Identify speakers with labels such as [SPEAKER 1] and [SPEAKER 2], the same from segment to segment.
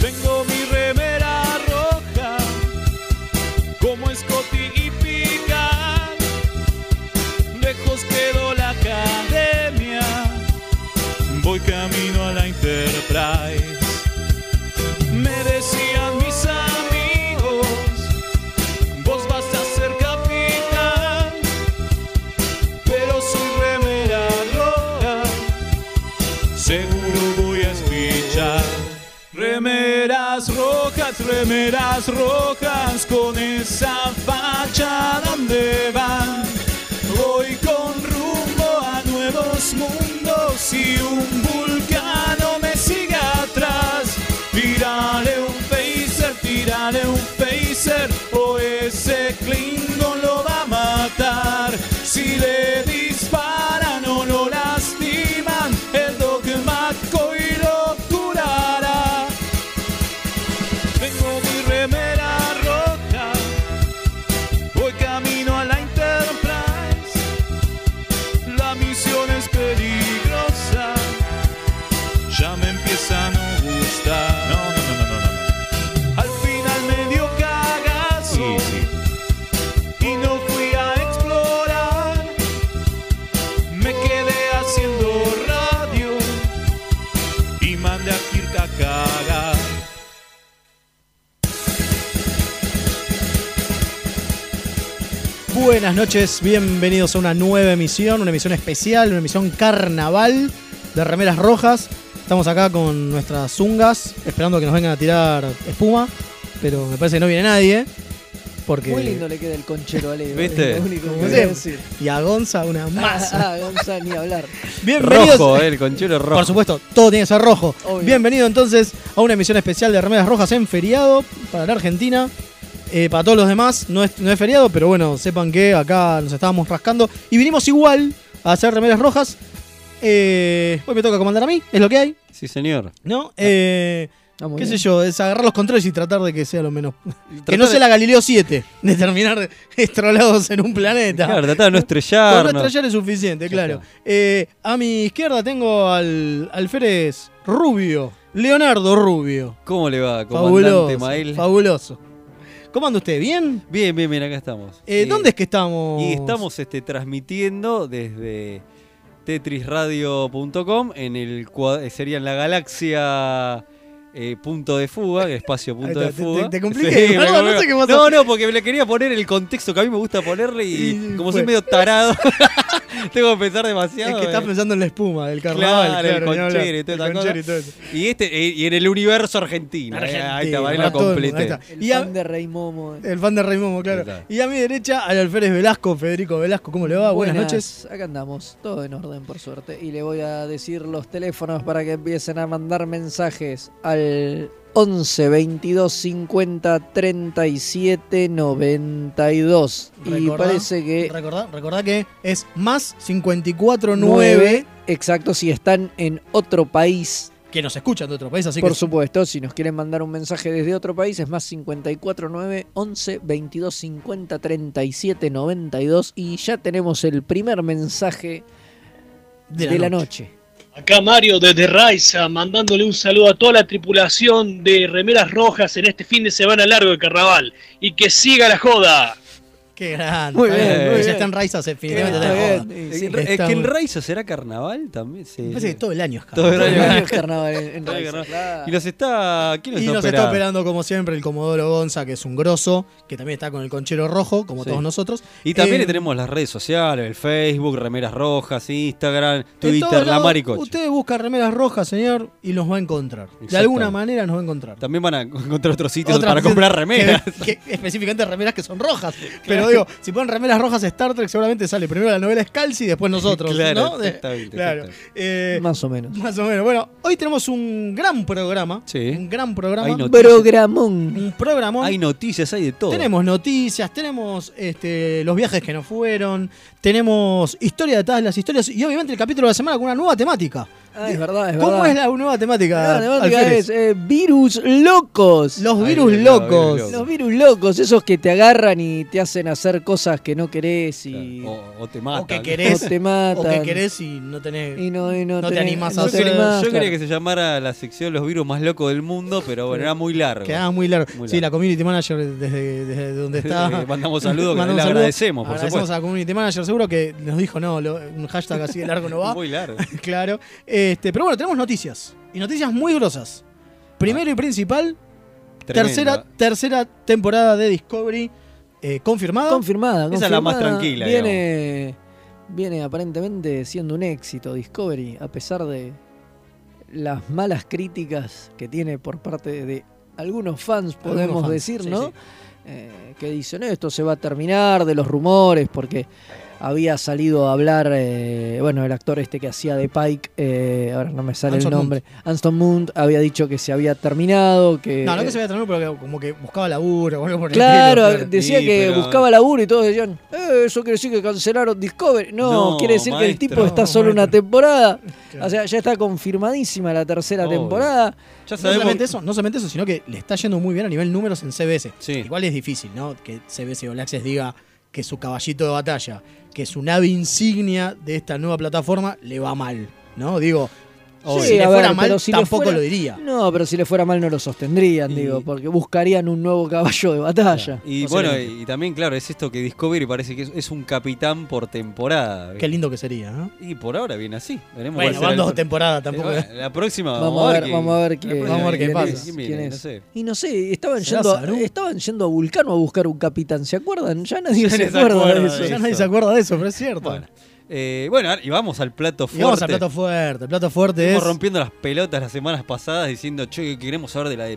[SPEAKER 1] Tengo mi remera roja, como Scotty y Pican. Lejos quedó la academia, voy camino a la Enterprise. Me decían mis amigos, vos vas a ser capitán, pero soy remera roja, seguro voy a espichar. Remeras rojas, remeras rojas, con esa facha donde van. Voy con rumbo a nuevos mundos y un vulcano me sigue atrás. Tírale un phaser, tírale un phaser, o ese Klingon lo va a matar. Si le disparan o lo lastiman, el dogma y lo curará. Tengo mi remera rota, voy camino a la Enterprise. La misión es peligrosa, ya me empieza a no gustar. Al final me dio cagazo y no fui a explorar. Me quedé haciendo radio y mandé a Kirk a cagar.
[SPEAKER 2] Buenas noches, bienvenidos a una nueva emisión, una emisión especial, una emisión carnaval de remeras rojas. Estamos acá con nuestras zungas, esperando que nos vengan a tirar espuma, pero me parece que no viene nadie. Porque...
[SPEAKER 3] Muy lindo le queda el conchero a Leo.
[SPEAKER 4] ¿Viste?
[SPEAKER 3] Es lo único que
[SPEAKER 2] Como
[SPEAKER 3] voy a
[SPEAKER 2] siempre.
[SPEAKER 3] decir.
[SPEAKER 2] Y a Gonza una masa.
[SPEAKER 3] Ah, ah, Gonzalo, ni hablar.
[SPEAKER 2] Bienvenidos.
[SPEAKER 4] Rojo, eh, el conchuelo rojo.
[SPEAKER 2] Por supuesto, todo tiene que ser rojo.
[SPEAKER 3] Obvio.
[SPEAKER 2] Bienvenido entonces a una emisión especial de Remeras Rojas en feriado para la Argentina. Eh, para todos los demás no es, no es feriado, pero bueno, sepan que acá nos estábamos rascando. Y vinimos igual a hacer Remeras Rojas. Eh, hoy me toca comandar a mí, es lo que hay,
[SPEAKER 4] Sí, señor.
[SPEAKER 2] ¿no? Eh,
[SPEAKER 3] Está Ah. muy
[SPEAKER 2] ¿Qué
[SPEAKER 3] bien.
[SPEAKER 2] sé yo? Es agarrar los controles y tratar de que sea lo menos... que
[SPEAKER 4] Tratar
[SPEAKER 2] no
[SPEAKER 4] de-
[SPEAKER 2] sea la Galileo 7, de terminar estrolados en un planeta.
[SPEAKER 4] Claro, tratar de no
[SPEAKER 2] Con
[SPEAKER 4] estrellarnos.
[SPEAKER 2] no estrellar es suficiente,
[SPEAKER 4] Ya
[SPEAKER 2] claro.
[SPEAKER 4] está.
[SPEAKER 2] Eh, a mi izquierda tengo al alférez Rubio, Leonardo Rubio.
[SPEAKER 4] ¿Cómo le va, comandante
[SPEAKER 2] Fabuloso.
[SPEAKER 4] Mael?
[SPEAKER 2] Fabuloso. ¿Cómo anda usted? ¿Bien?
[SPEAKER 4] Bien, bien, bien, acá estamos.
[SPEAKER 2] Eh,
[SPEAKER 4] Eh,
[SPEAKER 2] ¿Dónde es que estamos?
[SPEAKER 4] Y estamos este, transmitiendo desde tetrisradio.com en el cua- eh, sería en la galaxia eh, punto de fuga, el espacio punto
[SPEAKER 2] Ahí
[SPEAKER 4] de
[SPEAKER 2] está, te-
[SPEAKER 4] fuga.
[SPEAKER 2] te- te compliqué, boludo,
[SPEAKER 4] me
[SPEAKER 2] no
[SPEAKER 4] compliqué.
[SPEAKER 2] sé qué pasó.
[SPEAKER 4] No, no, porque le quería poner el contexto que a mí me gusta ponerle y,
[SPEAKER 2] Y
[SPEAKER 4] como
[SPEAKER 2] fue.
[SPEAKER 4] soy medio tarado, tengo que pensar demasiado.
[SPEAKER 2] Es que estás
[SPEAKER 4] eh.
[SPEAKER 2] pensando en la espuma del carnaval.
[SPEAKER 4] Claro, el
[SPEAKER 2] ni hablar.
[SPEAKER 4] conchero y toda esa
[SPEAKER 2] El conchero
[SPEAKER 4] cosa.
[SPEAKER 2] y todo eso.
[SPEAKER 4] Y este eh, y en el universo argentino. eh, Ahí está, Mael, la
[SPEAKER 2] Argentina, todo el mundo,
[SPEAKER 4] completé.
[SPEAKER 2] ahí está.
[SPEAKER 3] El
[SPEAKER 2] Y a-
[SPEAKER 3] fan de Rey Momo. eh.
[SPEAKER 2] El fan de Rey Momo, claro.
[SPEAKER 4] Ahí está.
[SPEAKER 2] Y a mi derecha, al alférez Velasco, Federico Velasco. ¿Cómo le va? Buenas, noches.
[SPEAKER 3] Acá andamos, todo en orden por suerte. Y le voy a decir los teléfonos para que empiecen a mandar mensajes al 11 22 50 37 92. Y
[SPEAKER 2] Recordá-
[SPEAKER 3] parece que
[SPEAKER 2] Recordá, recordá que es más 549
[SPEAKER 3] exacto si están en otro país.
[SPEAKER 2] que nos escuchan de otro país, así
[SPEAKER 3] Por
[SPEAKER 2] que
[SPEAKER 3] supuesto, si nos quieren mandar un mensaje desde otro país es más 54 9 11 22 50 37 92 y ya tenemos el primer mensaje de la, noche.
[SPEAKER 5] Acá Mario desde Raiza, mandándole un saludo a toda la tripulación de Remeras Rojas en este fin de semana largo de carnaval. Y que siga la joda.
[SPEAKER 2] Qué grande.
[SPEAKER 3] Muy
[SPEAKER 2] está
[SPEAKER 3] bien, muy
[SPEAKER 2] Ya
[SPEAKER 3] bien.
[SPEAKER 2] está en Raizas, definitivamente.
[SPEAKER 3] Está
[SPEAKER 2] está de
[SPEAKER 3] bien,
[SPEAKER 2] joda.
[SPEAKER 3] eh,
[SPEAKER 4] Eh,
[SPEAKER 3] sí.
[SPEAKER 4] re- Es
[SPEAKER 2] Está
[SPEAKER 4] que en
[SPEAKER 2] muy-
[SPEAKER 4] Raiza será carnaval también. Sí.
[SPEAKER 2] Me parece que todo el año es caro.
[SPEAKER 4] Todo el
[SPEAKER 3] Todo el
[SPEAKER 4] año.
[SPEAKER 3] año es carnaval en- en
[SPEAKER 4] Todo el
[SPEAKER 3] Raiza,
[SPEAKER 4] carnaval.
[SPEAKER 3] claro.
[SPEAKER 4] Y nos está. ¿Quién nos,
[SPEAKER 2] Y
[SPEAKER 4] está,
[SPEAKER 2] nos
[SPEAKER 4] operando?
[SPEAKER 2] está operando como siempre el Comodoro Gonza, que es un grosso, que también está con el conchero rojo, como
[SPEAKER 4] Sí.
[SPEAKER 2] todos nosotros.
[SPEAKER 4] Y también
[SPEAKER 2] Eh,
[SPEAKER 4] le tenemos las redes sociales: el Facebook, Remeras Rojas, Instagram,
[SPEAKER 2] en todos
[SPEAKER 4] Twitter, La
[SPEAKER 2] lados,
[SPEAKER 4] Maricocha.
[SPEAKER 2] Usted busca remeras rojas, señor, y nos va a encontrar. De
[SPEAKER 4] Exactamente.
[SPEAKER 2] alguna manera nos va a encontrar.
[SPEAKER 4] También van a encontrar otros sitios
[SPEAKER 2] Otras
[SPEAKER 4] para
[SPEAKER 2] veces
[SPEAKER 4] comprar remeras.
[SPEAKER 2] que- que- específicamente remeras que son rojas. Pero digo, si ponen remeras rojas Star Trek, seguramente sale primero la novela Scalzi y después nosotros.
[SPEAKER 4] Claro,
[SPEAKER 2] ¿no?
[SPEAKER 4] exactamente,
[SPEAKER 2] Claro. Eh,
[SPEAKER 3] Más o menos.
[SPEAKER 2] Más o menos. Bueno, hoy tenemos un gran programa.
[SPEAKER 4] Sí.
[SPEAKER 2] Un gran programa.
[SPEAKER 4] Hay noticias.
[SPEAKER 3] Programón.
[SPEAKER 2] un programón.
[SPEAKER 4] Hay noticias, hay de todo.
[SPEAKER 2] tenemos noticias, tenemos este, los viajes que no fueron, tenemos historia detrás de todas las historias y obviamente el capítulo de la semana con una nueva temática.
[SPEAKER 3] Ah, es verdad, es verdad.
[SPEAKER 2] ¿Cómo es la nueva temática?
[SPEAKER 3] La temática
[SPEAKER 2] Alférez?
[SPEAKER 3] es eh, virus locos.
[SPEAKER 2] Los
[SPEAKER 4] Ahí
[SPEAKER 2] virus
[SPEAKER 4] está,
[SPEAKER 2] locos.
[SPEAKER 4] virus
[SPEAKER 3] Los virus locos, esos que te agarran y te hacen hacer cosas que no querés y
[SPEAKER 4] O, o te mata.
[SPEAKER 2] O que
[SPEAKER 3] no
[SPEAKER 2] querés.
[SPEAKER 3] te matan.
[SPEAKER 2] O que querés y no tenés.
[SPEAKER 3] Y no, y no
[SPEAKER 2] no te
[SPEAKER 3] tenés-
[SPEAKER 2] animás a
[SPEAKER 3] no
[SPEAKER 4] Yo,
[SPEAKER 3] te
[SPEAKER 2] hacer.
[SPEAKER 4] quería,
[SPEAKER 3] animás,
[SPEAKER 4] yo quería
[SPEAKER 3] claro.
[SPEAKER 4] que se llamara la sección Los virus más locos del mundo, pero bueno, era muy largo.
[SPEAKER 2] Quedaba muy largo.
[SPEAKER 4] Muy
[SPEAKER 2] Sí,
[SPEAKER 4] largo.
[SPEAKER 2] la community manager desde, desde donde está.
[SPEAKER 4] Le Eh, mandamos saludos, que
[SPEAKER 2] mandamos
[SPEAKER 4] le
[SPEAKER 2] saludos.
[SPEAKER 4] agradecemos, por
[SPEAKER 2] Agradecemos
[SPEAKER 4] supuesto.
[SPEAKER 2] a la community manager, seguro que nos dijo, no, lo- un hashtag así de largo no va.
[SPEAKER 4] Muy largo.
[SPEAKER 2] claro. Este, pero bueno, tenemos noticias. Y noticias muy grosas. Primero y principal, tercera,
[SPEAKER 4] Tremendo.
[SPEAKER 2] tercera temporada de Discovery eh, confirmada.
[SPEAKER 3] Confirmada,
[SPEAKER 4] Esa es la más
[SPEAKER 3] confirmada.
[SPEAKER 4] tranquila,
[SPEAKER 3] Viene, viene aparentemente siendo un éxito Discovery, a pesar de las malas críticas que tiene por parte de algunos fans, podemos
[SPEAKER 2] Algunos fans,
[SPEAKER 3] decir,
[SPEAKER 2] sí,
[SPEAKER 3] ¿no?
[SPEAKER 2] sí.
[SPEAKER 3] Eh, que dicen esto se va a terminar de los rumores, porque había salido a hablar, eh, bueno, el actor este que hacía de Pike, eh, ahora no me sale
[SPEAKER 2] Anson
[SPEAKER 3] el nombre, Anston Moon había dicho que se había terminado, que...
[SPEAKER 2] No, no que se había terminado, pero que como que buscaba laburo o algo por el
[SPEAKER 3] Claro,
[SPEAKER 2] estilo,
[SPEAKER 3] decía
[SPEAKER 4] Sí,
[SPEAKER 3] que
[SPEAKER 4] pero-
[SPEAKER 3] buscaba laburo y todos decían, "Eh, eso quiere decir que cancelaron Discovery. No,
[SPEAKER 4] No,
[SPEAKER 3] quiere decir que el
[SPEAKER 4] maestro.
[SPEAKER 3] tipo está
[SPEAKER 2] No,
[SPEAKER 3] solo una
[SPEAKER 2] maestro.
[SPEAKER 3] temporada.
[SPEAKER 2] Claro.
[SPEAKER 3] O sea, ya está confirmadísima la tercera
[SPEAKER 4] Obvio.
[SPEAKER 3] temporada.
[SPEAKER 4] Ya
[SPEAKER 2] No
[SPEAKER 4] sabemos.
[SPEAKER 2] solamente, eso, no solamente eso, sino que le está yendo muy bien a nivel números en CBS.
[SPEAKER 4] Sí.
[SPEAKER 2] Igual es difícil, ¿no? Que CBS All Access diga que su caballito de batalla, que su nave insignia de esta nueva plataforma le va mal, ¿no? Digo,
[SPEAKER 3] Obvio.
[SPEAKER 2] si
[SPEAKER 3] Sí,
[SPEAKER 2] le
[SPEAKER 3] a
[SPEAKER 2] fuera
[SPEAKER 3] ver,
[SPEAKER 2] mal,
[SPEAKER 3] pero si le
[SPEAKER 2] tampoco
[SPEAKER 3] fuera-
[SPEAKER 2] lo diría.
[SPEAKER 3] No, pero si le fuera mal no lo sostendrían,
[SPEAKER 4] Y-
[SPEAKER 3] digo, porque buscarían un nuevo caballo de batalla.
[SPEAKER 4] Y bueno, y, y también, claro, es esto que Discovery parece que es, es un capitán por temporada.
[SPEAKER 2] Qué lindo que sería, ¿no?
[SPEAKER 4] Y por ahora viene así. Veremos cuál
[SPEAKER 2] Bueno,
[SPEAKER 4] será
[SPEAKER 2] van
[SPEAKER 4] el-
[SPEAKER 2] dos temporadas tampoco.
[SPEAKER 4] Eh, bueno, la próxima
[SPEAKER 3] Vamos a ver,
[SPEAKER 4] quién-
[SPEAKER 3] vamos a ver
[SPEAKER 4] la
[SPEAKER 3] qué-
[SPEAKER 4] próxima,
[SPEAKER 2] vamos a ver qué
[SPEAKER 4] quién
[SPEAKER 2] pasa.
[SPEAKER 4] es, quién viene,
[SPEAKER 3] ¿Quién
[SPEAKER 4] no
[SPEAKER 3] es?
[SPEAKER 4] sé.
[SPEAKER 3] Y no sé, estaban
[SPEAKER 2] ¿Será
[SPEAKER 3] yendo,
[SPEAKER 2] Saru?
[SPEAKER 3] a, estaban yendo a Vulcano a buscar un capitán, ¿se acuerdan? Ya nadie
[SPEAKER 4] Ya
[SPEAKER 3] se
[SPEAKER 4] ni se
[SPEAKER 3] acuerda de
[SPEAKER 4] acuerda
[SPEAKER 3] eso.
[SPEAKER 4] de
[SPEAKER 2] ya
[SPEAKER 4] eso.
[SPEAKER 2] nadie se acuerda de eso, pero es cierto.
[SPEAKER 4] Bueno, eh, bueno, ahora- y vamos al plato
[SPEAKER 2] y
[SPEAKER 4] fuerte.
[SPEAKER 2] vamos al plato fuerte. El plato fuerte es.
[SPEAKER 4] Estamos rompiendo las pelotas las semanas pasadas diciendo, che, queremos saber de la de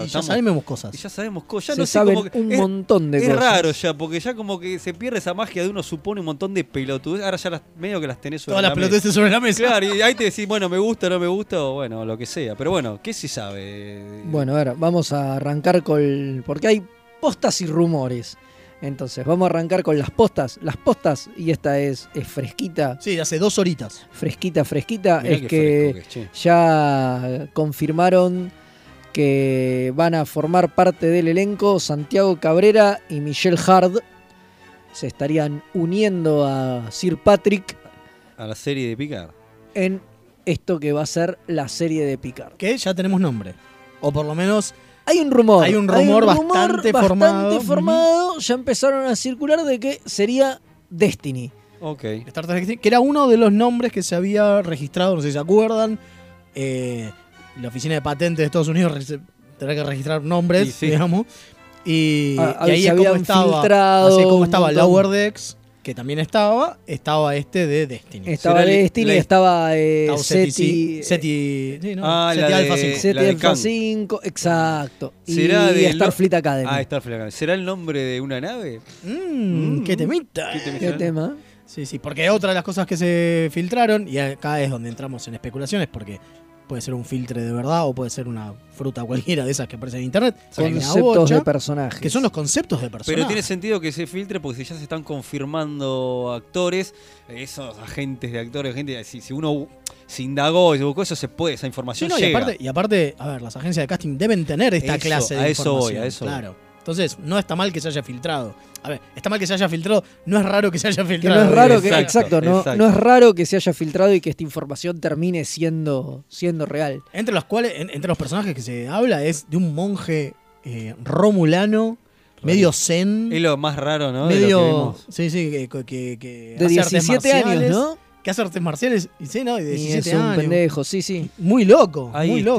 [SPEAKER 2] y ya
[SPEAKER 4] estamos-
[SPEAKER 2] sabemos
[SPEAKER 4] y
[SPEAKER 2] cosas.
[SPEAKER 4] ya sabemos cosas. Ya
[SPEAKER 3] se
[SPEAKER 4] no sé
[SPEAKER 3] saben
[SPEAKER 4] cómo que-
[SPEAKER 3] un
[SPEAKER 4] es-
[SPEAKER 3] montón de
[SPEAKER 4] Es
[SPEAKER 3] cosas.
[SPEAKER 4] raro ya, porque ya como que se pierde esa magia de uno supone un montón de pelotudes. Ahora ya las, medio que las tenés sobre
[SPEAKER 2] Todas las
[SPEAKER 4] la mesa.
[SPEAKER 2] pelotudeces sobre la mesa.
[SPEAKER 4] Claro, y ahí te decís, bueno, me gusta, no me gusta, o bueno, lo que sea. Pero bueno, ¿qué se sabe?
[SPEAKER 3] Bueno, a ver, vamos a arrancar con... el- Porque hay postas y rumores. Entonces, vamos a arrancar con las postas. Las postas, y esta es, es fresquita,
[SPEAKER 2] Sí, hace dos horitas.
[SPEAKER 3] fresquita, fresquita,
[SPEAKER 4] Mirá
[SPEAKER 3] es
[SPEAKER 4] qué
[SPEAKER 3] que
[SPEAKER 4] fresco que es, che.
[SPEAKER 3] ya confirmaron que van a formar parte del elenco Santiago Cabrera y Michelle Hard. Se estarían uniendo a Sir Patrick
[SPEAKER 4] A la serie de Picard.
[SPEAKER 3] en esto que va a ser la serie de Picard.
[SPEAKER 2] Que ya tenemos nombre. O por lo menos
[SPEAKER 3] Hay un rumor.
[SPEAKER 2] Hay un rumor bastante formado. Ujú.
[SPEAKER 3] formado, Ya empezaron a circular de que sería Destiny.
[SPEAKER 4] Ok.
[SPEAKER 2] Star Trek, que era uno de los nombres que se había registrado, no sé si se acuerdan. eh, la oficina de patentes de Estados Unidos re- tendrá que registrar nombres,
[SPEAKER 4] Y sí.
[SPEAKER 2] digamos. Y,
[SPEAKER 3] Ah,
[SPEAKER 2] y
[SPEAKER 3] se
[SPEAKER 2] ahí es como
[SPEAKER 3] habían
[SPEAKER 2] estaba.
[SPEAKER 3] filtrado
[SPEAKER 2] Así es
[SPEAKER 3] un
[SPEAKER 2] como estaba
[SPEAKER 3] montón.
[SPEAKER 2] Lower Decks, que también estaba, estaba este de Destiny.
[SPEAKER 3] Estaba
[SPEAKER 4] Será la-
[SPEAKER 3] Destiny,
[SPEAKER 4] la-
[SPEAKER 3] estaba eh,
[SPEAKER 2] Estaba
[SPEAKER 3] Seti.
[SPEAKER 2] Ah, Seti. Seti. sí, no,
[SPEAKER 4] Ah,
[SPEAKER 2] Seti
[SPEAKER 4] la
[SPEAKER 2] Alpha
[SPEAKER 4] de-
[SPEAKER 2] 5.
[SPEAKER 3] Seti
[SPEAKER 4] la de
[SPEAKER 3] Alpha
[SPEAKER 4] Khan.
[SPEAKER 3] 5, exacto.
[SPEAKER 4] Será
[SPEAKER 3] y
[SPEAKER 4] de
[SPEAKER 3] Starfleet Academy.
[SPEAKER 4] Ah, Starfleet Academy. ¿Será el nombre de una nave?
[SPEAKER 2] Mm,
[SPEAKER 4] Mm.
[SPEAKER 2] qué temita.
[SPEAKER 4] ¿Qué te
[SPEAKER 3] ¿Qué
[SPEAKER 4] imaginas?
[SPEAKER 3] Este tema?
[SPEAKER 2] Sí, sí, porque otra de las cosas que se filtraron, y acá es donde entramos en especulaciones, porque puede ser un filtre de verdad o puede ser una fruta cualquiera de esas que aparecen en internet. que hay una
[SPEAKER 3] Conceptos
[SPEAKER 2] bocha,
[SPEAKER 3] de personajes.
[SPEAKER 2] Que son los conceptos de personas.
[SPEAKER 4] Pero tiene sentido que se filtre porque si ya se están confirmando actores, esos agentes de actores, gente, si, si uno se indagó y se buscó eso, se puede, esa
[SPEAKER 2] Sí,
[SPEAKER 4] información
[SPEAKER 2] no, y,
[SPEAKER 4] llega.
[SPEAKER 2] aparte, y aparte, a ver, las agencias de casting deben tener esta
[SPEAKER 4] Eso,
[SPEAKER 2] clase de
[SPEAKER 4] a eso
[SPEAKER 2] información,
[SPEAKER 4] voy, a eso voy.
[SPEAKER 2] Claro. Entonces, no está mal que se haya filtrado. A ver, está mal que se haya filtrado, no es raro que se haya
[SPEAKER 3] Que
[SPEAKER 2] filtrado.
[SPEAKER 3] no es raro que,
[SPEAKER 4] Exacto,
[SPEAKER 3] exacto, no,
[SPEAKER 4] exacto.
[SPEAKER 3] no es raro que se haya filtrado y que esta información termine siendo, siendo real.
[SPEAKER 2] Entre los cuales, en- entre los personajes que se habla es de un monje eh, romulano, medio zen.
[SPEAKER 4] Es lo más raro, ¿no? de lo que
[SPEAKER 2] mm, medio
[SPEAKER 4] vimos.
[SPEAKER 2] sí sí que, que, que
[SPEAKER 3] De
[SPEAKER 2] hace artes
[SPEAKER 3] 17 años,
[SPEAKER 2] marciales,
[SPEAKER 3] ¿no?
[SPEAKER 2] que hace artes marciales y sí no y de
[SPEAKER 3] Y
[SPEAKER 2] 17
[SPEAKER 3] es un
[SPEAKER 2] años
[SPEAKER 3] pendejo, sí, sí.
[SPEAKER 2] muy loco
[SPEAKER 4] Ahí,
[SPEAKER 2] muy
[SPEAKER 4] este,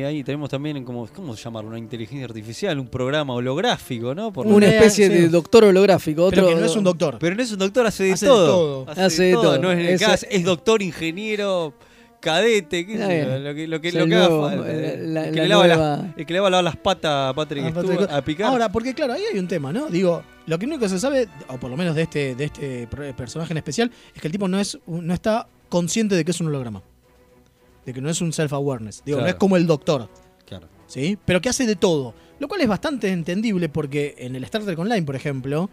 [SPEAKER 2] loco
[SPEAKER 4] ahí tenemos también, como, ¿cómo llamarlo? Una inteligencia artificial, un programa holográfico, ¿no? Por lo
[SPEAKER 2] Un-
[SPEAKER 3] una
[SPEAKER 4] menos.
[SPEAKER 3] especie
[SPEAKER 2] sí.
[SPEAKER 3] de doctor holográfico. Otro,
[SPEAKER 2] pero que no es un doctor
[SPEAKER 4] Pero no es un doctor, hace de
[SPEAKER 2] Hace de
[SPEAKER 4] todo.
[SPEAKER 2] todo.
[SPEAKER 3] Hace de todo.
[SPEAKER 4] No es,
[SPEAKER 3] Ese-
[SPEAKER 4] cas- es doctor, ingeniero, cadete, qué
[SPEAKER 3] Está
[SPEAKER 4] sé yo,
[SPEAKER 3] bien.
[SPEAKER 4] lo que, lo que,
[SPEAKER 3] Es
[SPEAKER 4] lo
[SPEAKER 3] el
[SPEAKER 4] que haga
[SPEAKER 3] nuevo,
[SPEAKER 4] falta.
[SPEAKER 3] eh,
[SPEAKER 4] El
[SPEAKER 3] la-
[SPEAKER 4] que
[SPEAKER 3] la
[SPEAKER 4] le lava
[SPEAKER 3] nueva-
[SPEAKER 4] las- el que le lava lavar las patas a Patrick
[SPEAKER 2] Ah,
[SPEAKER 4] Stewart,
[SPEAKER 2] Patrick-
[SPEAKER 4] a picar.
[SPEAKER 2] ahora porque claro ahí hay un tema no digo lo que único que se sabe o por lo menos de este de este pro- personaje en especial es que el tipo no es un- no está consciente de que es un holograma de que no es un self awareness digo no
[SPEAKER 4] Claro.
[SPEAKER 2] es como el doctor
[SPEAKER 4] Claro.
[SPEAKER 2] ¿sí? Pero que hace de todo. Lo cual es bastante entendible porque en el Star Trek Online, por ejemplo,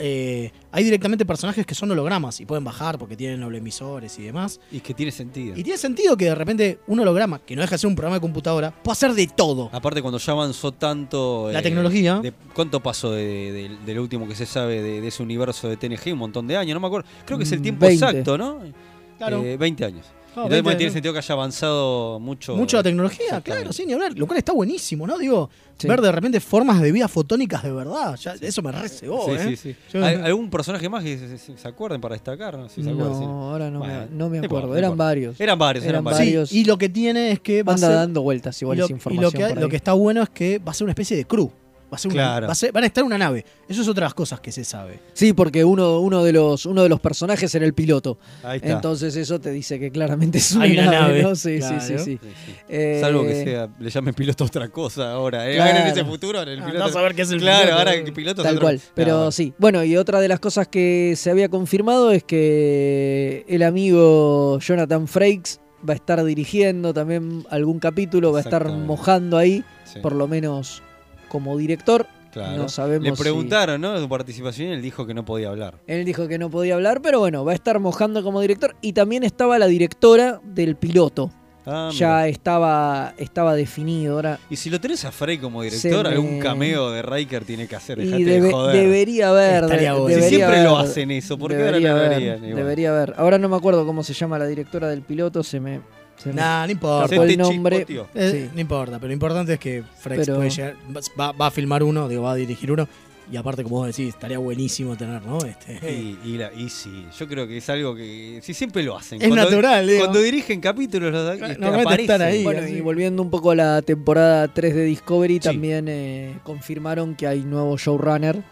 [SPEAKER 2] eh, hay directamente personajes que son hologramas y pueden bajar porque tienen holoemisores y demás.
[SPEAKER 4] Y que tiene sentido.
[SPEAKER 2] Y tiene sentido que de repente un holograma, que no deja de ser un programa de computadora, pueda hacer de todo.
[SPEAKER 4] Aparte, cuando ya avanzó tanto. eh,
[SPEAKER 2] La tecnología.
[SPEAKER 4] de- ¿Cuánto pasó de, de- del último que se sabe de, de ese universo de TNG? Un montón de años, no me acuerdo. Creo que es el tiempo
[SPEAKER 3] 20.
[SPEAKER 4] exacto, ¿no? Eh, 20 años.
[SPEAKER 2] No, 20,
[SPEAKER 4] Entonces, bueno, tiene
[SPEAKER 2] no.
[SPEAKER 4] sentido que haya avanzado mucho.
[SPEAKER 2] Mucho la tecnología,
[SPEAKER 4] Exactamente.
[SPEAKER 2] claro, sin ni hablar. Lo cual está buenísimo, ¿no? Digo,
[SPEAKER 3] Sí.
[SPEAKER 2] ver de repente formas de vida fotónicas de verdad. ya- eso me recebó,
[SPEAKER 4] Sí,
[SPEAKER 2] ¿eh?
[SPEAKER 4] sí, sí.
[SPEAKER 2] Yo-
[SPEAKER 4] ¿Hay- ¿Algún personaje más que se, se- se acuerden para destacar? No, sé si se acuerdan, sí.
[SPEAKER 3] No, ahora no,
[SPEAKER 4] Bueno,
[SPEAKER 3] me, no me
[SPEAKER 4] no importa,
[SPEAKER 3] acuerdo.
[SPEAKER 4] no
[SPEAKER 3] Eran
[SPEAKER 4] importa.
[SPEAKER 3] varios.
[SPEAKER 4] Eran varios, eran,
[SPEAKER 3] Eran
[SPEAKER 4] varios.
[SPEAKER 2] Sí,
[SPEAKER 3] varios.
[SPEAKER 2] y lo que tiene es que Eh, va a
[SPEAKER 3] Anda
[SPEAKER 2] ser-
[SPEAKER 3] dando vueltas igual
[SPEAKER 2] y lo,
[SPEAKER 3] esa
[SPEAKER 2] y
[SPEAKER 3] información.
[SPEAKER 2] lo que,
[SPEAKER 3] por
[SPEAKER 2] lo
[SPEAKER 3] ahí.
[SPEAKER 2] que está bueno es que va a ser una especie de crew. Va a ser una-
[SPEAKER 4] Claro.
[SPEAKER 2] va a ser- van a estar en una nave. Eso es otras cosas que se sabe.
[SPEAKER 3] Sí, porque uno, uno, de los, uno de los personajes era el piloto.
[SPEAKER 4] Ahí está.
[SPEAKER 3] Entonces eso te dice que claramente es una,
[SPEAKER 2] Hay una nave,
[SPEAKER 3] ¿no? Sí,
[SPEAKER 2] claro.
[SPEAKER 3] sí, sí, sí.
[SPEAKER 4] Sí, sí.
[SPEAKER 3] Eh,
[SPEAKER 4] Salvo que sea, le llamen piloto a otra cosa ahora. ¿eh?
[SPEAKER 3] Claro.
[SPEAKER 4] En ese futuro, en el piloto.
[SPEAKER 2] Andá a Ah, saber qué es el
[SPEAKER 4] claro,
[SPEAKER 2] piloto, eh.
[SPEAKER 4] ahora
[SPEAKER 2] ¿no?
[SPEAKER 4] el piloto es
[SPEAKER 3] Tal
[SPEAKER 4] otro-
[SPEAKER 3] cual, pero
[SPEAKER 4] No,
[SPEAKER 3] sí. Bueno, y otra de las cosas que se había confirmado es que el amigo Jonathan Frakes va a estar dirigiendo también algún capítulo, va a estar
[SPEAKER 4] Exactamente.
[SPEAKER 3] mojando ahí,
[SPEAKER 4] sí,
[SPEAKER 3] por lo menos como director.
[SPEAKER 4] claro.
[SPEAKER 3] No sabemos.
[SPEAKER 4] Le
[SPEAKER 3] si-
[SPEAKER 4] preguntaron, ¿no? De su participación y él dijo que no podía hablar.
[SPEAKER 3] Él dijo que no podía hablar, pero bueno, va a estar mojando como director. Y también estaba la directora del piloto.
[SPEAKER 4] Ah, mira.
[SPEAKER 3] ya estaba, estaba definido ahora.
[SPEAKER 4] Y si lo tenés a Frey como
[SPEAKER 3] Se
[SPEAKER 4] director, algún
[SPEAKER 3] me-
[SPEAKER 4] cameo de Riker tiene que hacer. Dejate
[SPEAKER 3] Y debe-
[SPEAKER 4] de joder.
[SPEAKER 3] debería haber. de-
[SPEAKER 2] Estaría bueno.
[SPEAKER 4] Si
[SPEAKER 3] debería
[SPEAKER 4] siempre lo
[SPEAKER 3] haber-
[SPEAKER 4] hacen eso, ¿por qué ahora
[SPEAKER 3] debería
[SPEAKER 4] no lo
[SPEAKER 3] haber,
[SPEAKER 4] harían? Y bueno,
[SPEAKER 3] debería haber. Ahora no me acuerdo cómo se llama la directora del piloto, se me. se me-
[SPEAKER 2] Nah, no
[SPEAKER 3] Por
[SPEAKER 2] importa.
[SPEAKER 4] hacete
[SPEAKER 3] el nombre-
[SPEAKER 4] chispoteó.
[SPEAKER 2] Eh,
[SPEAKER 3] sí.
[SPEAKER 2] No importa, pero lo importante es que Frex
[SPEAKER 3] Pero-
[SPEAKER 2] puede llegar- va, va a filmar uno, digo, va a dirigir uno. Y aparte, como vos decís, estaría buenísimo tener, ¿no? Este,
[SPEAKER 4] Y, y la- y sí, yo creo que es algo que si siempre lo hacen.
[SPEAKER 2] Es natural, digo.
[SPEAKER 4] Cuando dirigen capítulos, los, este,
[SPEAKER 2] Normalmente
[SPEAKER 4] aparecen.
[SPEAKER 2] están ahí.
[SPEAKER 3] Bueno,
[SPEAKER 2] así.
[SPEAKER 3] y volviendo un poco a la temporada 3 de Discovery, también eh, confirmaron que hay nuevo showrunner,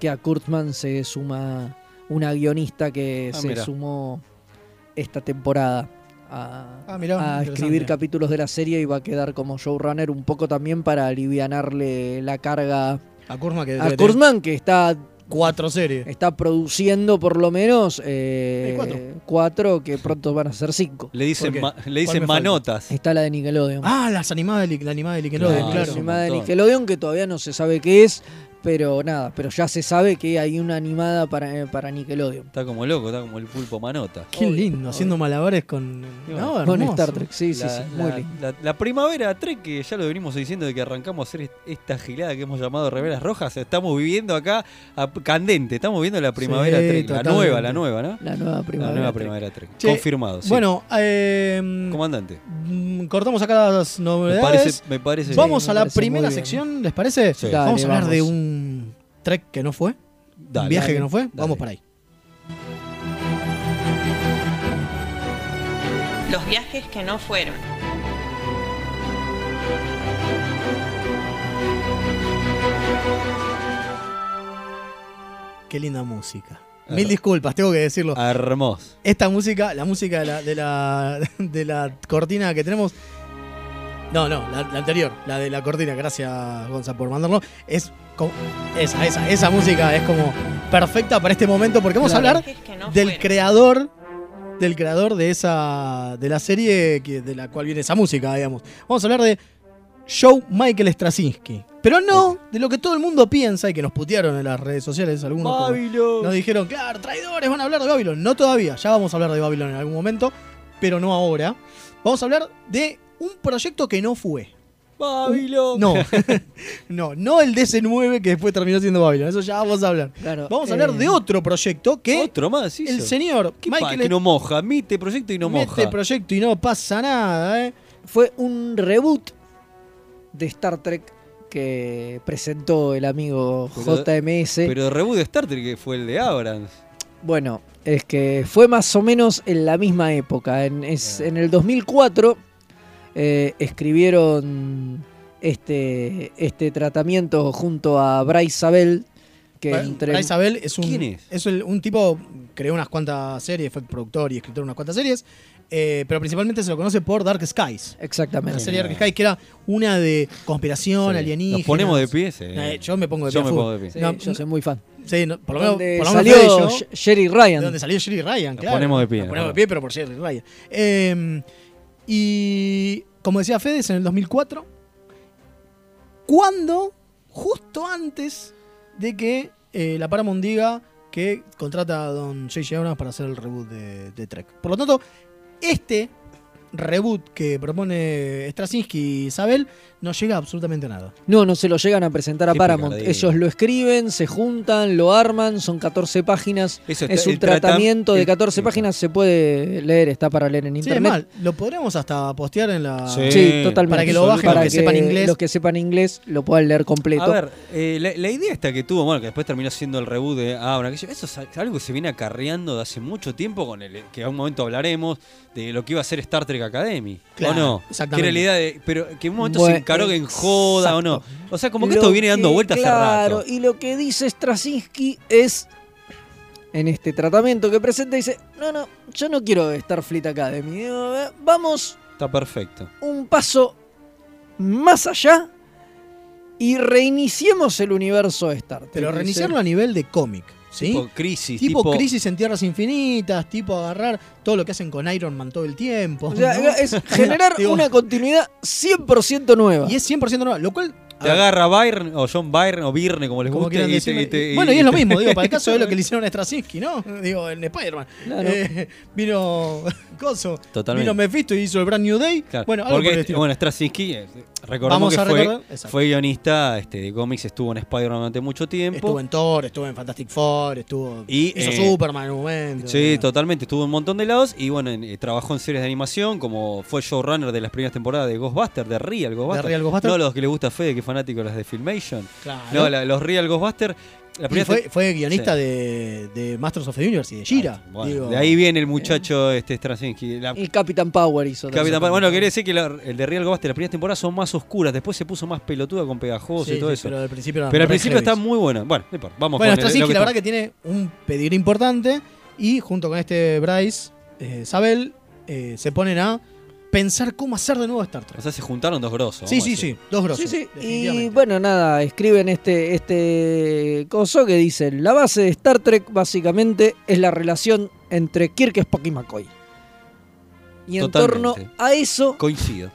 [SPEAKER 3] que a Kurtzman se suma una guionista que
[SPEAKER 4] Ah,
[SPEAKER 3] se
[SPEAKER 4] mira.
[SPEAKER 3] sumó esta temporada a,
[SPEAKER 2] Ah, mirá,
[SPEAKER 3] a
[SPEAKER 2] interesante.
[SPEAKER 3] escribir capítulos de la serie y va a quedar como showrunner un poco también para alivianarle la carga
[SPEAKER 2] a Kurzman que
[SPEAKER 3] a Eh,
[SPEAKER 2] debe tener
[SPEAKER 3] Kurtzman, que está
[SPEAKER 2] cuatro series.
[SPEAKER 3] está produciendo por lo menos eh,
[SPEAKER 2] Hay cuatro.
[SPEAKER 3] cuatro, que pronto van a ser cinco.
[SPEAKER 4] Le dicen,
[SPEAKER 2] qué?
[SPEAKER 4] ma- le
[SPEAKER 2] ¿Cuál me
[SPEAKER 4] dicen
[SPEAKER 2] falta?
[SPEAKER 4] manotas.
[SPEAKER 3] Está la de Nickelodeon.
[SPEAKER 2] Ah, las animadas de, la animada de Nickelodeon,
[SPEAKER 4] Claro,
[SPEAKER 2] claro.
[SPEAKER 3] La
[SPEAKER 4] sí.
[SPEAKER 3] animada de
[SPEAKER 4] montón.
[SPEAKER 3] Nickelodeon que todavía no se sabe qué es, pero nada, pero ya se sabe que hay una animada para, eh, para Nickelodeon.
[SPEAKER 4] Está como loco, está como el pulpo manota.
[SPEAKER 2] Qué
[SPEAKER 3] Obvio,
[SPEAKER 2] lindo,
[SPEAKER 3] obvio.
[SPEAKER 2] haciendo malabares con.
[SPEAKER 4] bueno,
[SPEAKER 2] No,
[SPEAKER 3] Con
[SPEAKER 2] hermoso.
[SPEAKER 3] Star Trek, sí, sí,
[SPEAKER 4] la,
[SPEAKER 3] sí,
[SPEAKER 4] la-
[SPEAKER 3] muy lindo.
[SPEAKER 4] la- la primavera Trek, que ya lo venimos diciendo de que arrancamos a hacer est- esta gilada que hemos llamado Reveras Rojas, estamos viviendo acá a- candente, estamos viviendo la primavera
[SPEAKER 2] Sí,
[SPEAKER 4] Trek, la
[SPEAKER 2] totalmente.
[SPEAKER 4] nueva, la nueva, ¿no?
[SPEAKER 3] La nueva
[SPEAKER 4] la
[SPEAKER 3] primavera.
[SPEAKER 4] nueva
[SPEAKER 3] Trek.
[SPEAKER 4] primavera Trek.
[SPEAKER 2] Che,
[SPEAKER 4] Confirmado, sí.
[SPEAKER 2] Bueno, eh,
[SPEAKER 4] comandante.
[SPEAKER 2] mm, cortamos acá las
[SPEAKER 4] Me
[SPEAKER 2] novedades.
[SPEAKER 4] parece, me parece
[SPEAKER 2] Vamos
[SPEAKER 3] Sí,
[SPEAKER 2] a
[SPEAKER 3] me
[SPEAKER 2] la
[SPEAKER 3] parece muy
[SPEAKER 2] primera
[SPEAKER 3] bien.
[SPEAKER 2] sección, ¿les parece?
[SPEAKER 4] Sí.
[SPEAKER 3] Dale,
[SPEAKER 2] vamos a hablar
[SPEAKER 3] vamos.
[SPEAKER 2] de un trek que no fue,
[SPEAKER 4] Dale.
[SPEAKER 2] un viaje
[SPEAKER 3] dale,
[SPEAKER 2] que no fue. Vamos
[SPEAKER 4] dale.
[SPEAKER 2] para ahí.
[SPEAKER 6] Los viajes que no fueron.
[SPEAKER 2] Qué linda música.
[SPEAKER 4] Ah.
[SPEAKER 2] Mil disculpas, tengo que decirlo.
[SPEAKER 4] Hermoso.
[SPEAKER 2] Esta música, la música de la, de la, de la cortina que tenemos. No, no, la, la anterior, la de la cortina, gracias Gonza por mandarlo. Es co- esa, esa, esa música es como perfecta para este momento porque vamos a
[SPEAKER 3] Claro.
[SPEAKER 2] hablar del creador del creador de esa de la serie que- de la cual viene esa música, digamos. Vamos a hablar de Joe Michael Straczynski, pero no de lo que todo el mundo piensa y que nos putearon en las redes sociales algunos. como-
[SPEAKER 4] Babylon.
[SPEAKER 2] nos dijeron, claro, traidores, van a hablar de Babylon. No todavía, ya vamos a hablar de Babylon en algún momento, pero no ahora. Vamos a hablar de un proyecto que no fue.
[SPEAKER 4] Babylon.
[SPEAKER 2] No, no, no el DC9 que después terminó siendo Babylon. Eso ya vamos a hablar.
[SPEAKER 3] Claro,
[SPEAKER 2] Vamos a
[SPEAKER 3] eh,
[SPEAKER 2] hablar de otro proyecto que
[SPEAKER 4] Otro más, sí.
[SPEAKER 2] el
[SPEAKER 4] sí.
[SPEAKER 2] señor
[SPEAKER 4] ¿Qué pa-
[SPEAKER 2] Michael
[SPEAKER 4] que no moja, mete proyecto y no
[SPEAKER 2] mete
[SPEAKER 4] moja.
[SPEAKER 2] proyecto y no pasa nada, ¿eh?
[SPEAKER 3] Fue un reboot de Star Trek que presentó el amigo
[SPEAKER 4] Pero-
[SPEAKER 3] JMS.
[SPEAKER 4] Pero reboot de Star Trek que fue el de Abrams.
[SPEAKER 3] Bueno, es que fue más o menos en la misma época. En, es-
[SPEAKER 4] Ah.
[SPEAKER 3] en el 2004 eh, escribieron este, este tratamiento junto a Bryce Sabel, que entre...
[SPEAKER 2] Isabel es un
[SPEAKER 4] ¿Quién es?
[SPEAKER 2] el- un tipo creó unas cuantas series, fue productor y escritor de unas cuantas series, eh, pero principalmente se lo conoce por Dark Skies. La
[SPEAKER 3] Exactamente.
[SPEAKER 2] serie Dark Sky, que era una de conspiración,
[SPEAKER 4] Sí.
[SPEAKER 2] alienígena. Eh,
[SPEAKER 4] Nos ponemos de pie. sí.
[SPEAKER 2] yo me pongo de pie.
[SPEAKER 4] Yo me
[SPEAKER 2] a full.
[SPEAKER 4] pongo de pie.
[SPEAKER 3] Sí,
[SPEAKER 2] No,
[SPEAKER 3] yo soy muy fan.
[SPEAKER 2] Sí, no, por lo menos,
[SPEAKER 3] Donde
[SPEAKER 2] por lo menos
[SPEAKER 3] salió
[SPEAKER 2] fue de ello,
[SPEAKER 3] Sh- Jerry
[SPEAKER 2] de
[SPEAKER 3] Ryan.
[SPEAKER 2] donde salió Jerry Ryan,
[SPEAKER 4] Nos
[SPEAKER 2] claro.
[SPEAKER 4] ponemos de pie,
[SPEAKER 2] Nos ponemos de
[SPEAKER 4] claro.
[SPEAKER 2] pie, pero por Jerry Ryan. Eh, y como decía Fedes, en el 2004, cuando, justo antes de que eh, la Paramount diga, que contrata a Don J.J. Abrams para hacer el reboot de, de Trek. Por lo tanto, este reboot que propone Straczynski y Isabel no llega a absolutamente nada.
[SPEAKER 3] No, no se lo llegan a presentar a
[SPEAKER 4] Qué
[SPEAKER 3] Paramount.
[SPEAKER 4] picardía.
[SPEAKER 3] Ellos lo escriben, se juntan, lo arman, son 14 páginas.
[SPEAKER 4] Eso está-
[SPEAKER 3] Es un
[SPEAKER 4] el tratam-
[SPEAKER 3] tratamiento de
[SPEAKER 4] el-
[SPEAKER 3] 14
[SPEAKER 4] sí.
[SPEAKER 3] páginas, se puede leer, está para leer en
[SPEAKER 2] Sí, es
[SPEAKER 3] internet.
[SPEAKER 2] mal. Lo podremos hasta postear en la...
[SPEAKER 4] Sí.
[SPEAKER 3] Sí, totalmente.
[SPEAKER 2] Para que lo bajen,
[SPEAKER 3] Para
[SPEAKER 2] los que sepan inglés.
[SPEAKER 3] Los que sepan inglés lo puedan leer completo.
[SPEAKER 4] A ver, eh, la, la idea esta que tuvo, bueno, que después terminó siendo el reboot de Abra, que eso es algo que se viene acarreando de hace mucho tiempo, con el que a un momento hablaremos de lo que iba a ser Star Trek Academy.
[SPEAKER 2] Claro,
[SPEAKER 4] ¿O no?
[SPEAKER 2] exactamente.
[SPEAKER 4] Que era la idea de- pero que en un momento
[SPEAKER 3] Bueno,
[SPEAKER 4] se encaró que en joda o no. O sea, como que esto
[SPEAKER 3] Lo
[SPEAKER 4] viene dando
[SPEAKER 3] que-
[SPEAKER 4] vueltas
[SPEAKER 3] claro,
[SPEAKER 4] hace rato.
[SPEAKER 3] y lo que dice Straczynski es, en este tratamiento que presenta, dice, no, no, yo no quiero Starfleet Academy. Eh, Vamos
[SPEAKER 4] Está perfecto.
[SPEAKER 3] un paso más allá y reiniciemos el universo de Star Trek.
[SPEAKER 2] Pero
[SPEAKER 3] Dice,
[SPEAKER 2] reiniciarlo a nivel de cómic, ¿sí?
[SPEAKER 4] Tipo crisis.
[SPEAKER 2] Tipo,
[SPEAKER 4] Tipo,
[SPEAKER 2] crisis en tierras infinitas, tipo agarrar todo lo que hacen con Iron Man todo el tiempo.
[SPEAKER 3] O sea,
[SPEAKER 2] ¿no?
[SPEAKER 3] es generar
[SPEAKER 2] Digo,
[SPEAKER 3] una continuidad 100% nueva.
[SPEAKER 2] Y es 100% normal, lo cual...
[SPEAKER 4] Te agarra Byrne o John Byrne o Byrne, como les
[SPEAKER 2] Ah. como
[SPEAKER 4] guste.
[SPEAKER 2] quieran
[SPEAKER 4] y te-
[SPEAKER 2] decirle.
[SPEAKER 4] y te-
[SPEAKER 2] bueno, y es lo mismo, digo, para el
[SPEAKER 4] te-
[SPEAKER 2] caso de lo que le hicieron a Straczynski, ¿no? Digo, en Spider-Man.
[SPEAKER 3] Claro.
[SPEAKER 2] Eh, vino Coso,
[SPEAKER 4] Totalmente.
[SPEAKER 2] vino Mephisto y hizo el Brand New Day.
[SPEAKER 4] Claro,
[SPEAKER 2] Bueno, algo
[SPEAKER 4] porque
[SPEAKER 2] por el
[SPEAKER 4] este-
[SPEAKER 2] estilo.
[SPEAKER 4] bueno, Straczynski, eh,
[SPEAKER 2] Vamos
[SPEAKER 4] recordamos
[SPEAKER 2] a
[SPEAKER 4] que fue,
[SPEAKER 2] recordar- exacto.
[SPEAKER 4] fue guionista este, de cómics, estuvo en Spider-Man durante mucho tiempo.
[SPEAKER 2] Estuvo en Thor, estuvo en Fantastic Four, estuvo
[SPEAKER 4] Y,
[SPEAKER 2] hizo
[SPEAKER 4] eh,
[SPEAKER 2] Superman en un momento.
[SPEAKER 4] Sí,
[SPEAKER 2] ¿no?
[SPEAKER 4] totalmente. Estuvo en un montón de lados y bueno, en- eh, trabajó en series de animación, como fue showrunner de las primeras temporadas de Ghostbusters, de Real Ghostbusters.
[SPEAKER 2] Real Ghostbusters.
[SPEAKER 4] No los que le gusta a Fede, que es fanático de las de Filmation.
[SPEAKER 2] Claro.
[SPEAKER 4] No, la- los Real Ghostbusters. La
[SPEAKER 2] Y
[SPEAKER 4] primera
[SPEAKER 2] fue,
[SPEAKER 4] tem-
[SPEAKER 2] fue guionista de, de Masters of the Universe y de Gira.
[SPEAKER 4] Ah, Bueno, de ahí viene el muchacho este, Straczynski. La-
[SPEAKER 3] Y Capitán Power hizo también.
[SPEAKER 4] Capitán Pan- bueno, quería decir que la- el de Real Ghostbusters, las primeras temporadas son más oscuras, después se puso más pelotuda con pegajoso y todo eso.
[SPEAKER 2] Pero
[SPEAKER 4] Pero,
[SPEAKER 2] al principio, eran
[SPEAKER 4] al
[SPEAKER 2] re
[SPEAKER 4] principio
[SPEAKER 2] heavies.
[SPEAKER 4] está muy bueno. Bueno, no importa, vamos
[SPEAKER 2] Bueno,
[SPEAKER 4] con el- lo
[SPEAKER 2] Straczynski, la
[SPEAKER 4] está-
[SPEAKER 2] verdad que tiene un pedir importante. Y junto con este Bryce, eh, Sabel, eh, se ponen a pensar cómo hacer de nuevo Star Trek.
[SPEAKER 4] O sea, se juntaron dos grosos.
[SPEAKER 2] sí,
[SPEAKER 4] vamos a
[SPEAKER 2] sí,
[SPEAKER 4] decir.
[SPEAKER 2] sí. Dos grosos.
[SPEAKER 3] Sí, sí. Y
[SPEAKER 2] definitivamente.
[SPEAKER 3] bueno, nada, escriben este, este coso que dice, la base de Star Trek básicamente es la relación entre Kirk, Spock y McCoy. Y en torno
[SPEAKER 4] Totalmente.
[SPEAKER 3] a eso
[SPEAKER 4] Coincido.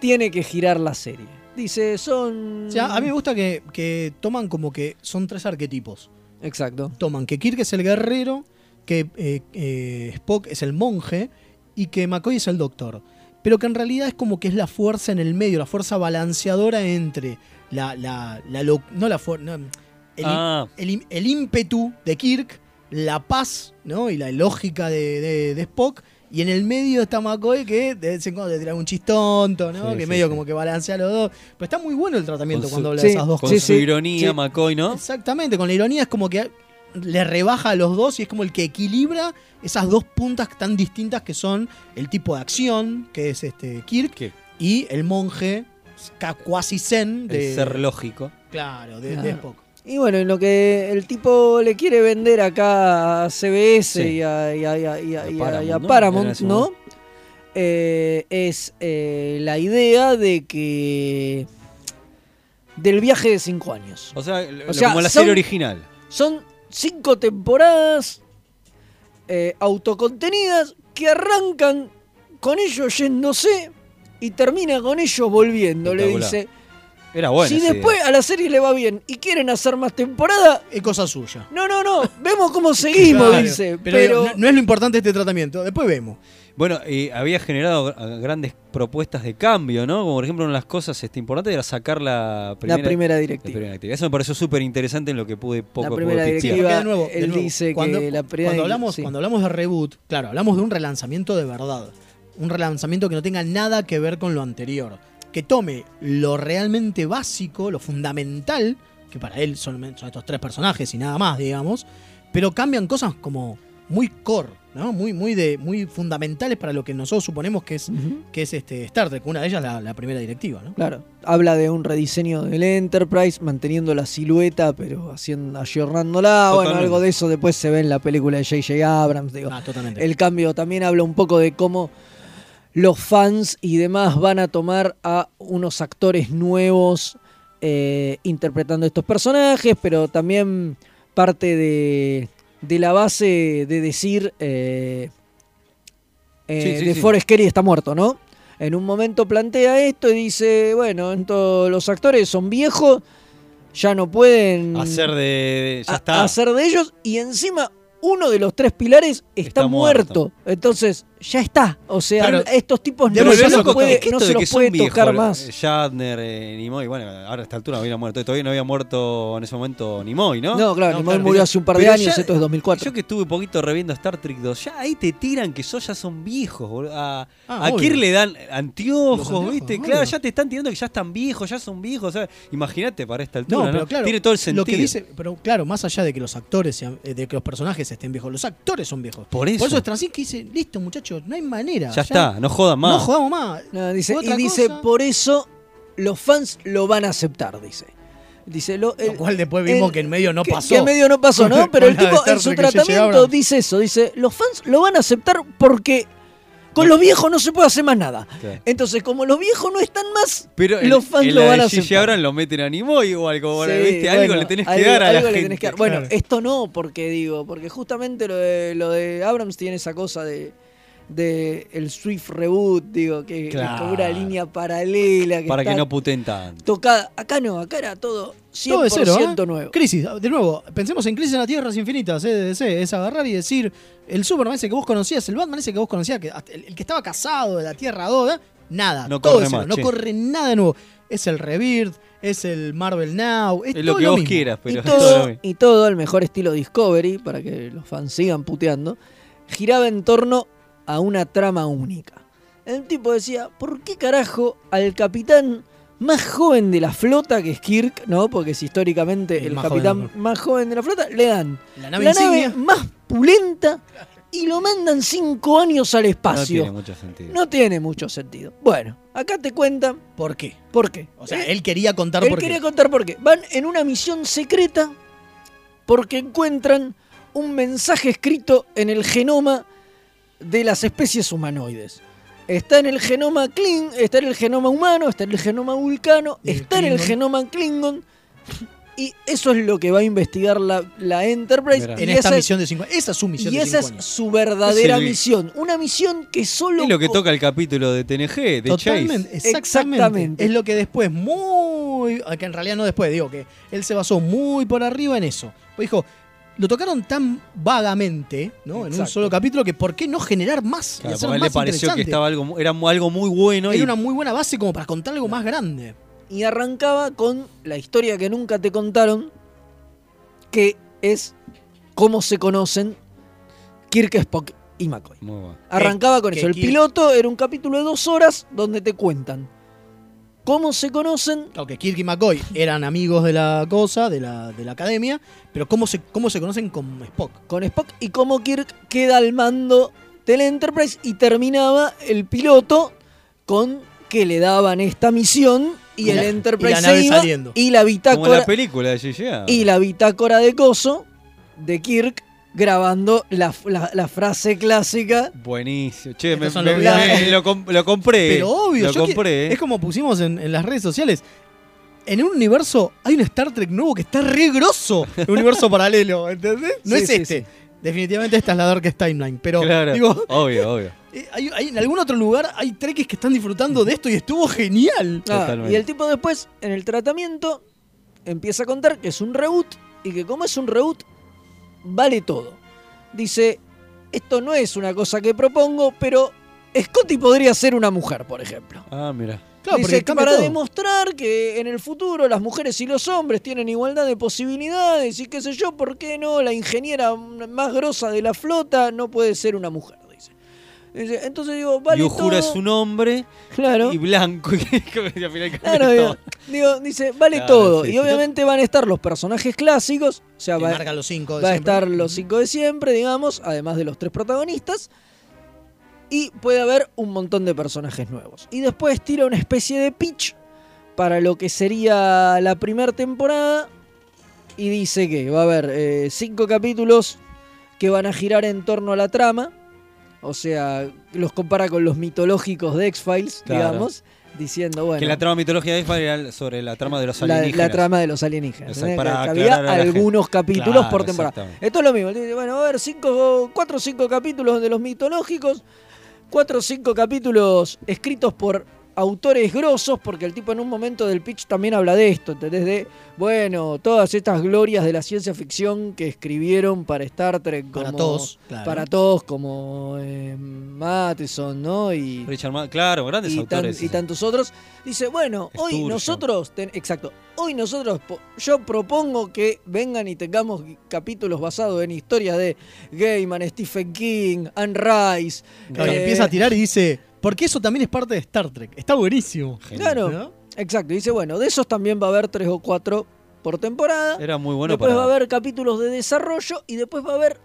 [SPEAKER 3] tiene que girar la serie. Dice, son...
[SPEAKER 2] O sea, a mí me gusta que, que toman como que son tres arquetipos.
[SPEAKER 3] Exacto.
[SPEAKER 2] Toman que Kirk es el guerrero, que eh, eh, Spock es el monje y que McCoy es el doctor. Pero que en realidad es como que es la fuerza en el medio, la fuerza balanceadora entre la, la, la lo- no la fuerza, el,
[SPEAKER 4] ah,
[SPEAKER 2] el, im- el ímpetu de Kirk, la paz ¿no? y la lógica de, de- de Spock. Y en el medio está McCoy que de vez en cuando te tira un chistonto, ¿no?
[SPEAKER 4] Sí,
[SPEAKER 2] que
[SPEAKER 4] sí,
[SPEAKER 2] medio
[SPEAKER 4] sí.
[SPEAKER 2] como que balancea los dos. Pero está muy bueno el tratamiento
[SPEAKER 4] Con su-
[SPEAKER 2] cuando habla de
[SPEAKER 3] Sí,
[SPEAKER 2] esas dos
[SPEAKER 4] con
[SPEAKER 2] cosas.
[SPEAKER 4] su
[SPEAKER 3] sí,
[SPEAKER 4] ironía,
[SPEAKER 3] sí.
[SPEAKER 4] McCoy, ¿no?
[SPEAKER 2] Exactamente, con la ironía es como que le rebaja a los dos y es como el que equilibra esas dos puntas tan distintas que son el tipo de acción, que es este Kirk,
[SPEAKER 4] Que
[SPEAKER 2] y el monje ca- cuasi zen
[SPEAKER 4] el
[SPEAKER 2] de,
[SPEAKER 4] ser lógico.
[SPEAKER 2] claro, de, de
[SPEAKER 3] Claro.
[SPEAKER 2] Spock.
[SPEAKER 3] Y bueno, en lo que el tipo le quiere vender acá a CBS
[SPEAKER 4] Sí.
[SPEAKER 3] y a, y a- y a- y a-
[SPEAKER 4] A
[SPEAKER 3] y a- y a
[SPEAKER 4] Paramount, ¿no? Era
[SPEAKER 3] Paramount,
[SPEAKER 4] ese
[SPEAKER 3] ¿no?
[SPEAKER 4] momento.
[SPEAKER 3] Eh, es eh, la idea de que... Del viaje de cinco años.
[SPEAKER 4] O sea, lo-
[SPEAKER 3] O sea,
[SPEAKER 4] como la
[SPEAKER 3] son-
[SPEAKER 4] serie original.
[SPEAKER 3] Son cinco temporadas eh, autocontenidas que arrancan con ellos yéndose y termina con ellos volviendo. Le
[SPEAKER 4] Espectacular.
[SPEAKER 3] dice,
[SPEAKER 4] Era buena.
[SPEAKER 3] si
[SPEAKER 4] esa idea.
[SPEAKER 3] después a la serie le va bien y quieren hacer más temporada,
[SPEAKER 2] Es cosa suya.
[SPEAKER 3] no, no, no, vemos cómo seguimos,
[SPEAKER 2] Claro,
[SPEAKER 3] dice. Pero,
[SPEAKER 2] pero digo, no, no es lo importante este tratamiento. Después vemos.
[SPEAKER 4] Bueno, eh, había generado gr- grandes propuestas de cambio, ¿no? Como por ejemplo, una de las cosas este, importantes era sacar la primera,
[SPEAKER 3] la primera
[SPEAKER 4] la
[SPEAKER 3] directiva.
[SPEAKER 4] primera actividad. Eso me pareció súper interesante en lo que pude poco
[SPEAKER 3] La primera
[SPEAKER 4] pude
[SPEAKER 3] directiva.
[SPEAKER 4] pichear.
[SPEAKER 2] Porque
[SPEAKER 3] Iba-
[SPEAKER 2] de nuevo, de
[SPEAKER 3] él
[SPEAKER 2] nuevo,
[SPEAKER 3] dice
[SPEAKER 2] cuando,
[SPEAKER 3] que la primera
[SPEAKER 2] cuando
[SPEAKER 3] del-
[SPEAKER 2] hablamos,
[SPEAKER 3] sí.
[SPEAKER 2] cuando hablamos de reboot, claro, hablamos de un relanzamiento de verdad. Un relanzamiento que no tenga nada que ver con lo anterior. Que tome lo realmente básico, lo fundamental, que para él son, son estos tres personajes y nada más, digamos, pero cambian cosas como muy core, ¿no? Muy, muy, de, muy fundamentales para lo que nosotros suponemos que es,
[SPEAKER 3] Ujú.
[SPEAKER 2] que es este Star Trek. Una de ellas la, la primera directiva, ¿no?
[SPEAKER 3] Claro, habla de un rediseño del Enterprise, manteniendo la silueta, pero haciendo, ayornándola. Bueno,
[SPEAKER 4] Totalmente.
[SPEAKER 3] algo de eso después se ve en la película de J.J. Abrams. Digo,
[SPEAKER 2] Ah, totalmente.
[SPEAKER 3] El cambio también habla un poco de cómo los fans y demás van a tomar a unos actores nuevos eh, interpretando estos personajes, pero también parte de, de la base de decir eh, eh,
[SPEAKER 4] Sí, sí,
[SPEAKER 3] de
[SPEAKER 4] sí.
[SPEAKER 3] Forest Kelly está muerto, ¿no? En un momento plantea esto y dice, bueno, ento- los actores son viejos, ya no pueden
[SPEAKER 4] Hacer de. de- ya
[SPEAKER 3] a-
[SPEAKER 4] está.
[SPEAKER 3] hacer de ellos y encima uno de los tres pilares está,
[SPEAKER 4] Está
[SPEAKER 3] muerto.
[SPEAKER 4] muerto.
[SPEAKER 3] Entonces, ya está. O sea,
[SPEAKER 2] Claro.
[SPEAKER 3] estos tipos
[SPEAKER 2] De
[SPEAKER 3] no,
[SPEAKER 2] volver
[SPEAKER 3] se los
[SPEAKER 2] loco,
[SPEAKER 3] puede,
[SPEAKER 4] es que
[SPEAKER 3] no
[SPEAKER 4] esto
[SPEAKER 3] se
[SPEAKER 4] de
[SPEAKER 3] los
[SPEAKER 4] que son
[SPEAKER 3] puede
[SPEAKER 4] viejos,
[SPEAKER 3] tocar
[SPEAKER 4] eh,
[SPEAKER 3] más.
[SPEAKER 4] Shatner, eh, Nimoy, bueno, ahora a esta altura no había muerto. Todavía no había muerto en ese momento Nimoy, ¿no?
[SPEAKER 3] No, claro,
[SPEAKER 2] No,
[SPEAKER 3] Nimoy
[SPEAKER 2] claro,
[SPEAKER 3] murió
[SPEAKER 2] pero-
[SPEAKER 3] hace un par de
[SPEAKER 4] pero
[SPEAKER 3] años,
[SPEAKER 4] ya-
[SPEAKER 3] esto es 2004.
[SPEAKER 4] Yo que estuve un poquito reviendo Star Trek 2, ya ahí te tiran que sos ya son viejos, boludo. A,
[SPEAKER 2] Ah,
[SPEAKER 4] a
[SPEAKER 2] obvio.
[SPEAKER 4] Kirk le dan
[SPEAKER 2] Los
[SPEAKER 4] anteojos,
[SPEAKER 2] anteojos,
[SPEAKER 4] ¿viste?
[SPEAKER 2] obvio.
[SPEAKER 4] Claro, ya te están tirando que ya están viejos, ya son viejos. o sea, imagínate para esta altura.
[SPEAKER 2] No,
[SPEAKER 4] No,
[SPEAKER 2] pero claro.
[SPEAKER 4] Tiene todo el sentido.
[SPEAKER 2] Lo que dice, pero claro, más allá de que los actores sean, eh, de que los personajes estén viejos, los actores son viejos.
[SPEAKER 4] Por eso.
[SPEAKER 2] Straczynski dice, listo, muchachos, no hay manera.
[SPEAKER 4] ya, está, no jodan más.
[SPEAKER 2] No jodamos más.
[SPEAKER 3] No, dice, y
[SPEAKER 2] Otra
[SPEAKER 3] dice,
[SPEAKER 2] cosa.
[SPEAKER 3] por eso los fans lo van a aceptar, dice. Dice, lo, el-
[SPEAKER 2] Lo cual después vimos
[SPEAKER 3] el-
[SPEAKER 2] que en medio no
[SPEAKER 3] que-
[SPEAKER 2] pasó.
[SPEAKER 3] Que en medio no pasó, ¿no?
[SPEAKER 2] Con
[SPEAKER 3] Pero el
[SPEAKER 2] la de
[SPEAKER 3] tipo
[SPEAKER 2] Star
[SPEAKER 3] en su
[SPEAKER 2] Trek que J.J.
[SPEAKER 3] tratamiento
[SPEAKER 2] Abrams.
[SPEAKER 3] dice eso, dice, los fans lo van a aceptar porque con los viejos no se puede hacer más nada.
[SPEAKER 4] Claro.
[SPEAKER 3] Entonces, como los viejos no están más,
[SPEAKER 4] Pero el-
[SPEAKER 3] los fans
[SPEAKER 4] el
[SPEAKER 3] lo
[SPEAKER 4] de
[SPEAKER 3] van a
[SPEAKER 4] Gigi
[SPEAKER 3] aceptar.
[SPEAKER 4] Abrams lo meten a Nimoy o algo, bueno,
[SPEAKER 3] Sí,
[SPEAKER 4] ¿viste? Algo
[SPEAKER 3] bueno,
[SPEAKER 4] le tenés que
[SPEAKER 3] algo-
[SPEAKER 4] dar a la
[SPEAKER 3] algo le
[SPEAKER 4] gente.
[SPEAKER 3] tenés que dar. Bueno,
[SPEAKER 2] claro.
[SPEAKER 3] esto no, porque digo, porque justamente lo de, lo de Abrams tiene esa cosa de, de el Swift reboot, digo, que es como una
[SPEAKER 4] Claro.
[SPEAKER 3] línea paralela que
[SPEAKER 4] para
[SPEAKER 3] está
[SPEAKER 4] que no puten tanto.
[SPEAKER 3] tocada. Acá no, acá era todo 100%
[SPEAKER 2] Todo de cero. ¿eh?
[SPEAKER 3] nuevo.
[SPEAKER 2] Crisis, de nuevo, pensemos en Crisis en las Tierras Infinitas, ¿eh? de DC. Es agarrar y decir, el Superman ese que vos conocías, el Batman ese que vos conocías, que hasta el, el que estaba casado de la Tierra 2, ¿eh? nada.
[SPEAKER 4] No
[SPEAKER 2] todo
[SPEAKER 4] corre
[SPEAKER 2] de cero,
[SPEAKER 4] más,
[SPEAKER 2] no
[SPEAKER 4] che.
[SPEAKER 2] corre nada de nuevo. Es el Rebirth, es el Marvel Now, es,
[SPEAKER 4] Es lo
[SPEAKER 2] todo
[SPEAKER 4] que vos
[SPEAKER 2] mismo.
[SPEAKER 4] quieras,
[SPEAKER 3] Y
[SPEAKER 4] pero es todo lo
[SPEAKER 3] todo,
[SPEAKER 4] mismo.
[SPEAKER 3] y todo al mejor estilo Discovery, para que los fans sigan puteando, giraba en torno a una trama única. El tipo decía, ¿por qué carajo al capitán más joven de la flota, que es Kirk, ¿no? Porque es históricamente
[SPEAKER 2] El
[SPEAKER 3] el,
[SPEAKER 2] más joven
[SPEAKER 3] capitán
[SPEAKER 2] de la flota.
[SPEAKER 3] más joven de la flota, le dan
[SPEAKER 2] La nave
[SPEAKER 3] la
[SPEAKER 2] insignia.
[SPEAKER 3] nave más pulenta y lo mandan cinco años al
[SPEAKER 4] No
[SPEAKER 3] espacio.
[SPEAKER 4] tiene mucho sentido.
[SPEAKER 3] No tiene mucho sentido. Bueno, acá te cuentan
[SPEAKER 2] ¿Por qué?
[SPEAKER 3] por qué.
[SPEAKER 2] O sea,
[SPEAKER 3] Eh,
[SPEAKER 2] él quería contar
[SPEAKER 3] él
[SPEAKER 2] por
[SPEAKER 3] quería
[SPEAKER 2] qué.
[SPEAKER 3] contar por qué. Van en una misión secreta porque encuentran un mensaje escrito en el genoma de las especies humanoides. Está en el genoma Kling, está en el genoma humano, está en el genoma vulcano,
[SPEAKER 2] Y el
[SPEAKER 3] está en el
[SPEAKER 2] Klingon.
[SPEAKER 3] genoma Klingon. Y eso es lo que va a investigar la, la Enterprise.
[SPEAKER 4] Mirá.
[SPEAKER 3] Y
[SPEAKER 2] En esta
[SPEAKER 3] esa es-
[SPEAKER 2] misión de 5 Esa es su misión
[SPEAKER 3] y
[SPEAKER 2] de
[SPEAKER 3] esa
[SPEAKER 2] 5
[SPEAKER 3] es
[SPEAKER 2] años.
[SPEAKER 3] su verdadera
[SPEAKER 4] Es el-
[SPEAKER 3] misión. Una misión que solo.
[SPEAKER 4] Es lo que toca el capítulo de TNG, de Chase.
[SPEAKER 2] Totalmente, exactamente.
[SPEAKER 3] Exactamente.
[SPEAKER 2] Es lo que después, muy. ah, Que en realidad no después, digo que él se basó muy por arriba en eso. Pues dijo, lo tocaron tan vagamente, ¿no? En un
[SPEAKER 3] Exacto.
[SPEAKER 2] solo capítulo que ¿por qué no generar más? y
[SPEAKER 4] Claro,
[SPEAKER 2] hacerlo
[SPEAKER 4] porque a él le
[SPEAKER 2] más
[SPEAKER 4] pareció que
[SPEAKER 2] interesante?
[SPEAKER 4] estaba algo, mu- era mu- algo muy bueno y
[SPEAKER 2] Era una muy buena base como para contar algo más grande.
[SPEAKER 3] y arrancaba con la historia que nunca te contaron, que es cómo se conocen Kirk, Spock y McCoy.
[SPEAKER 4] Muy bueno.
[SPEAKER 3] Arrancaba con
[SPEAKER 2] que
[SPEAKER 3] eso. El
[SPEAKER 2] Kirk-
[SPEAKER 3] piloto era un capítulo de dos horas donde te cuentan cómo se conocen.
[SPEAKER 2] Claro, que Kirk y McCoy eran amigos de la cosa, de la, de la academia, pero ¿cómo se, cómo se conocen con Spock?
[SPEAKER 3] con Spock y cómo Kirk queda al mando del Enterprise y terminaba el piloto con que le daban esta misión y
[SPEAKER 2] Y
[SPEAKER 3] el
[SPEAKER 2] la-
[SPEAKER 3] Enterprise
[SPEAKER 2] y la nave
[SPEAKER 3] se iba
[SPEAKER 2] saliendo.
[SPEAKER 3] y la
[SPEAKER 4] Como la
[SPEAKER 3] bitácora
[SPEAKER 4] película de G.G.
[SPEAKER 3] y la bitácora de coso de Kirk grabando la, la- la frase clásica
[SPEAKER 4] Buenísimo. Che, me,
[SPEAKER 2] Estos son
[SPEAKER 4] me-
[SPEAKER 2] los
[SPEAKER 4] me-
[SPEAKER 2] viajes.
[SPEAKER 4] me- lo, com- lo compré.
[SPEAKER 2] Pero obvio,
[SPEAKER 4] Eh, Lo
[SPEAKER 2] yo que-
[SPEAKER 4] compré.
[SPEAKER 2] es como pusimos en, en las redes sociales. En un universo hay un Star Trek nuevo que está re grosso. Un universo paralelo, ¿entendés? No
[SPEAKER 3] Sí,
[SPEAKER 2] es
[SPEAKER 3] sí,
[SPEAKER 2] este.
[SPEAKER 3] sí.
[SPEAKER 2] Definitivamente esta es la Darkest Timeline. Pero
[SPEAKER 4] Claro.
[SPEAKER 2] digo,
[SPEAKER 4] obvio, obvio.
[SPEAKER 2] eh, hay- hay- en algún otro lugar hay trekkies que están disfrutando de esto y estuvo genial.
[SPEAKER 3] Ah,
[SPEAKER 4] Totalmente.
[SPEAKER 3] y el tipo después en el tratamiento empieza a contar que es un reboot y que como es un reboot vale todo dice esto no es una cosa que propongo pero Scotty podría ser una mujer por ejemplo
[SPEAKER 4] Ah, mira.
[SPEAKER 2] Claro,
[SPEAKER 3] Dice
[SPEAKER 2] porque
[SPEAKER 3] que
[SPEAKER 2] cambia
[SPEAKER 3] para
[SPEAKER 2] todo.
[SPEAKER 3] demostrar que en el futuro las mujeres y los hombres tienen igualdad de posibilidades y qué sé yo, ¿por qué no? La ingeniera más grosa de la flota no puede ser una mujer, dice. Dice, Entonces digo, vale
[SPEAKER 4] Yujura
[SPEAKER 3] todo.
[SPEAKER 4] es un hombre
[SPEAKER 3] Claro.
[SPEAKER 4] y blanco. y al final cambia
[SPEAKER 3] Claro, digo,
[SPEAKER 4] todo.
[SPEAKER 3] digo, dice, vale
[SPEAKER 4] Claro,
[SPEAKER 3] todo.
[SPEAKER 4] sí,
[SPEAKER 3] y
[SPEAKER 4] sí.
[SPEAKER 3] obviamente van a estar los personajes clásicos, o sea,
[SPEAKER 2] Que
[SPEAKER 3] va,
[SPEAKER 2] marca los cinco de
[SPEAKER 3] va a
[SPEAKER 2] siempre.
[SPEAKER 3] estar los cinco de siempre, digamos, además de los tres protagonistas. Y puede haber un montón de personajes nuevos. Y después tira una especie de pitch para lo que sería la primera temporada. Y dice que va a haber eh, cinco capítulos que van a girar en torno a la trama. O sea, los compara con los mitológicos de X-Files,
[SPEAKER 4] Claro.
[SPEAKER 3] digamos. Diciendo, bueno.
[SPEAKER 4] Que la trama mitología de X-Files era sobre la trama de los
[SPEAKER 3] La-
[SPEAKER 4] alienígenas.
[SPEAKER 3] La, trama de los alienígenas.
[SPEAKER 4] Exacto,
[SPEAKER 3] ¿entendés?
[SPEAKER 4] para
[SPEAKER 3] Que
[SPEAKER 4] aclarar
[SPEAKER 3] había
[SPEAKER 4] a la gente.
[SPEAKER 3] algunos capítulos
[SPEAKER 4] Claro,
[SPEAKER 3] por temporada.
[SPEAKER 4] exactamente.
[SPEAKER 3] Esto es lo mismo. él dice, Bueno, va a haber cinco, cuatro o cinco capítulos de los mitológicos, cuatro o cinco capítulos escritos por autores grosos, porque el tipo en un momento del pitch también habla de esto, ¿entendés? De, bueno, todas estas glorias de la ciencia ficción que escribieron para Star Trek.
[SPEAKER 2] Para
[SPEAKER 3] como-
[SPEAKER 2] todos, claro.
[SPEAKER 3] Para todos, como eh, Matheson, ¿no? Y,
[SPEAKER 4] Richard Ma- claro, grandes
[SPEAKER 3] y, tan-
[SPEAKER 4] autores.
[SPEAKER 3] y
[SPEAKER 4] esos.
[SPEAKER 3] tantos otros. Dice, bueno, hoy
[SPEAKER 4] Sturgeon.
[SPEAKER 3] nosotros, ten- exacto, hoy nosotros, po- yo propongo que vengan y tengamos gui- capítulos basados en historias de Gaiman, Stephen King, Anne Rice.
[SPEAKER 2] Claro,
[SPEAKER 3] eh,
[SPEAKER 2] empieza a tirar y dice, porque eso también es parte de Star Trek. Está buenísimo.
[SPEAKER 4] Genio.
[SPEAKER 3] eh, Claro,
[SPEAKER 2] ¿No?
[SPEAKER 3] exacto. Dice, bueno, de esos también va a haber tres o cuatro por temporada.
[SPEAKER 4] Era muy bueno
[SPEAKER 3] después
[SPEAKER 4] para.
[SPEAKER 3] va a haber capítulos de desarrollo y después va a haber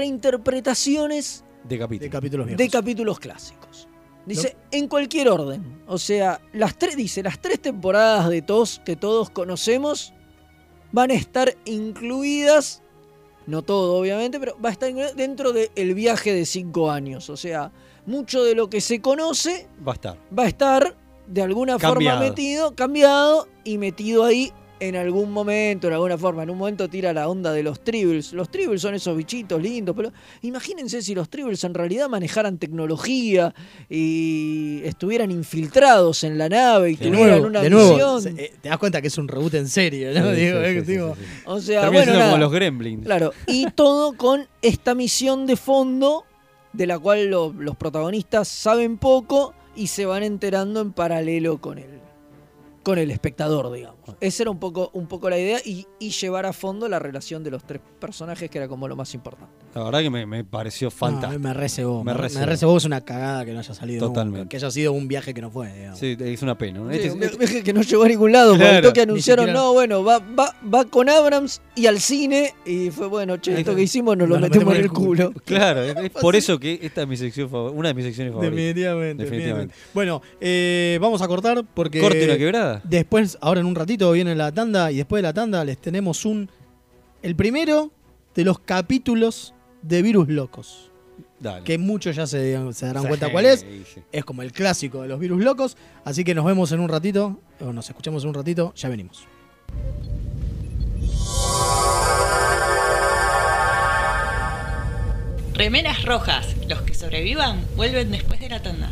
[SPEAKER 3] reinterpretaciones
[SPEAKER 4] De capítulo.
[SPEAKER 2] De capítulos viejos.
[SPEAKER 3] de capítulos clásicos. Dice, en cualquier orden. O sea, las tres, dice, las tres temporadas de TOS que todos conocemos van a estar incluidas, no todo obviamente, pero va a estar incluida dentro del viaje de cinco años. O sea, mucho de lo que se conoce
[SPEAKER 4] Va a estar.
[SPEAKER 3] va a estar de alguna
[SPEAKER 4] Cambiado.
[SPEAKER 3] forma metido, cambiado y metido ahí en algún momento, en alguna forma. En un momento tira la onda de los tribbles. Los tribbles son esos bichitos lindos, pero imagínense si los tribbles en realidad manejaran tecnología y estuvieran infiltrados en la nave y
[SPEAKER 4] De
[SPEAKER 3] tuvieran
[SPEAKER 2] nuevo,
[SPEAKER 3] una
[SPEAKER 2] de nuevo,
[SPEAKER 3] misión.
[SPEAKER 2] se- eh, te das cuenta que es un reboot en serio,
[SPEAKER 4] Sí,
[SPEAKER 2] ¿no?
[SPEAKER 4] sí,
[SPEAKER 2] Digo,
[SPEAKER 4] sí,
[SPEAKER 2] eh,
[SPEAKER 4] sí,
[SPEAKER 2] digo,
[SPEAKER 4] sí, sí.
[SPEAKER 3] O sea,
[SPEAKER 4] Termina
[SPEAKER 3] bueno,
[SPEAKER 4] siendo como
[SPEAKER 3] nada.
[SPEAKER 4] los Gremlins.
[SPEAKER 3] Claro, y todo con esta misión de fondo de la cual lo- los protagonistas saben poco y se van enterando en paralelo con el, con el espectador, digamos. Esa era un poco, un poco la idea y, y llevar a fondo la relación de los tres personajes, que era como lo más importante.
[SPEAKER 4] La verdad que me, me pareció
[SPEAKER 3] Ah,
[SPEAKER 2] No,
[SPEAKER 4] fantástico.
[SPEAKER 2] me recebó.
[SPEAKER 4] Me
[SPEAKER 2] Me, re
[SPEAKER 4] recebó.
[SPEAKER 2] recebó, es una cagada que no haya salido. nunca,
[SPEAKER 4] Totalmente.
[SPEAKER 2] que haya sido un viaje que no fue. digamos.
[SPEAKER 4] sí, es una pena. ¿no? Este
[SPEAKER 3] Sí,
[SPEAKER 4] es-
[SPEAKER 3] un viaje que no llegó a ningún lado, porque
[SPEAKER 4] Claro.
[SPEAKER 3] al toque anunciaron,
[SPEAKER 2] siquiera-
[SPEAKER 3] no, bueno, va, va, va con Abrams y al cine, y fue bueno, che, esto que hicimos nos lo
[SPEAKER 2] Nos
[SPEAKER 3] metemos en el culo.
[SPEAKER 4] claro, es, es por eso que esta es mi sección favor- una de mis secciones favoritas.
[SPEAKER 2] Definitivamente,
[SPEAKER 4] Definitivamente.
[SPEAKER 2] definitivamente. Bueno, eh, vamos a cortar porque.
[SPEAKER 4] Corte una quebrada.
[SPEAKER 2] Después, ahora en un ratito viene la tanda y después de la tanda les tenemos un. El primero de los capítulos de Virus Locos.
[SPEAKER 4] Dale.
[SPEAKER 2] Que muchos ya se, digan- se darán
[SPEAKER 4] Sí,
[SPEAKER 2] cuenta cuál es.
[SPEAKER 4] sí.
[SPEAKER 2] Es como el clásico de los Virus Locos. Así que nos vemos en un ratito. O nos escuchamos en un ratito. Ya venimos.
[SPEAKER 6] Remeras rojas, los que sobrevivan vuelven después de la tanda.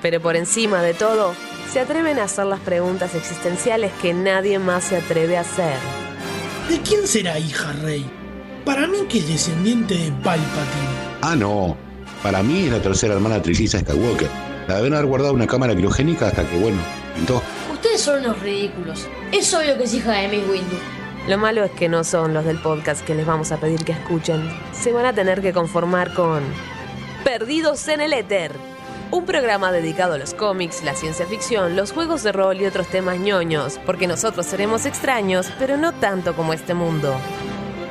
[SPEAKER 7] Pero por encima de todo, se atreven a hacer las preguntas existenciales que nadie más se atreve a hacer.
[SPEAKER 8] ¿De quién será hija Rey? Para mí que es descendiente de Palpatine.
[SPEAKER 9] Ah, no. Para mí es la tercera hermana trilliza Skywalker. La deben haber guardado en una cámara criogénica hasta que, bueno, pintó.
[SPEAKER 10] Ustedes son unos ridículos. Es obvio que es hija de Miss Windu.
[SPEAKER 7] Lo malo es que no son los del podcast que les vamos a pedir que escuchen. Se van a tener que conformar con Perdidos en el Éter. Un programa dedicado a los cómics, la ciencia ficción, los juegos de rol y otros temas ñoños, porque nosotros seremos extraños, pero no tanto como este mundo.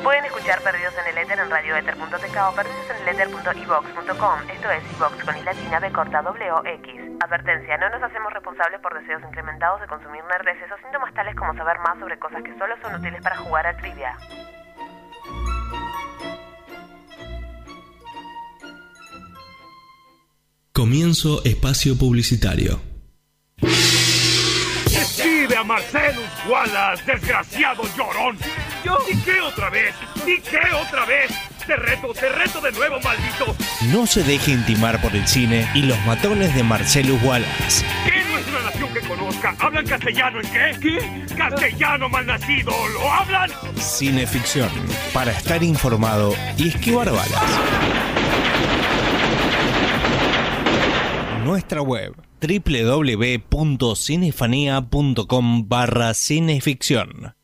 [SPEAKER 7] Pueden escuchar Perdidos en el Éter en radioether.tk o perdidos en el Esto es iVox con i latina b corta X. Advertencia, no nos hacemos responsables por deseos incrementados de consumir nerdeces o síntomas tales como saber más sobre cosas que solo son útiles para jugar a trivia.
[SPEAKER 11] Comienzo espacio publicitario.
[SPEAKER 1] Vive a Marcelus Wallace, desgraciado llorón. ¿Yo? ¿Y qué otra vez? ¿Y qué otra vez? Te reto, te reto de nuevo, maldito.
[SPEAKER 11] No se deje intimar por el cine y los matones de Marcelo Wallace.
[SPEAKER 1] ¿Qué no es una nación que conozca? ¿Hablan castellano en qué? ¿Qué? Castellano malnacido, ¿lo hablan?
[SPEAKER 11] Cineficción. Para estar informado y esquivar balas. Nuestra web www.cinefanía.com barra cineficción.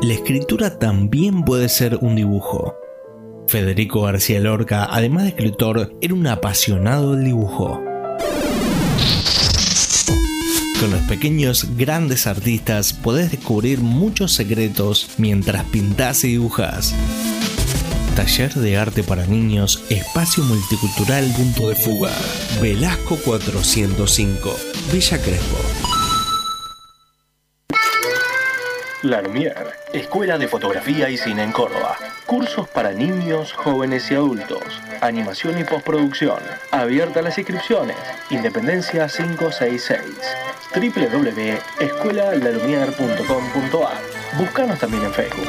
[SPEAKER 11] La escritura también puede ser un dibujo. Federico García Lorca, además de escritor, era un apasionado del dibujo.
[SPEAKER 1] Con los pequeños grandes artistas podés descubrir muchos secretos mientras pintás y dibujas. Taller de arte para niños, espacio multicultural, punto de fuga. Velasco 405, Villa Crespo.
[SPEAKER 12] Larmier, Escuela de Fotografía y Cine en Córdoba. Cursos para niños, jóvenes y adultos. Animación y postproducción. Abiertas las inscripciones. Independencia 566. www.escuelalarmier.com.ar. Búscanos también en Facebook.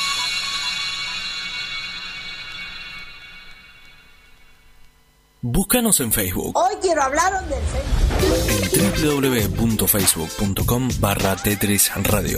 [SPEAKER 9] Búscanos en Facebook
[SPEAKER 13] Hoy quiero hablaros del
[SPEAKER 9] www.facebook.com barra Tetris Radio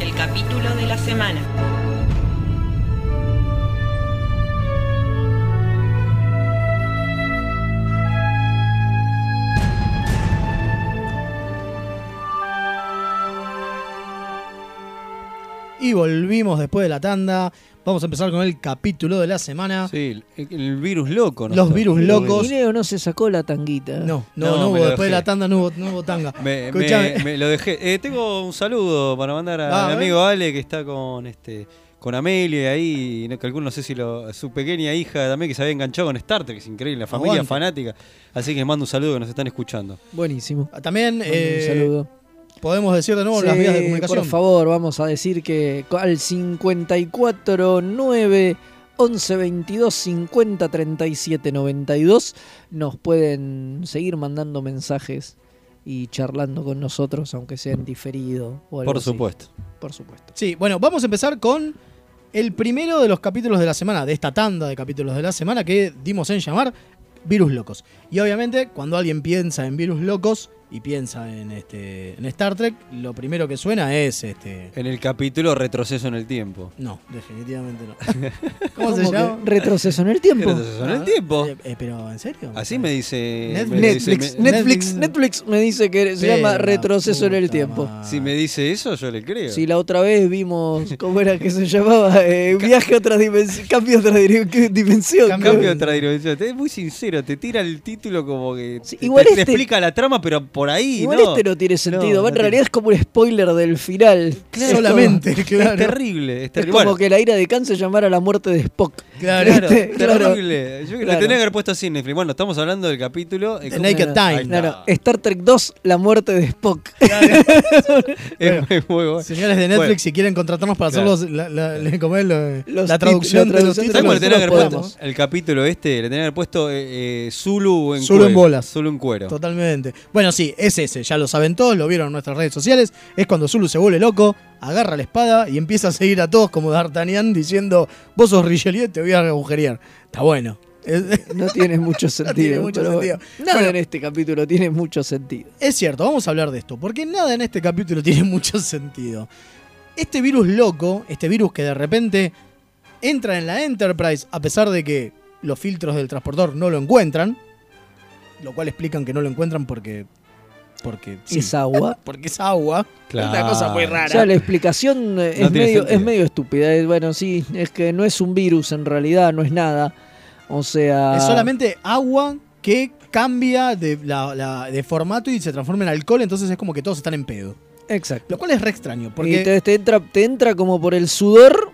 [SPEAKER 6] El capítulo de la semana.
[SPEAKER 2] Y volvimos después de la tanda. Vamos a empezar con el capítulo de la semana.
[SPEAKER 4] Sí, el, el virus loco. ¿no?
[SPEAKER 2] Los virus locos.
[SPEAKER 3] Guineo no se sacó la tanguita.
[SPEAKER 2] No, no, no,
[SPEAKER 4] No, me
[SPEAKER 2] hubo.
[SPEAKER 4] lo
[SPEAKER 2] Después de
[SPEAKER 4] dejé.
[SPEAKER 2] la tanda no hubo, no hubo tanga.
[SPEAKER 4] Me,
[SPEAKER 2] Escuchame.
[SPEAKER 4] me- me lo dejé. Eh, tengo un saludo para mandar
[SPEAKER 2] Ah,
[SPEAKER 4] a
[SPEAKER 2] a
[SPEAKER 4] mi
[SPEAKER 2] ver.
[SPEAKER 4] amigo Ale que está con este con Amelia ahí, y no, calculo, no sé si lo, su pequeña hija también que se había enganchado con Star Trek, es increíble, la familia
[SPEAKER 2] Aguante.
[SPEAKER 4] fanática. Así que les mando un saludo que nos están escuchando.
[SPEAKER 3] Buenísimo.
[SPEAKER 2] También eh,
[SPEAKER 3] un saludo.
[SPEAKER 2] podemos decir de nuevo las
[SPEAKER 3] Sí,
[SPEAKER 2] vías de comunicación.
[SPEAKER 3] Por favor, vamos a decir que al 549 11 22 50 37 92 nos pueden seguir mandando mensajes y charlando con nosotros, aunque sea en diferido. o algo
[SPEAKER 4] Por
[SPEAKER 3] así.
[SPEAKER 4] supuesto.
[SPEAKER 3] Por supuesto.
[SPEAKER 2] Sí, bueno, vamos a empezar con el primero de los capítulos de la semana, de esta tanda de capítulos de la semana que dimos en llamar Virus Locos. Y obviamente, cuando alguien piensa en virus locos, y piensa en este en Star Trek, lo primero que suena es este
[SPEAKER 4] En el capítulo Retroceso en el Tiempo.
[SPEAKER 2] no, definitivamente no. ¿Cómo, se
[SPEAKER 3] ¿Cómo que
[SPEAKER 2] llama?
[SPEAKER 3] retroceso en el tiempo? Ah.
[SPEAKER 4] Retroceso en el tiempo.
[SPEAKER 2] Eh, eh, pero en serio.
[SPEAKER 4] Así me dice. me
[SPEAKER 3] Netflix, Netflix,
[SPEAKER 4] dice- me-
[SPEAKER 3] Netflix, Netflix me dice que se
[SPEAKER 4] Pero
[SPEAKER 3] llama Retroceso en el tiempo.
[SPEAKER 4] Si me dice eso, yo le creo.
[SPEAKER 3] Si la otra vez vimos, ¿cómo era que se llamaba? Eh, viaje a otra dimensión, cambio a otra dire- que- dimensión.
[SPEAKER 4] Cambio de
[SPEAKER 3] creo.
[SPEAKER 4] otra dirección. Es muy sincero, te tira el título como que. te-
[SPEAKER 3] igual
[SPEAKER 4] te, te
[SPEAKER 3] este-
[SPEAKER 4] explica la trama, pero por ahí.
[SPEAKER 3] Igual
[SPEAKER 4] no.
[SPEAKER 3] este no tiene sentido,
[SPEAKER 4] No,
[SPEAKER 3] en
[SPEAKER 4] no
[SPEAKER 3] realidad es como un spoiler del final.
[SPEAKER 4] tiene-
[SPEAKER 3] Es
[SPEAKER 2] Solamente,
[SPEAKER 3] como-
[SPEAKER 2] claro.
[SPEAKER 4] Es terrible. Es,
[SPEAKER 3] Es
[SPEAKER 4] terrible.
[SPEAKER 3] como
[SPEAKER 4] Bueno,
[SPEAKER 3] que la ira de Khan se llamara la muerte de Spock.
[SPEAKER 4] Claro,
[SPEAKER 2] este,
[SPEAKER 3] ¿Viste? Claro.
[SPEAKER 4] terrible. Yo creo que
[SPEAKER 3] Claro.
[SPEAKER 4] le tenía que haber puesto así en Netflix. Bueno, estamos hablando del capítulo.
[SPEAKER 2] The
[SPEAKER 4] eh, ¿cómo-
[SPEAKER 2] Naked
[SPEAKER 4] Ahí
[SPEAKER 2] Time.
[SPEAKER 4] está.
[SPEAKER 3] Claro, Star Trek 2, la muerte de Spock.
[SPEAKER 4] Es muy bueno.
[SPEAKER 2] Señores de Netflix,
[SPEAKER 4] Bueno.
[SPEAKER 2] si quieren contratarnos para
[SPEAKER 4] Claro.
[SPEAKER 2] hacer los- la, la- la- ¿cómo es? Lo-
[SPEAKER 3] Los
[SPEAKER 2] la
[SPEAKER 3] tit-
[SPEAKER 2] traducción
[SPEAKER 3] la
[SPEAKER 2] de los
[SPEAKER 3] traducción de
[SPEAKER 2] títulos.
[SPEAKER 4] ¿Sabes cómo le tenía que haber
[SPEAKER 2] nosotros
[SPEAKER 4] puesto? El capítulo este, le tenía que haber puesto eh, eh, Zulu en
[SPEAKER 2] Zulu
[SPEAKER 4] cuero.
[SPEAKER 2] en bolas.
[SPEAKER 4] Zulu en cuero.
[SPEAKER 2] Totalmente. Bueno, sí, es ese, ya lo saben todos, lo vieron en nuestras redes sociales. Es cuando Zulu se vuelve loco, agarra la espada y empieza a seguir a todos como D'Artagnan diciendo: Vos sos Richelieu, te voy a agujerear. Está bueno. Es,
[SPEAKER 3] No tiene mucho
[SPEAKER 2] tiene
[SPEAKER 3] sentido.
[SPEAKER 2] mucho
[SPEAKER 3] pero
[SPEAKER 2] sentido.
[SPEAKER 3] bueno. nada
[SPEAKER 2] Bueno.
[SPEAKER 3] en este capítulo tiene mucho sentido.
[SPEAKER 2] es cierto, vamos a hablar de esto, porque nada en este capítulo tiene mucho sentido. Este virus loco, este virus que de repente entra en la Enterprise a pesar de que los filtros del transportador no lo encuentran, lo cual explican que no lo encuentran porque... Porque sí.
[SPEAKER 3] Es agua.
[SPEAKER 2] porque es agua.
[SPEAKER 4] Claro.
[SPEAKER 2] Es una cosa muy rara.
[SPEAKER 3] Ya la explicación eh,
[SPEAKER 4] No
[SPEAKER 3] es,
[SPEAKER 4] tiene
[SPEAKER 3] medio,
[SPEAKER 4] sentido.
[SPEAKER 3] es medio estúpida. Es- Bueno, sí, es que no es un virus en realidad, no es nada. O sea.
[SPEAKER 2] Es solamente agua que cambia de, la- la- de formato y se transforma en alcohol, entonces es como que todos están en pedo.
[SPEAKER 3] Exacto.
[SPEAKER 2] Lo cual es re extraño,
[SPEAKER 3] Y
[SPEAKER 2] porque...
[SPEAKER 3] te, te entra, te entra como por el sudor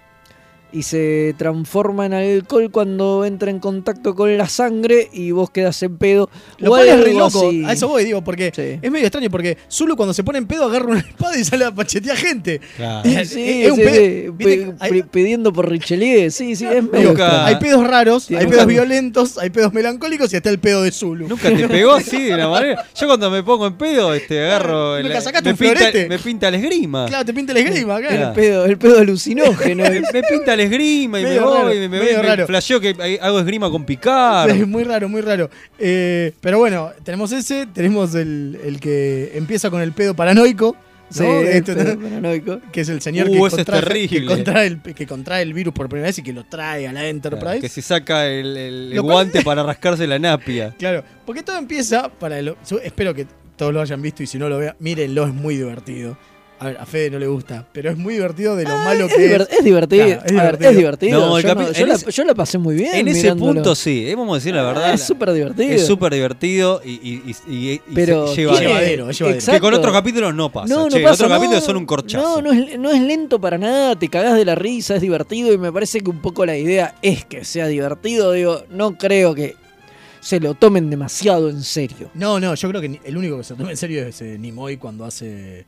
[SPEAKER 3] y se transforma en alcohol cuando entra en contacto con la sangre y vos quedas en pedo.
[SPEAKER 2] Lo
[SPEAKER 3] O
[SPEAKER 2] cual es re
[SPEAKER 3] algo
[SPEAKER 2] loco.
[SPEAKER 3] así.
[SPEAKER 2] A eso voy, digo, porque
[SPEAKER 3] Sí.
[SPEAKER 2] es medio extraño. Porque Zulu, cuando se pone en pedo, agarra una espada y sale a pachetear gente.
[SPEAKER 4] Claro.
[SPEAKER 2] Es-
[SPEAKER 3] Sí,
[SPEAKER 2] es un
[SPEAKER 3] sí,
[SPEAKER 2] pedo.
[SPEAKER 3] sí,
[SPEAKER 2] Viste,
[SPEAKER 3] pe-
[SPEAKER 2] hay-
[SPEAKER 3] pe- pidiendo por Richelieu, sí, sí, es medio
[SPEAKER 4] Nunca-
[SPEAKER 2] Hay pedos raros,
[SPEAKER 3] Tiene
[SPEAKER 2] hay
[SPEAKER 3] un
[SPEAKER 2] pedos
[SPEAKER 3] cambio.
[SPEAKER 2] violentos, hay pedos melancólicos y está el pedo de Zulu.
[SPEAKER 4] Nunca te pegó así de la manera. Yo cuando me pongo en pedo, este, agarro.
[SPEAKER 2] Nunca
[SPEAKER 4] la-
[SPEAKER 2] sacaste
[SPEAKER 4] me,
[SPEAKER 2] un
[SPEAKER 4] pinta,
[SPEAKER 2] florete.
[SPEAKER 4] me pinta la esgrima.
[SPEAKER 2] Claro, te pinta el esgrima, claro.
[SPEAKER 3] El pedo, el pedo alucinógeno.
[SPEAKER 4] Me, me pinta la esgrima y me
[SPEAKER 2] Medio raro,
[SPEAKER 4] voy, y me, me, voy,
[SPEAKER 2] medio
[SPEAKER 4] me
[SPEAKER 2] raro.
[SPEAKER 4] flasheo que ahí hago esgrima con picar.
[SPEAKER 2] Sí, muy raro, muy raro. Eh, pero bueno, tenemos ese, tenemos el, el que empieza con el pedo paranoico. ¿no?
[SPEAKER 3] Sí,
[SPEAKER 2] Este,
[SPEAKER 3] pedo paranoico.
[SPEAKER 2] que es el señor
[SPEAKER 4] Uh,
[SPEAKER 2] que,
[SPEAKER 4] ese es
[SPEAKER 2] contrae, que,
[SPEAKER 4] terrible.
[SPEAKER 2] contrae el, que contrae el virus por primera vez y que lo trae a la Enterprise.
[SPEAKER 4] Claro, Que se saca el, el
[SPEAKER 2] Lo cual-
[SPEAKER 4] guante para rascarse la napia.
[SPEAKER 2] Claro, porque todo empieza para lo- yo espero que todos lo hayan visto y si no lo vean, mírenlo, es muy divertido. A ver, a Fede no le gusta, pero es muy divertido de lo malo
[SPEAKER 3] Es,
[SPEAKER 2] que
[SPEAKER 3] diver-
[SPEAKER 2] es.
[SPEAKER 3] es divertido.
[SPEAKER 2] Claro, es
[SPEAKER 3] A ver,
[SPEAKER 2] divertido.
[SPEAKER 3] es divertido.
[SPEAKER 4] No, el
[SPEAKER 3] yo, no-
[SPEAKER 4] capi-
[SPEAKER 3] yo
[SPEAKER 4] en
[SPEAKER 3] la,
[SPEAKER 4] ese-
[SPEAKER 3] yo la pasé muy bien.
[SPEAKER 4] En ese
[SPEAKER 3] mirándolo. Ah,
[SPEAKER 4] punto sí, eh, vamos a decir la verdad.
[SPEAKER 3] Es súper divertido.
[SPEAKER 4] Es súper divertido y, y, y- y- y
[SPEAKER 3] Pero
[SPEAKER 4] se lleva
[SPEAKER 3] tiene-
[SPEAKER 2] Llevadero, es llevadero.
[SPEAKER 4] Que con
[SPEAKER 3] Exacto.
[SPEAKER 4] otros capítulos no pasa.
[SPEAKER 3] No, no
[SPEAKER 4] che,
[SPEAKER 3] pasa,
[SPEAKER 4] otros
[SPEAKER 3] no,
[SPEAKER 4] capítulos son un corchazo.
[SPEAKER 3] No, no es, no es lento para nada, te cagás de la risa, es divertido y me parece que un poco la idea es que sea divertido. Digo, no creo que se lo tomen demasiado en serio.
[SPEAKER 2] No, no, yo creo que ni- el único que se toma en serio es eh, Nimoy cuando hace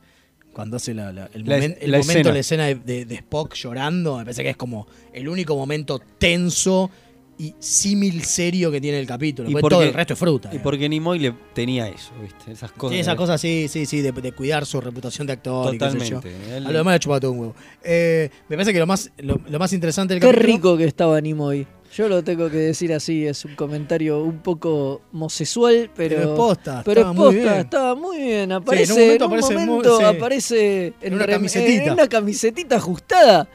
[SPEAKER 2] cuando hace la, la- el,
[SPEAKER 4] La
[SPEAKER 2] momen-
[SPEAKER 4] es-
[SPEAKER 2] el
[SPEAKER 4] la
[SPEAKER 2] momento,
[SPEAKER 4] escena.
[SPEAKER 2] la escena de, de- de Spock llorando, me parece que es como el único momento tenso y símil serio que tiene el capítulo.
[SPEAKER 4] Y
[SPEAKER 2] porque
[SPEAKER 4] porque-
[SPEAKER 2] todo el resto es fruta.
[SPEAKER 4] Y
[SPEAKER 2] digamos.
[SPEAKER 4] porque Nimoy le tenía eso, ¿viste? Esas cosas.
[SPEAKER 2] Sí, esas cosas sí, sí, sí, de, de cuidar su reputación de actor y qué sé yo.
[SPEAKER 4] Totalmente. Él-
[SPEAKER 2] A lo demás le chupa todo un huevo. Eh, me parece que lo más, lo, lo más interesante del
[SPEAKER 3] Qué
[SPEAKER 2] capítulo-
[SPEAKER 3] rico que estaba Nimoy. Yo lo tengo que decir así, es un comentario un poco homosexual, pero.
[SPEAKER 2] Pero es posta,
[SPEAKER 3] pero
[SPEAKER 2] Ah, estaba
[SPEAKER 3] es
[SPEAKER 2] muy
[SPEAKER 3] posta,
[SPEAKER 2] bien.
[SPEAKER 3] estaba muy bien.
[SPEAKER 2] en
[SPEAKER 3] Aparece,
[SPEAKER 2] un momento
[SPEAKER 3] en un
[SPEAKER 2] aparece muy-
[SPEAKER 3] momento
[SPEAKER 2] sí.
[SPEAKER 3] aparece en,
[SPEAKER 2] una
[SPEAKER 3] rem-
[SPEAKER 2] camisetita.
[SPEAKER 3] en una camisetita ajustada.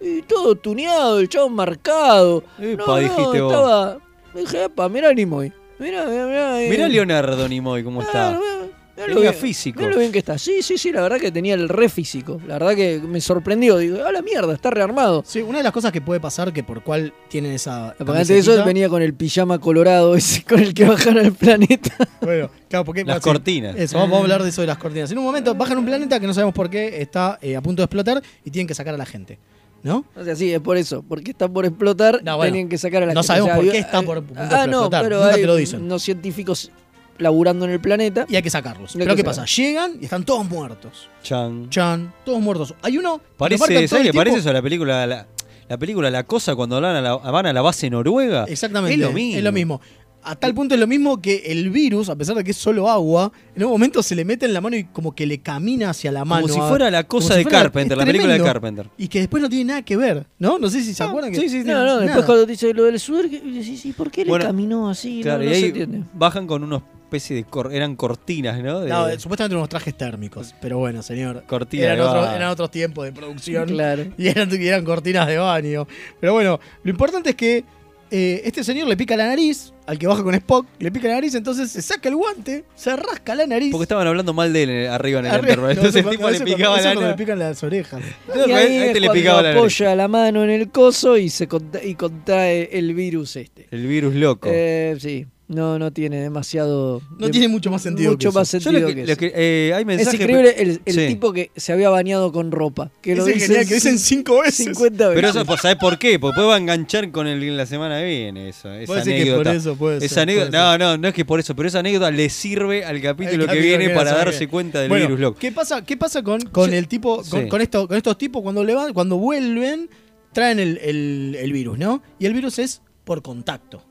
[SPEAKER 3] Y todo tuneado, el chabón marcado.
[SPEAKER 4] Epa,
[SPEAKER 3] no,
[SPEAKER 4] dijiste
[SPEAKER 3] no,
[SPEAKER 4] vos.
[SPEAKER 3] estaba. Dije, epa, mirá Nimoy. Mirá, mirá, mirá. eh,
[SPEAKER 4] Mirá a Leonardo Nimoy cómo
[SPEAKER 3] mirá,
[SPEAKER 4] está.
[SPEAKER 3] mirá, mirá lo
[SPEAKER 4] Tenía
[SPEAKER 3] bien-
[SPEAKER 4] físico.
[SPEAKER 3] Mirá lo bien que está. Sí, sí, sí, la verdad que tenía el re físico. La verdad que me sorprendió. Digo, a la mierda, está rearmado.
[SPEAKER 2] Sí, una de las cosas que puede pasar que por cuál tienen esa.
[SPEAKER 3] Porque antes de eso él
[SPEAKER 2] camisetita-
[SPEAKER 3] venía con el pijama colorado ese con el que bajaron al planeta.
[SPEAKER 2] Bueno, claro, porque.
[SPEAKER 4] Las
[SPEAKER 2] sí,
[SPEAKER 4] cortinas.
[SPEAKER 2] Eso, vamos
[SPEAKER 3] Mm.
[SPEAKER 2] a hablar de eso de las cortinas. En un momento bajan un planeta que no sabemos por qué está eh, a punto de explotar y tienen que sacar a la gente. ¿No?
[SPEAKER 3] O sea, sí, es por eso. Porque está por explotar,
[SPEAKER 2] No, bueno,
[SPEAKER 3] tenían que sacar a la
[SPEAKER 2] no
[SPEAKER 3] gente.
[SPEAKER 2] sabemos
[SPEAKER 3] O sea,
[SPEAKER 2] por
[SPEAKER 3] había-
[SPEAKER 2] qué está por punto de
[SPEAKER 3] Ah, no,
[SPEAKER 2] explotar,
[SPEAKER 3] pero
[SPEAKER 2] nunca
[SPEAKER 3] hay
[SPEAKER 2] te lo dicen.
[SPEAKER 3] unos científicos laburando en el planeta.
[SPEAKER 2] Y hay que sacarlos.
[SPEAKER 3] Hay
[SPEAKER 2] Pero
[SPEAKER 3] que
[SPEAKER 2] ¿qué
[SPEAKER 3] sacar.
[SPEAKER 2] pasa? Llegan y están todos muertos.
[SPEAKER 4] Chan.
[SPEAKER 2] Chan, todos muertos. Hay uno. que lo marcan todo
[SPEAKER 4] Parece,
[SPEAKER 2] el
[SPEAKER 4] ¿sabes qué
[SPEAKER 2] tiempo.
[SPEAKER 4] parece eso a la película? La, la película La Cosa cuando van a la, van a la base noruega.
[SPEAKER 2] Exactamente.
[SPEAKER 4] Es lo mismo.
[SPEAKER 2] A tal punto es lo mismo que el virus, a pesar de que es solo agua, en un momento se le mete en la mano y como que le camina hacia la mano.
[SPEAKER 4] Como si
[SPEAKER 2] a-
[SPEAKER 4] fuera la
[SPEAKER 2] como
[SPEAKER 4] cosa
[SPEAKER 2] si
[SPEAKER 4] de
[SPEAKER 2] fuera-
[SPEAKER 4] Carpenter,
[SPEAKER 2] es
[SPEAKER 4] la película de
[SPEAKER 2] tremendo.
[SPEAKER 4] Carpenter.
[SPEAKER 2] Y que después no tiene nada que ver, ¿no? No sé si se acuerdan ah, que.
[SPEAKER 4] sí, sí, sí.
[SPEAKER 3] No, no, después
[SPEAKER 2] Nada.
[SPEAKER 3] cuando dice lo del sur, que- sí, sí, ¿por qué
[SPEAKER 4] Bueno,
[SPEAKER 3] le caminó así?
[SPEAKER 4] Claro,
[SPEAKER 3] no, no
[SPEAKER 4] y
[SPEAKER 3] se
[SPEAKER 4] ahí
[SPEAKER 3] entiende.
[SPEAKER 4] bajan con unos especie de. cor- eran cortinas, ¿no? De-
[SPEAKER 2] No, eh, supuestamente unos trajes térmicos, pero bueno, señor.
[SPEAKER 4] Cortina
[SPEAKER 2] eran,
[SPEAKER 4] de
[SPEAKER 2] otro-
[SPEAKER 4] baño.
[SPEAKER 2] eran otros tiempos de producción.
[SPEAKER 3] Claro.
[SPEAKER 2] Y eran, y eran cortinas de baño. Pero bueno, lo importante es que eh, este señor le pica la nariz, al que baja con Spock, le pica la nariz, entonces se saca el guante, se rasca la nariz.
[SPEAKER 4] porque estaban hablando mal de él en- arriba en el
[SPEAKER 2] Arre-
[SPEAKER 4] Enterprise.
[SPEAKER 2] no,
[SPEAKER 4] Entonces
[SPEAKER 2] eso
[SPEAKER 4] el tipo
[SPEAKER 2] cuando-
[SPEAKER 4] le
[SPEAKER 2] eso cuando-
[SPEAKER 4] picaba
[SPEAKER 2] eso
[SPEAKER 4] la
[SPEAKER 2] cuando
[SPEAKER 4] nariz.
[SPEAKER 2] le pican las orejas.
[SPEAKER 3] Y ahí
[SPEAKER 4] Ahí
[SPEAKER 3] es
[SPEAKER 4] te este le
[SPEAKER 3] cuando
[SPEAKER 4] picaba la nariz.
[SPEAKER 3] apoya la mano en el coso y se conta- y contrae el virus este.
[SPEAKER 4] El virus loco.
[SPEAKER 3] Eh, sí, no, no tiene demasiado.
[SPEAKER 2] No
[SPEAKER 3] de-
[SPEAKER 2] tiene mucho más sentido
[SPEAKER 3] Mucho
[SPEAKER 2] que eso.
[SPEAKER 3] más
[SPEAKER 4] Yo
[SPEAKER 3] sentido
[SPEAKER 4] lo que-
[SPEAKER 3] que
[SPEAKER 4] lo
[SPEAKER 3] eso.
[SPEAKER 4] que- eh, hay
[SPEAKER 3] es
[SPEAKER 4] mensajes-
[SPEAKER 3] increíble el, el
[SPEAKER 4] Sí.
[SPEAKER 3] tipo que se había bañado con ropa. Que lo
[SPEAKER 2] Ese es
[SPEAKER 3] dicen,
[SPEAKER 2] genial, que dicen cinco veces.
[SPEAKER 3] 50 veces.
[SPEAKER 4] Pero eso, pues, ¿sabes por qué? Porque después va a enganchar con el, la semana que viene. Eso, esa
[SPEAKER 2] decir que
[SPEAKER 4] anécdota.
[SPEAKER 2] por eso puede
[SPEAKER 4] Esa
[SPEAKER 2] ser,
[SPEAKER 4] anécdota-
[SPEAKER 2] puede
[SPEAKER 4] no, no, no es que por eso, pero esa anécdota le sirve al capítulo,
[SPEAKER 2] El
[SPEAKER 4] que
[SPEAKER 2] capítulo
[SPEAKER 4] viene
[SPEAKER 2] viene
[SPEAKER 4] para
[SPEAKER 2] la semana que
[SPEAKER 4] darse
[SPEAKER 2] viene.
[SPEAKER 4] cuenta del
[SPEAKER 2] Bueno,
[SPEAKER 4] virus loco.
[SPEAKER 2] ¿Qué pasa, qué pasa con, con el tipo, con,
[SPEAKER 4] Sí.
[SPEAKER 2] con esto- con estos tipos cuando le van, cuando vuelven, traen el, el- el virus, ¿no? Y el virus es por contacto.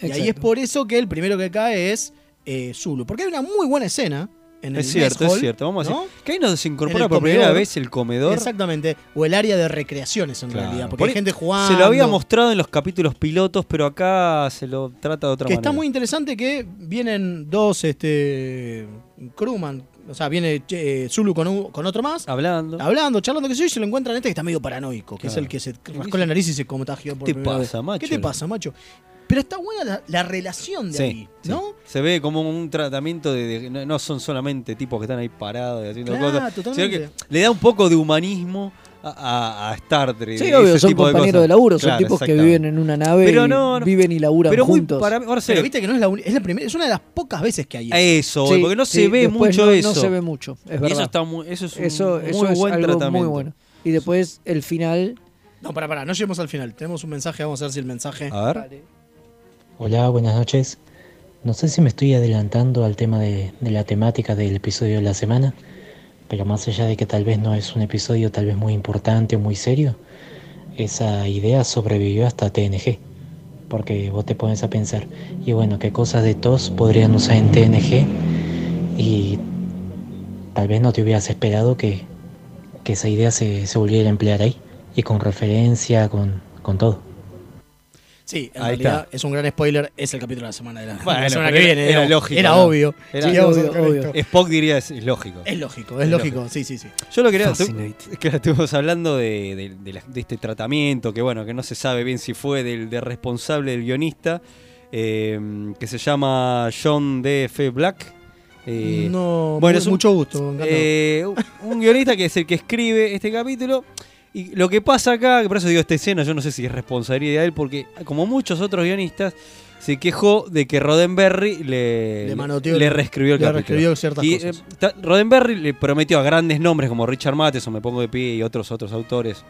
[SPEAKER 2] Y ahí es
[SPEAKER 3] Exacto.
[SPEAKER 2] por eso que el primero que cae es eh, Zulu. Porque hay una muy buena escena en el
[SPEAKER 4] Es cierto,
[SPEAKER 2] mess
[SPEAKER 4] es
[SPEAKER 2] hall,
[SPEAKER 4] cierto. Vamos a
[SPEAKER 2] ¿no?
[SPEAKER 4] decir que ahí nos
[SPEAKER 2] En
[SPEAKER 4] incorpora
[SPEAKER 2] el
[SPEAKER 4] por primera
[SPEAKER 2] comedor.
[SPEAKER 4] vez el comedor.
[SPEAKER 2] Exactamente. O el área de recreaciones en
[SPEAKER 4] Claro.
[SPEAKER 2] realidad. Porque
[SPEAKER 4] Por
[SPEAKER 2] hay
[SPEAKER 4] ahí
[SPEAKER 2] gente jugando.
[SPEAKER 4] Se lo había mostrado en los capítulos pilotos, pero acá se lo trata de otra
[SPEAKER 2] Que
[SPEAKER 4] manera.
[SPEAKER 2] está muy interesante que vienen dos, este. Crewman. O sea, viene eh, Zulu con, un- con otro
[SPEAKER 4] Ah.
[SPEAKER 2] más.
[SPEAKER 4] Hablando.
[SPEAKER 2] Hablando, charlando, qué sé yo, y se lo encuentran este que está medio paranoico, que es
[SPEAKER 4] Claro.
[SPEAKER 2] el que se rascó la nariz y se contagió por
[SPEAKER 4] te
[SPEAKER 2] primera
[SPEAKER 4] pasa,
[SPEAKER 2] vez.
[SPEAKER 4] macho?
[SPEAKER 2] ¿Qué te pasa, macho? Pero está buena la, la relación de
[SPEAKER 4] Sí,
[SPEAKER 2] ahí,
[SPEAKER 4] sí.
[SPEAKER 2] ¿no?
[SPEAKER 4] Se ve como un tratamiento de, de- no, no son solamente tipos que están ahí parados y haciendo
[SPEAKER 2] Claro,
[SPEAKER 4] cosas, sino
[SPEAKER 2] totalmente.
[SPEAKER 4] que le da un poco de humanismo a, a- a Star Trek.
[SPEAKER 3] Sí,
[SPEAKER 4] ese
[SPEAKER 3] obvio, son
[SPEAKER 4] tipo de
[SPEAKER 3] compañeros de,
[SPEAKER 4] cosas.
[SPEAKER 3] laburo,
[SPEAKER 4] Claro,
[SPEAKER 3] son tipos que
[SPEAKER 4] exactamente.
[SPEAKER 3] viven en una nave,
[SPEAKER 4] Pero
[SPEAKER 3] y
[SPEAKER 4] no, no.
[SPEAKER 3] viven y laburan
[SPEAKER 4] Pero muy
[SPEAKER 3] juntos.
[SPEAKER 4] para mí- ahora sé.
[SPEAKER 2] Pero viste que no es la, uni- es la primera, es una de las pocas veces que hay eso.
[SPEAKER 4] Eso, voy,
[SPEAKER 3] Sí,
[SPEAKER 4] porque no
[SPEAKER 3] sí,
[SPEAKER 4] se ve
[SPEAKER 3] después
[SPEAKER 4] mucho
[SPEAKER 3] no-
[SPEAKER 4] eso.
[SPEAKER 3] No se ve mucho, es
[SPEAKER 4] Y
[SPEAKER 3] verdad.
[SPEAKER 4] Eso, está muy, eso es un
[SPEAKER 3] Eso-
[SPEAKER 4] muy
[SPEAKER 3] eso es
[SPEAKER 4] buen
[SPEAKER 3] algo
[SPEAKER 4] tratamiento.
[SPEAKER 3] muy bueno. Y después el final.
[SPEAKER 2] No, pará, pará, no lleguemos al final. Tenemos un mensaje, vamos a ver si el mensaje.
[SPEAKER 4] A ver.
[SPEAKER 14] Hola, buenas noches. No sé si me estoy adelantando al tema de, de la temática del episodio de la semana, pero más allá de que tal vez no es un episodio tal vez muy importante o muy serio, esa idea sobrevivió hasta TNG, porque vos te pones a pensar, y bueno, qué cosas de TOS podrían usar en TNG, y tal vez no te hubieras esperado que, que esa idea se, se volviera a emplear ahí, y con referencia, con, con todo.
[SPEAKER 2] Sí, en
[SPEAKER 14] Ahí
[SPEAKER 2] realidad
[SPEAKER 14] está.
[SPEAKER 2] es un gran spoiler, es el capítulo de la semana de la, de la
[SPEAKER 4] Bueno,
[SPEAKER 2] semana que
[SPEAKER 4] pero
[SPEAKER 2] viene.
[SPEAKER 4] era lógico.
[SPEAKER 2] Era
[SPEAKER 4] ¿no?
[SPEAKER 2] obvio.
[SPEAKER 4] Era-
[SPEAKER 2] Sí, Eh, vamos a hacer esto.
[SPEAKER 4] Spock diría es, es lógico.
[SPEAKER 2] Es lógico, es lógico, sí, sí, sí.
[SPEAKER 4] Yo lo quería.
[SPEAKER 2] Fascinate.
[SPEAKER 4] es que estuvimos hablando de, de- de la- de este tratamiento, que bueno, que no se sabe bien si fue del, del responsable del guionista, eh, que se llama John D.F. Black. Eh,
[SPEAKER 2] No,
[SPEAKER 4] bueno,
[SPEAKER 2] mu-
[SPEAKER 4] es un-
[SPEAKER 2] mucho gusto, encantado.
[SPEAKER 4] eh, un guionista que es el que escribe este capítulo. Y lo que pasa acá, que por eso digo esta escena, yo no sé si es responsabilidad de él, porque como muchos otros guionistas, se quejó de que Roddenberry le,
[SPEAKER 2] Le manoteó
[SPEAKER 4] le
[SPEAKER 2] el-
[SPEAKER 4] reescribió el
[SPEAKER 2] le
[SPEAKER 4] capítulo.
[SPEAKER 2] reescribió ciertas
[SPEAKER 4] Y,
[SPEAKER 2] cosas.
[SPEAKER 4] eh, ta- Roddenberry le prometió a grandes nombres como Richard Mates o Me Pongo de Pie y otros, otros autores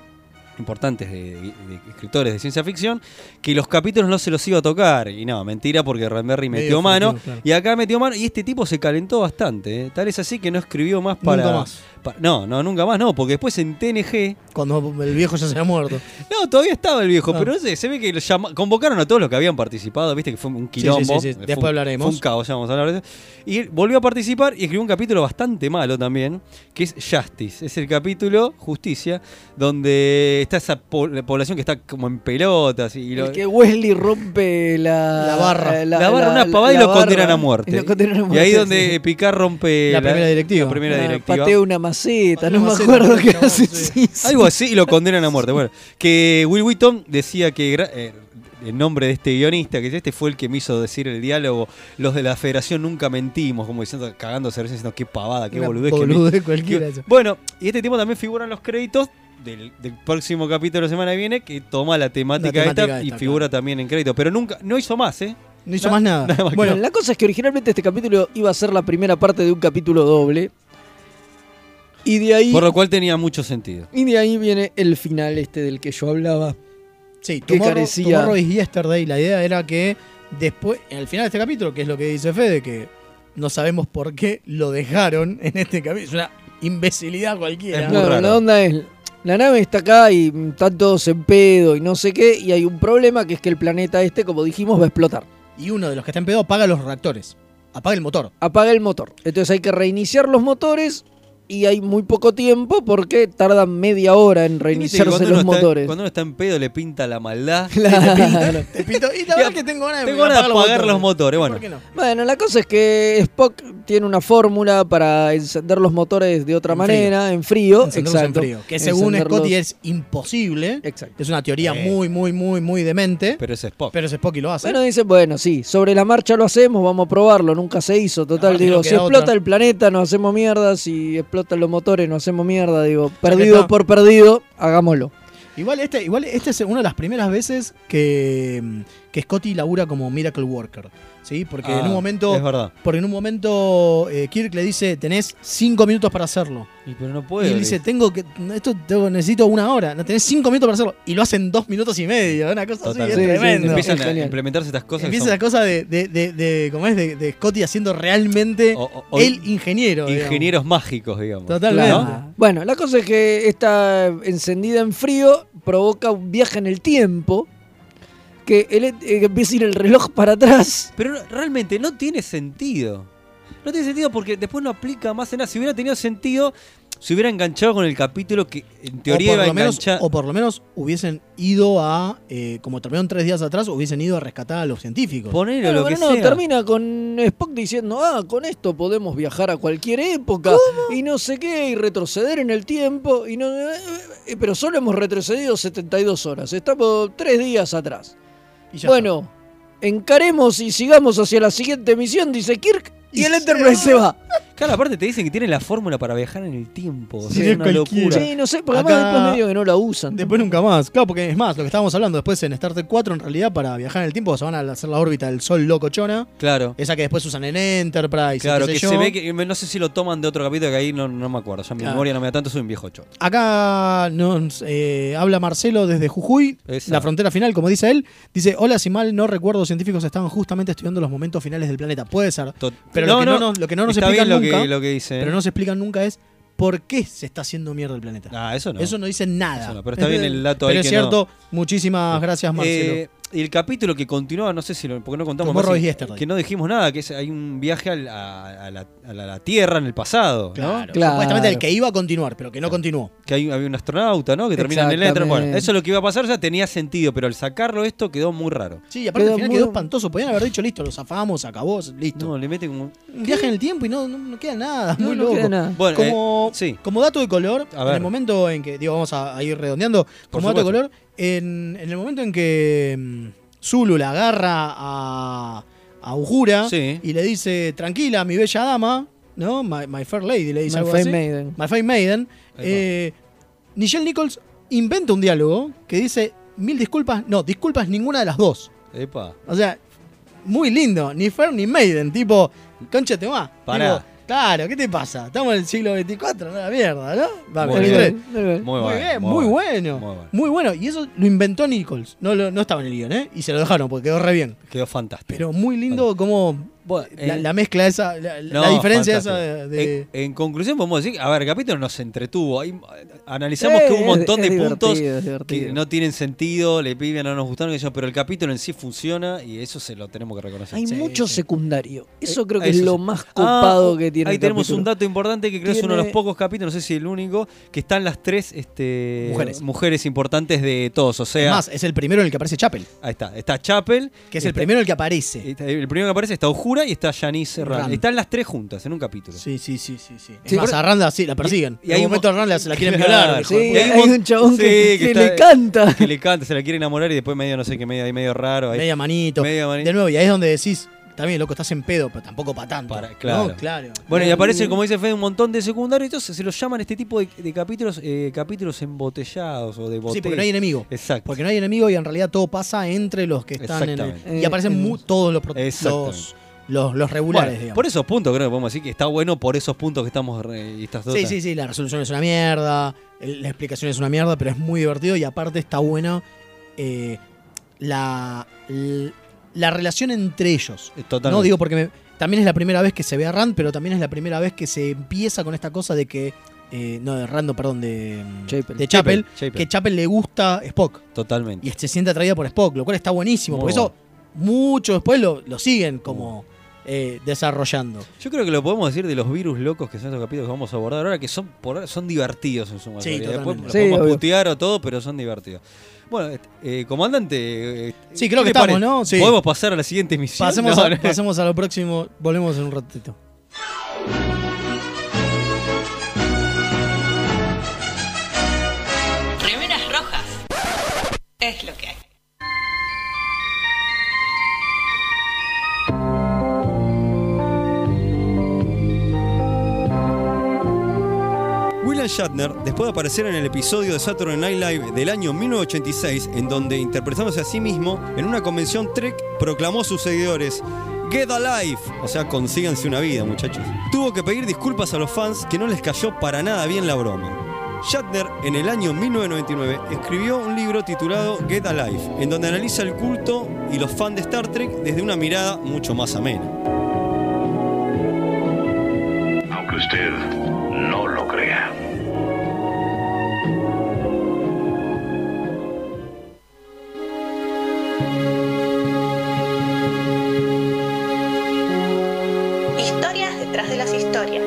[SPEAKER 4] importantes de, de- de escritores de ciencia ficción, que los capítulos no se los iba a tocar. Y no, mentira, porque Roddenberry
[SPEAKER 2] Medio
[SPEAKER 4] metió mano.
[SPEAKER 2] flojito, claro.
[SPEAKER 4] Y acá metió mano. Y este tipo se calentó bastante. eh. Tal es así que no escribió más para.
[SPEAKER 2] Nunca más.
[SPEAKER 4] pa- no, no, nunca más no. Porque después en TNG.
[SPEAKER 2] Cuando el viejo ya se ha muerto.
[SPEAKER 4] No, todavía estaba el viejo,
[SPEAKER 2] Ah.
[SPEAKER 4] pero no sé, se ve que lo llama- convocaron a todos los que habían participado, viste que fue un
[SPEAKER 2] Sí,
[SPEAKER 4] quilombo.
[SPEAKER 2] sí, sí, sí.
[SPEAKER 4] fue
[SPEAKER 2] Después
[SPEAKER 4] un-
[SPEAKER 2] hablaremos.
[SPEAKER 4] Fue un caos, ya vamos a hablar de eso. Y él volvió a participar y escribió un capítulo bastante malo también, que es Justice. Es el capítulo Justicia, donde está esa po- la población que está como en pelotas y lo-
[SPEAKER 3] El que Wesley rompe la,
[SPEAKER 2] La barra.
[SPEAKER 4] la, barra una pavada y
[SPEAKER 3] la
[SPEAKER 4] lo
[SPEAKER 3] barra,
[SPEAKER 4] condenan a muerte.
[SPEAKER 3] Y lo condenan a
[SPEAKER 4] Y
[SPEAKER 3] muerte,
[SPEAKER 4] ahí
[SPEAKER 3] sí.
[SPEAKER 4] donde Picard rompe
[SPEAKER 2] La primera directiva.
[SPEAKER 4] la primera
[SPEAKER 3] Ah,
[SPEAKER 4] directiva.
[SPEAKER 3] Patea una maceta, no me
[SPEAKER 2] maceta,
[SPEAKER 3] acuerdo
[SPEAKER 2] por
[SPEAKER 3] qué
[SPEAKER 2] favor,
[SPEAKER 3] hace.
[SPEAKER 2] sí.
[SPEAKER 3] sí, sí.
[SPEAKER 4] Algo así y lo condenan a muerte. Bueno, que Will Wheaton decía que gra- eh, el nombre de este guionista, que este fue el que me hizo decir el diálogo, los de la federación nunca mentimos, como diciendo, cagando cerveza, diciendo qué pavada, qué
[SPEAKER 2] Una
[SPEAKER 4] boludez.
[SPEAKER 2] boludez
[SPEAKER 4] que me-
[SPEAKER 2] cualquiera
[SPEAKER 4] que-
[SPEAKER 2] eso.
[SPEAKER 4] Bueno, y este tipo también figura en los créditos del, del próximo capítulo de la semana que viene, que toma la temática,
[SPEAKER 2] La temática
[SPEAKER 4] esta, y
[SPEAKER 2] esta,
[SPEAKER 4] figura también en crédito. Pero nunca, no hizo más, ¿eh?
[SPEAKER 2] No hizo más nada.
[SPEAKER 4] nada más
[SPEAKER 2] bueno,
[SPEAKER 3] la cosa es que originalmente este capítulo iba a ser la primera parte de un capítulo doble. Y de ahí,
[SPEAKER 4] Por lo cual tenía mucho sentido.
[SPEAKER 3] y de ahí viene el final este del que yo hablaba.
[SPEAKER 2] Sí,
[SPEAKER 3] que
[SPEAKER 2] Tomorrow,
[SPEAKER 3] carecía.
[SPEAKER 2] Tomorrow is Yesterday. La idea era que después, en el final de este capítulo, que es lo que dice Fede, que no sabemos por qué lo dejaron en este capítulo. Es una imbecilidad cualquiera.
[SPEAKER 3] Claro, La onda es, la nave está acá y están todos en pedo y no sé qué, y hay un problema que es que el planeta este, como dijimos, va a explotar.
[SPEAKER 2] Y uno de los que está en pedo apaga los reactores. Apaga el motor.
[SPEAKER 3] Apaga el motor. Entonces hay que reiniciar los motores y hay muy poco tiempo porque tardan media hora en
[SPEAKER 4] Viste que
[SPEAKER 3] reiniciarse
[SPEAKER 4] cuando uno
[SPEAKER 3] los
[SPEAKER 4] está-
[SPEAKER 3] motores.
[SPEAKER 4] Cuando uno está en pedo le pinta la maldad.
[SPEAKER 3] Claro.
[SPEAKER 2] Te pinto- y la verdad que tengo ganas de
[SPEAKER 4] Tengo ganas de apagar los motores.
[SPEAKER 2] ¿Por
[SPEAKER 4] Bueno,
[SPEAKER 2] qué no?
[SPEAKER 3] Bueno, la cosa es que Spock tiene una fórmula para encender los motores de otra
[SPEAKER 2] En
[SPEAKER 3] manera, en frío.
[SPEAKER 2] Encenderlos en
[SPEAKER 3] exacto.
[SPEAKER 2] frío, Que según
[SPEAKER 3] Encenderlos-
[SPEAKER 2] Scotty es imposible. Es una teoría
[SPEAKER 3] Sí.
[SPEAKER 2] muy, muy, muy, muy demente.
[SPEAKER 4] Pero es Spock.
[SPEAKER 2] Pero es Spock y lo hace.
[SPEAKER 3] Bueno, dice, bueno, sí, sobre la marcha lo hacemos, vamos a probarlo, nunca se hizo. Total,
[SPEAKER 2] Aparte no
[SPEAKER 3] digo,
[SPEAKER 2] queda
[SPEAKER 3] si explota
[SPEAKER 2] otra.
[SPEAKER 3] el planeta, nos hacemos mierda, si explotan los motores, nos hacemos mierda, digo,
[SPEAKER 2] está.
[SPEAKER 3] perdido por perdido, hagámoslo.
[SPEAKER 2] Igual este, igual este es una de las primeras veces que, que Scotty labura como Miracle Worker. ¿sí? Porque
[SPEAKER 4] Ah,
[SPEAKER 2] en un momento.
[SPEAKER 4] es verdad.
[SPEAKER 2] Porque en un momento eh, Kirk le dice, tenés cinco minutos para hacerlo.
[SPEAKER 4] Y pero no
[SPEAKER 2] y
[SPEAKER 4] puede.
[SPEAKER 2] él dice, tengo que. Esto tengo- necesito una hora. No, tenés cinco minutos para hacerlo. Y lo hacen dos minutos y medio. Una cosa
[SPEAKER 4] Total.
[SPEAKER 2] así. es tremendo.
[SPEAKER 4] Empiezan
[SPEAKER 2] Es
[SPEAKER 4] a
[SPEAKER 2] genial.
[SPEAKER 4] implementarse estas cosas. que
[SPEAKER 2] Empieza
[SPEAKER 4] son
[SPEAKER 2] la cosa de, de, de, de- ¿cómo es? De, de Scotty haciendo realmente
[SPEAKER 4] o-
[SPEAKER 2] el ingeniero. digamos.
[SPEAKER 4] ingenieros mágicos, digamos.
[SPEAKER 2] Totalmente.
[SPEAKER 4] ¿No?
[SPEAKER 3] Bueno, la cosa es que esta encendida en frío provoca un viaje en el tiempo, que el- eh, que empieza a ir el reloj para atrás.
[SPEAKER 4] Pero no- realmente no tiene sentido. No tiene sentido porque después no aplica más en nada. Si hubiera tenido sentido, se hubiera enganchado con el capítulo que en teoría
[SPEAKER 2] o por,
[SPEAKER 4] iba a
[SPEAKER 2] lo menos,
[SPEAKER 4] enganchar.
[SPEAKER 2] o por lo menos hubiesen ido a, eh, como terminaron tres días atrás, hubiesen ido a rescatar a los científicos.
[SPEAKER 4] Ponele
[SPEAKER 3] Claro,
[SPEAKER 4] lo que
[SPEAKER 3] pero no,
[SPEAKER 4] sea.
[SPEAKER 3] termina con Spock diciendo, ah, con esto podemos viajar a cualquier época y no sé qué, y retroceder en el tiempo, y no eh, eh, pero solo hemos retrocedido 72 horas, estamos tres días atrás.
[SPEAKER 2] Y ya
[SPEAKER 3] Bueno, encaremos y sigamos hacia la siguiente misión, dice Kirk, y, el Enterprise se va.
[SPEAKER 4] Claro, aparte te dicen que tienen la fórmula para viajar en el tiempo. O sea,
[SPEAKER 2] Sí,
[SPEAKER 4] es una
[SPEAKER 2] cualquiera.
[SPEAKER 4] locura.
[SPEAKER 3] Sí, no sé, porque además
[SPEAKER 2] Acá-
[SPEAKER 3] después medio que no la usan.
[SPEAKER 2] Después nunca más. Claro, porque es más, lo que estábamos hablando después en Star Trek 4, en realidad, para viajar en el tiempo, se van a hacer la órbita del Sol locochona.
[SPEAKER 4] Claro.
[SPEAKER 2] Esa que después usan en Enterprise.
[SPEAKER 4] Claro,
[SPEAKER 2] qué
[SPEAKER 4] que
[SPEAKER 2] sé
[SPEAKER 4] se
[SPEAKER 2] yo.
[SPEAKER 4] ve que. No sé si lo toman de otro capítulo que ahí no, no me acuerdo. Ya mi
[SPEAKER 2] Claro.
[SPEAKER 4] memoria no me da tanto, soy un viejo choto.
[SPEAKER 2] Acá nos eh, habla Marcelo desde Jujuy,
[SPEAKER 4] Esa.
[SPEAKER 2] la frontera final, como dice él. Dice, hola, si mal no recuerdo, científicos estaban justamente estudiando los momentos finales del planeta. Puede ser.
[SPEAKER 4] To-
[SPEAKER 2] Pero
[SPEAKER 4] No,
[SPEAKER 2] lo, que
[SPEAKER 4] no,
[SPEAKER 2] no, nos- lo que no nos
[SPEAKER 4] está bien
[SPEAKER 2] explican
[SPEAKER 4] lo que-
[SPEAKER 2] nunca,
[SPEAKER 4] lo que dice, ¿eh?
[SPEAKER 2] pero no nos explican nunca es por qué se está haciendo mierda el planeta.
[SPEAKER 4] Ah, eso no.
[SPEAKER 2] Eso no dice nada.
[SPEAKER 4] Eso no, pero está bien el dato
[SPEAKER 2] Pero
[SPEAKER 4] ahí
[SPEAKER 2] es
[SPEAKER 4] que
[SPEAKER 2] cierto, muchísimas gracias, Marcelo.
[SPEAKER 4] Eh, y el capítulo que continúa, no sé si lo, porque no contamos
[SPEAKER 2] Tomorrow
[SPEAKER 4] más,
[SPEAKER 2] is yesterday.
[SPEAKER 4] que no dijimos nada, que es, hay un viaje al- a, a la, a la- a la Tierra en el pasado, ¿no?
[SPEAKER 2] Claro, Supuestamente el que iba a continuar, pero que no continuó.
[SPEAKER 4] que hay, había un astronauta, ¿no? Que termina en el
[SPEAKER 2] Exactamente.
[SPEAKER 4] Enterprise. Bueno, eso es lo que iba a pasar, ya tenía sentido, pero al sacarlo esto quedó muy raro.
[SPEAKER 2] Sí, y aparte
[SPEAKER 4] Quedó
[SPEAKER 2] al final
[SPEAKER 4] muy-
[SPEAKER 2] quedó espantoso. Podían haber dicho, listo, lo zafamos, acabó, listo.
[SPEAKER 4] No, le mete como
[SPEAKER 2] Un viaje en el tiempo y no, no, no queda nada.
[SPEAKER 3] No,
[SPEAKER 2] muy
[SPEAKER 3] no
[SPEAKER 2] loco.
[SPEAKER 3] queda nada.
[SPEAKER 4] Bueno,
[SPEAKER 2] como,
[SPEAKER 4] eh, sí.
[SPEAKER 2] como dato de color,
[SPEAKER 4] A
[SPEAKER 2] en
[SPEAKER 4] ver.
[SPEAKER 2] el momento en que, digo, vamos a, a ir redondeando, como dato de
[SPEAKER 4] supuesto.
[SPEAKER 2] color, en, en el momento en que mm, Zulu la agarra a, a Uhura
[SPEAKER 4] Sí.
[SPEAKER 2] y le dice, tranquila, mi bella dama, ¿no? My, my fair lady, le dice
[SPEAKER 3] My
[SPEAKER 2] algo
[SPEAKER 3] fair
[SPEAKER 2] así.
[SPEAKER 3] maiden.
[SPEAKER 2] My fair maiden.
[SPEAKER 4] Ahí va.
[SPEAKER 2] Eh, Nichelle Nichols inventa un diálogo que dice, mil disculpas, no, disculpas ninguna de las dos.
[SPEAKER 4] Epa.
[SPEAKER 2] O sea, muy lindo. Ni Firm ni Maiden. Tipo, concha te va.
[SPEAKER 4] Pará.
[SPEAKER 2] Tipo, claro, ¿qué te pasa? Estamos en el siglo XXIV, no la mierda, ¿no? Va,
[SPEAKER 4] Muy
[SPEAKER 2] 23.
[SPEAKER 4] bien, muy bien. Muy
[SPEAKER 2] Muy
[SPEAKER 4] bueno,
[SPEAKER 2] bien,
[SPEAKER 4] muy
[SPEAKER 2] muy
[SPEAKER 4] bueno.
[SPEAKER 2] bueno.
[SPEAKER 4] Muy bueno.
[SPEAKER 2] Muy bueno. Y eso lo inventó Nichols. No, lo- no estaba en el guión, ¿eh? Y se lo dejaron porque quedó re bien.
[SPEAKER 4] quedó fantástico.
[SPEAKER 2] Pero muy lindo como la,
[SPEAKER 4] eh,
[SPEAKER 2] la mezcla esa, la, la
[SPEAKER 4] No,
[SPEAKER 2] diferencia
[SPEAKER 4] fantástico.
[SPEAKER 2] esa de... de-
[SPEAKER 4] En, en conclusión, podemos decir, a ver, el capítulo nos entretuvo. Ahí, eh, analizamos que hubo un
[SPEAKER 3] Sí, es-
[SPEAKER 4] montón
[SPEAKER 3] es
[SPEAKER 4] de puntos
[SPEAKER 3] divertido, es divertido.
[SPEAKER 4] que no tienen sentido, le piden, no nos gustaron, qué sé yo, pero el capítulo en sí funciona y eso se lo tenemos que reconocer.
[SPEAKER 3] Hay mucho secundario. Eso creo que
[SPEAKER 4] Eh, Eso
[SPEAKER 3] es lo
[SPEAKER 4] sí.
[SPEAKER 3] más
[SPEAKER 4] Ah,
[SPEAKER 3] copado que tiene.
[SPEAKER 4] Ahí
[SPEAKER 3] el
[SPEAKER 4] tenemos
[SPEAKER 3] capítulo.
[SPEAKER 4] un dato importante que creo es uno de los
[SPEAKER 3] Tiene-
[SPEAKER 4] pocos capítulos, no sé si el único, que están las tres este,
[SPEAKER 2] Mujeres.
[SPEAKER 4] importantes de todos. O sea,
[SPEAKER 2] Es más, es el primero en el que aparece Chapel.
[SPEAKER 4] ahí está, está Chapel.
[SPEAKER 2] Que es el primero en el que aparece.
[SPEAKER 4] El primero que aparece está Ojura y está Janice Rand.
[SPEAKER 2] Rand.
[SPEAKER 4] Están las tres juntas en un capítulo.
[SPEAKER 2] Sí, sí, sí, sí. sí. Es
[SPEAKER 4] Sí,
[SPEAKER 2] más,
[SPEAKER 4] por-
[SPEAKER 2] a Randa sí, la persiguen.
[SPEAKER 4] Y- y
[SPEAKER 2] en
[SPEAKER 4] hay
[SPEAKER 2] un
[SPEAKER 4] un
[SPEAKER 2] momento a
[SPEAKER 4] mo-
[SPEAKER 2] Randa se la quieren
[SPEAKER 4] Claro,
[SPEAKER 2] violar.
[SPEAKER 4] sí,
[SPEAKER 2] hijo de puta.
[SPEAKER 4] hay un mon- sí, que está-
[SPEAKER 3] canta.
[SPEAKER 4] Que le canta, se la quiere enamorar y después medio, no sé qué, medio, medio raro. Ahí.
[SPEAKER 2] Media manito. De nuevo, y ahí es donde decís, también loco, estás en pedo, pero tampoco para tanto.
[SPEAKER 4] claro.
[SPEAKER 2] ¿No? claro.
[SPEAKER 4] Bueno, y
[SPEAKER 2] Eh,
[SPEAKER 4] aparece, como dice Fede, un montón de secundarios. Entonces se los llaman este tipo de, de capítulos eh, capítulos embotellados o de botella.
[SPEAKER 2] Sí, porque no hay enemigo.
[SPEAKER 4] Exacto.
[SPEAKER 2] Porque no hay enemigo y en realidad todo pasa entre los que están en el,
[SPEAKER 4] Exactamente.
[SPEAKER 2] Y aparecen
[SPEAKER 4] Eh,
[SPEAKER 2] mu- todos los, pro-
[SPEAKER 4] Exactamente.
[SPEAKER 2] los, los, los regulares,
[SPEAKER 4] Bueno,
[SPEAKER 2] digamos.
[SPEAKER 4] Por esos puntos creo que podemos decir que está bueno por esos puntos que estamos re- y estas
[SPEAKER 2] Sí,
[SPEAKER 4] notas.
[SPEAKER 2] sí, sí, la resolución es una mierda, el- la explicación es una mierda, pero es muy divertido y aparte está bueno eh, la, l- la relación entre ellos.
[SPEAKER 4] eh, Totalmente.
[SPEAKER 2] No digo porque me- también es la primera vez que se ve a Rand, pero también es la primera vez que se empieza con esta cosa de que... eh, no, de Rando, perdón, de Chapel. De Chapel,
[SPEAKER 4] Chapel, Chapel.
[SPEAKER 2] que Chapel le gusta Spock
[SPEAKER 4] Totalmente.
[SPEAKER 2] y se siente atraída por Spock, lo cual está buenísimo,
[SPEAKER 4] Muy
[SPEAKER 2] por eso mucho después lo, lo siguen como eh, desarrollando.
[SPEAKER 4] Yo creo que lo podemos decir de los virus locos que son estos capítulos que vamos a abordar ahora, que son por ahora son divertidos en su mayoría. Después
[SPEAKER 2] totalmente.
[SPEAKER 4] los
[SPEAKER 2] Sí,
[SPEAKER 4] podemos
[SPEAKER 2] obvio.
[SPEAKER 4] putear o todo, pero son divertidos. Bueno, este, eh, comandante. eh,
[SPEAKER 2] Sí, creo
[SPEAKER 4] ¿qué
[SPEAKER 2] que
[SPEAKER 4] le
[SPEAKER 2] estamos,
[SPEAKER 4] parece?
[SPEAKER 2] ¿no? Sí.
[SPEAKER 4] ¿Podemos pasar a la siguiente misión?
[SPEAKER 2] Pasemos,
[SPEAKER 4] No,
[SPEAKER 2] a,
[SPEAKER 4] no.
[SPEAKER 2] pasemos a lo próximo, volvemos en un ratito.
[SPEAKER 6] Remeras rojas. Es lo que hay.
[SPEAKER 4] William Shatner, después de aparecer en el episodio de Saturday Night Live del año 1986, en donde interpretándose a sí mismo en una convención Trek, proclamó a sus seguidores: Get a life, o sea, consíganse una vida, muchachos. Tuvo que pedir disculpas a los fans que no les cayó para nada bien la broma. Shatner, en el año 1999, escribió un libro titulado Get a Life, en donde analiza el culto y los fans de Star Trek desde una mirada mucho más amena.
[SPEAKER 15] aunque usted no lo crea.
[SPEAKER 16] Historias detrás de las historias.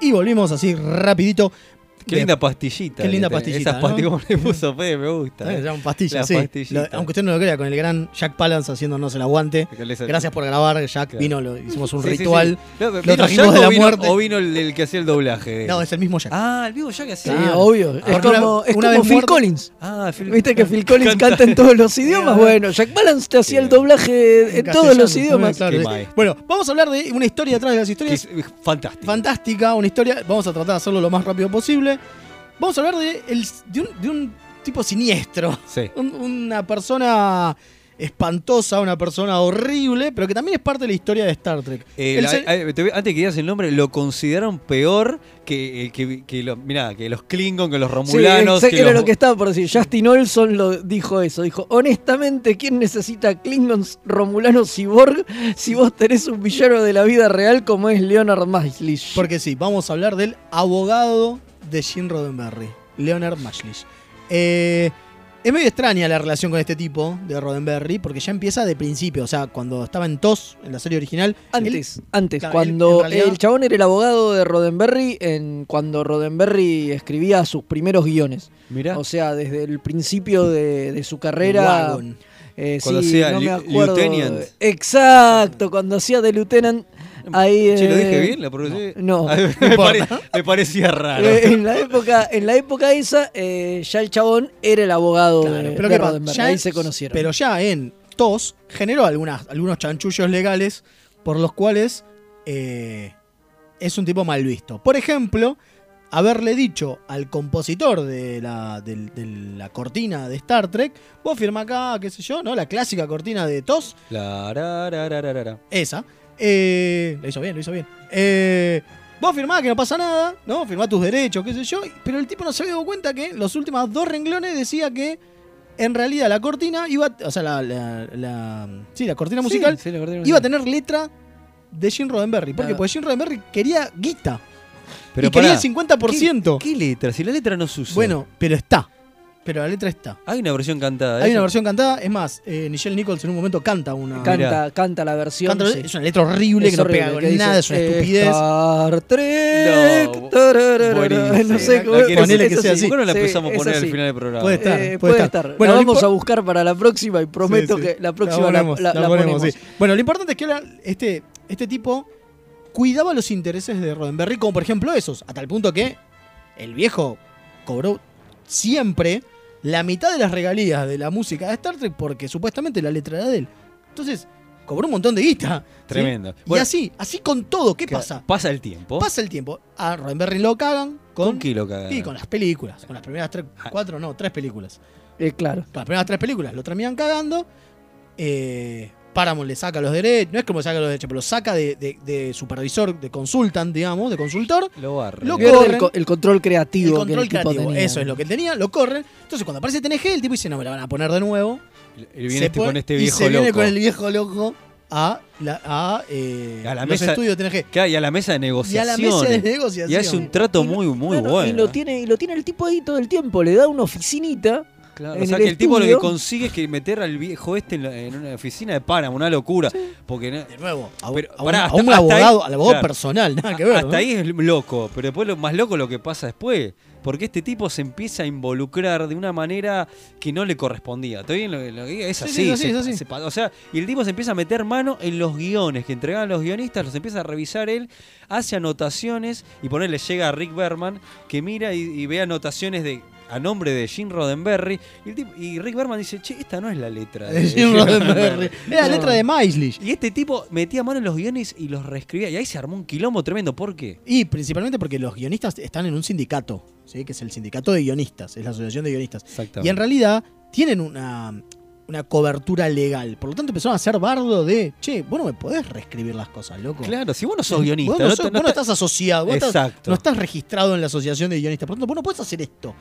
[SPEAKER 2] Y volvimos así rapidito.
[SPEAKER 4] Qué
[SPEAKER 2] De-
[SPEAKER 4] linda pastillita.
[SPEAKER 2] Qué
[SPEAKER 4] que
[SPEAKER 2] linda
[SPEAKER 4] te-
[SPEAKER 2] pastillita.
[SPEAKER 4] Esas
[SPEAKER 2] ¿no?
[SPEAKER 4] pastillas como le puso Fede, me gusta.
[SPEAKER 2] Eh,
[SPEAKER 4] eh.
[SPEAKER 2] se llaman pastillas,
[SPEAKER 4] Las
[SPEAKER 2] sí.
[SPEAKER 4] pastillitas.
[SPEAKER 2] Lo- aunque usted no lo crea, con el gran Jack Palance haciéndonos el aguante.
[SPEAKER 4] Que les-
[SPEAKER 2] Gracias por grabar, Jack.
[SPEAKER 4] Claro.
[SPEAKER 2] Vino, lo, hicimos un
[SPEAKER 4] Sí, sí, sí.
[SPEAKER 2] ritual.
[SPEAKER 4] No,
[SPEAKER 2] Lo
[SPEAKER 4] ¿vino
[SPEAKER 2] trajimos
[SPEAKER 4] Jack
[SPEAKER 2] de
[SPEAKER 4] o
[SPEAKER 2] la
[SPEAKER 4] vino-
[SPEAKER 2] muerte.
[SPEAKER 4] O vino el, el que hacía el doblaje.
[SPEAKER 2] No, es el mismo Jack.
[SPEAKER 4] Ah, el mismo Jack que hacía.
[SPEAKER 3] Sí, obvio. Es
[SPEAKER 2] Ahora,
[SPEAKER 3] como, es
[SPEAKER 2] una
[SPEAKER 3] como
[SPEAKER 2] vez
[SPEAKER 3] Phil
[SPEAKER 2] muerto-
[SPEAKER 3] Collins.
[SPEAKER 4] Ah, Phil-
[SPEAKER 3] Viste que Phil Collins
[SPEAKER 2] Canta-
[SPEAKER 3] canta, en todos los idiomas. Bueno, Jack Balance te hacía el doblaje en, todos los
[SPEAKER 2] castellano.
[SPEAKER 3] idiomas.
[SPEAKER 2] Claro,
[SPEAKER 4] Qué
[SPEAKER 2] sí.
[SPEAKER 4] maestro.
[SPEAKER 2] Bueno, vamos a hablar de una historia detrás de las
[SPEAKER 4] Que
[SPEAKER 2] historias.
[SPEAKER 4] es- fantástico.
[SPEAKER 2] Fantástica, una historia. Vamos a tratar de hacerlo lo más rápido posible. Vamos a hablar de, el- de, un, de un tipo siniestro.
[SPEAKER 4] Sí.
[SPEAKER 2] Un- una persona espantosa, una persona horrible, pero que también es parte de la historia de Star Trek.
[SPEAKER 4] Eh,
[SPEAKER 2] El
[SPEAKER 4] la-
[SPEAKER 2] se-
[SPEAKER 4] eh, te voy- antes que digas el nombre, lo consideraron peor que, eh, que, que los, mirá, que los Klingon, que los
[SPEAKER 3] Sí,
[SPEAKER 4] Romulanos.
[SPEAKER 3] sé que era
[SPEAKER 4] los-
[SPEAKER 3] lo que estaba por decir. Justin Olson lo dijo eso. Dijo, honestamente, ¿quién necesita Klingons, Romulanos y Borg si vos tenés un villano de la vida real como es Leonard Maslish?
[SPEAKER 2] Porque sí, vamos a hablar del abogado de Jim Roddenberry, Leonard Mashlish. Eh, es medio extraña la relación con este tipo de Roddenberry, porque ya empieza de principio, o sea, cuando estaba en TOS, en la serie original.
[SPEAKER 3] Antes,
[SPEAKER 2] él-
[SPEAKER 3] antes,
[SPEAKER 2] claro, él,
[SPEAKER 3] cuando
[SPEAKER 2] en realidad,
[SPEAKER 3] el chabón era el abogado de Roddenberry, en, cuando Roddenberry escribía sus primeros guiones.
[SPEAKER 4] Mirá.
[SPEAKER 3] O sea, desde el principio de, de su carrera.
[SPEAKER 2] Wagon.
[SPEAKER 3] eh,
[SPEAKER 4] Cuando
[SPEAKER 3] sí,
[SPEAKER 4] hacía
[SPEAKER 3] no me
[SPEAKER 4] Lieu-
[SPEAKER 3] acuerdo.
[SPEAKER 4] Lieutenant.
[SPEAKER 3] Exacto, cuando hacía de Lieutenant. Ahí,
[SPEAKER 4] Che, ¿lo
[SPEAKER 3] eh,
[SPEAKER 4] dije bien? ¿La pronuncié?
[SPEAKER 3] No.
[SPEAKER 4] A ver, me, pare- me parecía raro.
[SPEAKER 3] Eh, en, la época, en la época esa, eh, ya el chabón era el abogado de,
[SPEAKER 2] Pero
[SPEAKER 3] Eh, de
[SPEAKER 2] ¿qué pasa?
[SPEAKER 3] Roddenberry.
[SPEAKER 2] Ya
[SPEAKER 3] ahí
[SPEAKER 2] en-
[SPEAKER 3] se conocieron.
[SPEAKER 2] Pero ya en TOS generó algunas, algunos chanchullos legales por los cuales eh, es un tipo mal visto. Por ejemplo, haberle dicho al compositor de la, del- de la cortina de Star Trek, vos firma acá, qué sé yo, ¿no? La clásica cortina de TOS,
[SPEAKER 4] La, ra, ra, ra, ra, ra, ra.
[SPEAKER 2] esa. Eh, lo hizo bien, lo hizo bien. Eh, vos firmás que no pasa nada, ¿no? Firmá tus derechos, qué sé yo. y- Pero el tipo no se había dado cuenta que los últimos dos renglones decía que en realidad la cortina iba. O sea, la. la, la- sí, la cortina
[SPEAKER 3] Sí,
[SPEAKER 2] musical
[SPEAKER 3] sí, la cortina
[SPEAKER 2] iba a
[SPEAKER 3] musical.
[SPEAKER 2] tener letra de Jim Roddenberry. ¿Por qué?
[SPEAKER 3] Claro.
[SPEAKER 2] Porque Jim Roddenberry quería guita.
[SPEAKER 4] Pero
[SPEAKER 2] y quería
[SPEAKER 4] pará,
[SPEAKER 2] el 50%.
[SPEAKER 4] ¿Qué letra? Si la letra no se usa.
[SPEAKER 2] Bueno, pero está. Pero la letra está.
[SPEAKER 4] Hay una versión cantada. de
[SPEAKER 2] Hay una
[SPEAKER 4] eso.
[SPEAKER 2] versión cantada, es más, eh, Nichelle Nichols en un momento canta una.
[SPEAKER 3] Canta, canta la versión.
[SPEAKER 2] Canta-
[SPEAKER 3] sí.
[SPEAKER 2] es una letra horrible que no pega con
[SPEAKER 3] que dice, Eh,
[SPEAKER 2] nada, es una estupidez.
[SPEAKER 3] Star Trek,
[SPEAKER 4] No,
[SPEAKER 3] tararara,
[SPEAKER 4] buenísimo.
[SPEAKER 3] no sé cómo
[SPEAKER 4] La quiero-
[SPEAKER 2] Ponele que
[SPEAKER 3] eso
[SPEAKER 2] sea así.
[SPEAKER 4] ¿Por qué no la
[SPEAKER 3] sí,
[SPEAKER 4] empezamos a
[SPEAKER 3] eso
[SPEAKER 4] poner al
[SPEAKER 3] sí.
[SPEAKER 4] final del programa?
[SPEAKER 2] Puede estar,
[SPEAKER 3] Eh,
[SPEAKER 2] puede estar.
[SPEAKER 3] Bueno,
[SPEAKER 2] Bueno,
[SPEAKER 3] la
[SPEAKER 2] lo
[SPEAKER 3] vamos
[SPEAKER 2] impo-
[SPEAKER 3] a buscar para la próxima y prometo
[SPEAKER 2] Sí, sí.
[SPEAKER 3] que la próxima la,
[SPEAKER 2] ponemos,
[SPEAKER 3] la-
[SPEAKER 2] la
[SPEAKER 3] la
[SPEAKER 2] ponemos,
[SPEAKER 3] ponemos.
[SPEAKER 2] sí. Bueno, lo importante es que ahora este, este tipo cuidaba los intereses de Roddenberry, como por ejemplo esos, a tal punto que el viejo cobró siempre la mitad de las regalías de la música de Star Trek porque supuestamente la letra era de él. Entonces, cobró un montón de guita. ¿sí?
[SPEAKER 4] Tremendo.
[SPEAKER 2] Y
[SPEAKER 4] Bueno.
[SPEAKER 2] así, así con todo, ¿qué
[SPEAKER 4] Que
[SPEAKER 2] pasa?
[SPEAKER 4] Pasa el tiempo.
[SPEAKER 2] Pasa el tiempo. A Roddenberry lo cagan con...
[SPEAKER 4] ¿Con Ah. qué lo cagaron?
[SPEAKER 2] Y con las películas, con las primeras tres, cuatro, no, tres películas.
[SPEAKER 3] Eh, claro.
[SPEAKER 2] Con las primeras tres películas lo terminan cagando. Eh, Paramount le saca los derechos, no es como le saca los derechos, pero lo saca de, de- de supervisor, de consultant, digamos, de consultor.
[SPEAKER 4] Lo barre.
[SPEAKER 2] Lo
[SPEAKER 3] Pierde
[SPEAKER 2] corren.
[SPEAKER 3] el, co- el control creativo
[SPEAKER 2] El
[SPEAKER 3] que
[SPEAKER 2] control
[SPEAKER 3] el tipo
[SPEAKER 2] creativo,
[SPEAKER 3] tenía.
[SPEAKER 2] eso es lo que él tenía, lo corren. Entonces cuando aparece TNG, el tipo dice, no, me la van a poner de nuevo.
[SPEAKER 4] Y viene
[SPEAKER 2] Se
[SPEAKER 4] este-
[SPEAKER 2] pone-
[SPEAKER 4] con este
[SPEAKER 2] y
[SPEAKER 4] viejo
[SPEAKER 2] se viene
[SPEAKER 4] loco.
[SPEAKER 2] con el viejo loco a, la- a, eh,
[SPEAKER 4] A la
[SPEAKER 2] los
[SPEAKER 4] mesa-
[SPEAKER 2] estudios de TNG.
[SPEAKER 4] Claro, y a la mesa de
[SPEAKER 2] Y a la mesa de
[SPEAKER 4] negociaciones.
[SPEAKER 2] negociación.
[SPEAKER 4] Y hace un trato muy, muy bueno.
[SPEAKER 3] Y lo tiene, y lo tiene el tipo ahí todo el tiempo, le da una oficinita.
[SPEAKER 4] Claro,
[SPEAKER 3] en
[SPEAKER 4] o sea
[SPEAKER 3] el
[SPEAKER 4] que el tipo lo que
[SPEAKER 3] estudio.
[SPEAKER 4] consigue es que meter al viejo este en, la- en una oficina de Panamá, una locura. Porque de
[SPEAKER 2] nuevo, a, a
[SPEAKER 4] pará,
[SPEAKER 2] un- a
[SPEAKER 4] hasta-
[SPEAKER 2] un
[SPEAKER 4] hasta
[SPEAKER 2] abogado- al abogado personal, nada que ver,
[SPEAKER 4] Hasta
[SPEAKER 2] ¿no?
[SPEAKER 4] ahí es loco, pero después lo más loco lo que pasa después. Porque este tipo se empieza a involucrar de una manera que no le correspondía. ¿Está bien? Lo, lo que digo? es
[SPEAKER 2] Sí,
[SPEAKER 4] así.
[SPEAKER 2] sí, es así,
[SPEAKER 4] se-
[SPEAKER 2] es así.
[SPEAKER 4] se pa- o sea, y el tipo se empieza a meter mano en los guiones que entregaban los guionistas, los empieza a revisar él, hace anotaciones y ponerle llega a Rick Berman que mira y, y ve anotaciones de a nombre de Jim Roddenberry y, el tipo- y Rick Berman dice, che, esta no es la letra de
[SPEAKER 2] Jim Roddenberry. Era la letra de Maislish.
[SPEAKER 4] Y este tipo metía mano en los guiones y los reescribía. Y ahí se armó un quilombo tremendo. ¿Por qué?
[SPEAKER 2] Y principalmente porque los guionistas están en un sindicato, ¿sí? que es el sindicato de guionistas, es la asociación de guionistas.
[SPEAKER 4] Exactamente.
[SPEAKER 2] Y en realidad tienen una, una cobertura legal. Por lo tanto empezaron a hacer bardo de, che, vos no me podés reescribir las cosas, loco.
[SPEAKER 4] Claro, si vos no sos guionista.
[SPEAKER 2] Vos no,
[SPEAKER 4] no
[SPEAKER 2] sos-
[SPEAKER 4] te- no
[SPEAKER 2] vos no
[SPEAKER 4] estás-
[SPEAKER 2] estás asociado, vos estás-
[SPEAKER 4] Exacto.
[SPEAKER 2] no estás registrado en la asociación de guionistas. Por lo tanto, vos no podés hacer esto.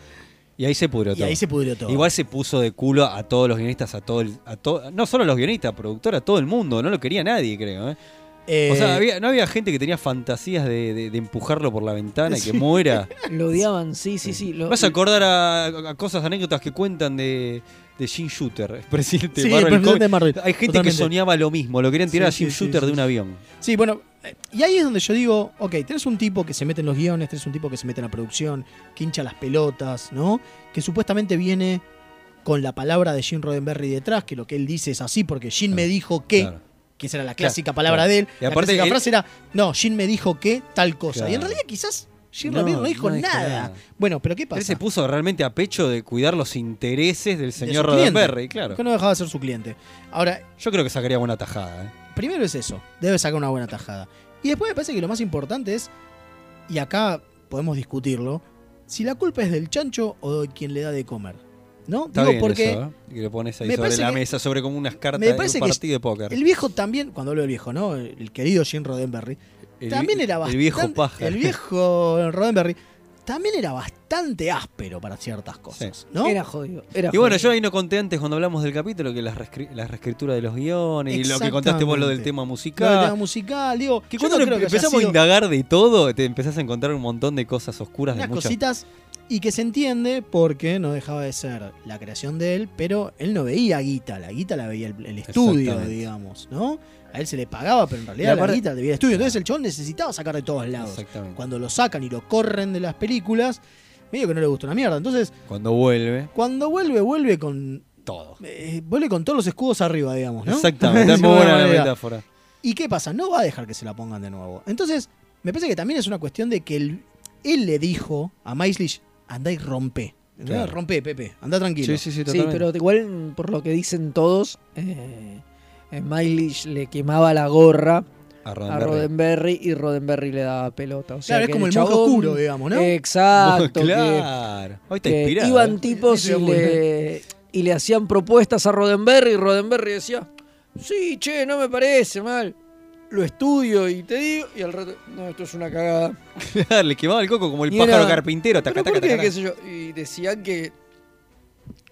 [SPEAKER 4] Y ahí se pudrió
[SPEAKER 2] Y
[SPEAKER 4] todo.
[SPEAKER 2] ahí se pudrió todo.
[SPEAKER 4] Igual se puso de culo a todos los guionistas, a todo el- a to- no solo a los guionistas, productor, a todo el mundo. No lo quería nadie, creo. ¿eh?
[SPEAKER 2] Eh,
[SPEAKER 4] o sea, había- no había gente que tenía fantasías de, de- de empujarlo por la ventana y que muera.
[SPEAKER 3] Lo odiaban, sí, sí, sí. lo-
[SPEAKER 4] Vas a acordar a, a cosas, anécdotas que cuentan de, de Jim Shooter, el presidente,
[SPEAKER 2] Sí,
[SPEAKER 4] de
[SPEAKER 2] el
[SPEAKER 4] Marvel
[SPEAKER 2] presidente de
[SPEAKER 4] Comics.
[SPEAKER 2] Marvel,
[SPEAKER 4] Hay gente que
[SPEAKER 2] totalmente.
[SPEAKER 4] soñaba lo mismo, lo querían tirar
[SPEAKER 2] Sí,
[SPEAKER 4] a Jim
[SPEAKER 2] sí, sí,
[SPEAKER 4] Shooter
[SPEAKER 2] sí,
[SPEAKER 4] de un
[SPEAKER 2] sí.
[SPEAKER 4] avión.
[SPEAKER 2] Sí, bueno, eh, y ahí es donde yo digo, ok, tenés un tipo que se mete en los guiones, tenés un tipo que se mete en la producción, que hincha las pelotas, ¿no? Que supuestamente viene con la palabra de Jim Roddenberry detrás, que lo que él dice es así, porque Jim me dijo que,
[SPEAKER 4] claro.
[SPEAKER 2] que esa era la
[SPEAKER 4] Claro,
[SPEAKER 2] clásica palabra
[SPEAKER 4] claro.
[SPEAKER 2] de él,
[SPEAKER 4] Y
[SPEAKER 2] la
[SPEAKER 4] aparte
[SPEAKER 2] clásica
[SPEAKER 4] él-
[SPEAKER 2] frase era, no, Jim me dijo que tal cosa.
[SPEAKER 4] Claro.
[SPEAKER 2] Y en realidad quizás Jim
[SPEAKER 4] No,
[SPEAKER 2] Roddenberry no dijo
[SPEAKER 4] no dijo
[SPEAKER 2] nada.
[SPEAKER 4] nada.
[SPEAKER 2] Bueno, pero ¿qué pasa?
[SPEAKER 4] Él se puso realmente a pecho de cuidar los intereses del
[SPEAKER 2] De su
[SPEAKER 4] señor
[SPEAKER 2] cliente,
[SPEAKER 4] Roddenberry, claro.
[SPEAKER 2] Que no dejaba de ser su cliente. Ahora,
[SPEAKER 4] Yo creo que sacaría buena tajada. ¿eh?
[SPEAKER 2] primero es eso, debe sacar una buena tajada. Y después me parece que lo más importante es, y acá podemos discutirlo, si la culpa es del chancho o de quien le da de comer. ¿No?
[SPEAKER 4] Está
[SPEAKER 2] Digo
[SPEAKER 4] bien
[SPEAKER 2] porque
[SPEAKER 4] eso, ¿eh? Que lo pones ahí
[SPEAKER 2] me
[SPEAKER 4] sobre
[SPEAKER 2] parece
[SPEAKER 4] la
[SPEAKER 2] que-
[SPEAKER 4] mesa, sobre como unas cartas
[SPEAKER 2] me
[SPEAKER 4] de
[SPEAKER 2] parece
[SPEAKER 4] un
[SPEAKER 2] que
[SPEAKER 4] partido de póker.
[SPEAKER 2] el viejo también, cuando hablo del viejo, ¿no? El querido Jim Roddenberry,
[SPEAKER 4] El
[SPEAKER 2] también
[SPEAKER 4] vi-
[SPEAKER 2] era bastante.
[SPEAKER 4] el viejo paja.
[SPEAKER 2] El viejo Roddenberry también era bastante áspero para ciertas cosas, ¿no?
[SPEAKER 3] Era jodido, era
[SPEAKER 4] y bueno,
[SPEAKER 3] jodido.
[SPEAKER 4] yo ahí no conté antes cuando hablamos del capítulo que la, reescri- la reescritura de los guiones y lo que contaste vos lo del
[SPEAKER 2] Exactamente. Lo
[SPEAKER 4] tema
[SPEAKER 2] del tema
[SPEAKER 4] musical.
[SPEAKER 2] musical, digo.
[SPEAKER 4] que
[SPEAKER 2] yo
[SPEAKER 4] cuando
[SPEAKER 2] no
[SPEAKER 4] lo
[SPEAKER 2] creo que haya
[SPEAKER 4] empezamos a
[SPEAKER 2] sido-
[SPEAKER 4] indagar de todo, te empezás a encontrar un montón de cosas oscuras de
[SPEAKER 2] unas
[SPEAKER 4] muchas.
[SPEAKER 2] cositas y que se entiende porque no dejaba de ser la creación de él, pero él no veía guita, la guita la veía el, el estudio,
[SPEAKER 4] Exactamente.
[SPEAKER 2] digamos, ¿no? A él se le pagaba, pero en
[SPEAKER 4] Y
[SPEAKER 2] realidad la
[SPEAKER 4] aparte-
[SPEAKER 2] guita la debía el estudio. Entonces el chabón necesitaba sacar de todos lados.
[SPEAKER 4] Exactamente.
[SPEAKER 2] Cuando lo sacan y lo corren de las películas, medio que no le gustó una mierda. Entonces,
[SPEAKER 4] Cuando vuelve.
[SPEAKER 2] cuando vuelve, vuelve con. eh,
[SPEAKER 4] Todo.
[SPEAKER 2] vuelve con todos los escudos arriba, digamos, ¿no?
[SPEAKER 4] Exactamente,
[SPEAKER 2] De
[SPEAKER 4] es muy
[SPEAKER 2] alguna
[SPEAKER 4] buena la
[SPEAKER 2] manera.
[SPEAKER 4] metáfora.
[SPEAKER 2] ¿Y qué pasa? No va a dejar que se la pongan de nuevo. Entonces, me parece que también es una cuestión de que él, él le dijo a Maislish, andá y rompe. ¿Entendés?
[SPEAKER 4] Claro.
[SPEAKER 2] Rompe, Pepe, andá tranquilo.
[SPEAKER 3] Sí, pero igual por lo que dicen todos, eh, eh, Mileage le quemaba la gorra
[SPEAKER 4] A
[SPEAKER 3] a
[SPEAKER 4] Roddenberry.
[SPEAKER 3] Roddenberry y Roddenberry le daba pelota. O sea
[SPEAKER 2] Claro, es
[SPEAKER 3] que
[SPEAKER 2] como el monje
[SPEAKER 3] chabón,
[SPEAKER 2] oscuro, digamos, ¿no?
[SPEAKER 3] Exacto.
[SPEAKER 4] Claro.
[SPEAKER 3] que-
[SPEAKER 4] Hoy está
[SPEAKER 3] que
[SPEAKER 4] inspirado,
[SPEAKER 3] Iban
[SPEAKER 4] ¿eh?
[SPEAKER 3] tipos
[SPEAKER 2] Sí, sí,
[SPEAKER 3] y
[SPEAKER 2] muy
[SPEAKER 3] le, y le hacían propuestas a Roddenberry y Roddenberry decía, sí, che, no me parece mal. Lo estudio y te digo, y al rato, no, esto es una cagada.
[SPEAKER 4] Claro, ¿eh? le quemaba el coco como el
[SPEAKER 3] Y
[SPEAKER 4] pájaro
[SPEAKER 3] era-
[SPEAKER 4] carpintero. taca,
[SPEAKER 3] ¿Pero por
[SPEAKER 4] taca,
[SPEAKER 3] qué?
[SPEAKER 4] taca,
[SPEAKER 3] ¿Qué sé yo? Y decían que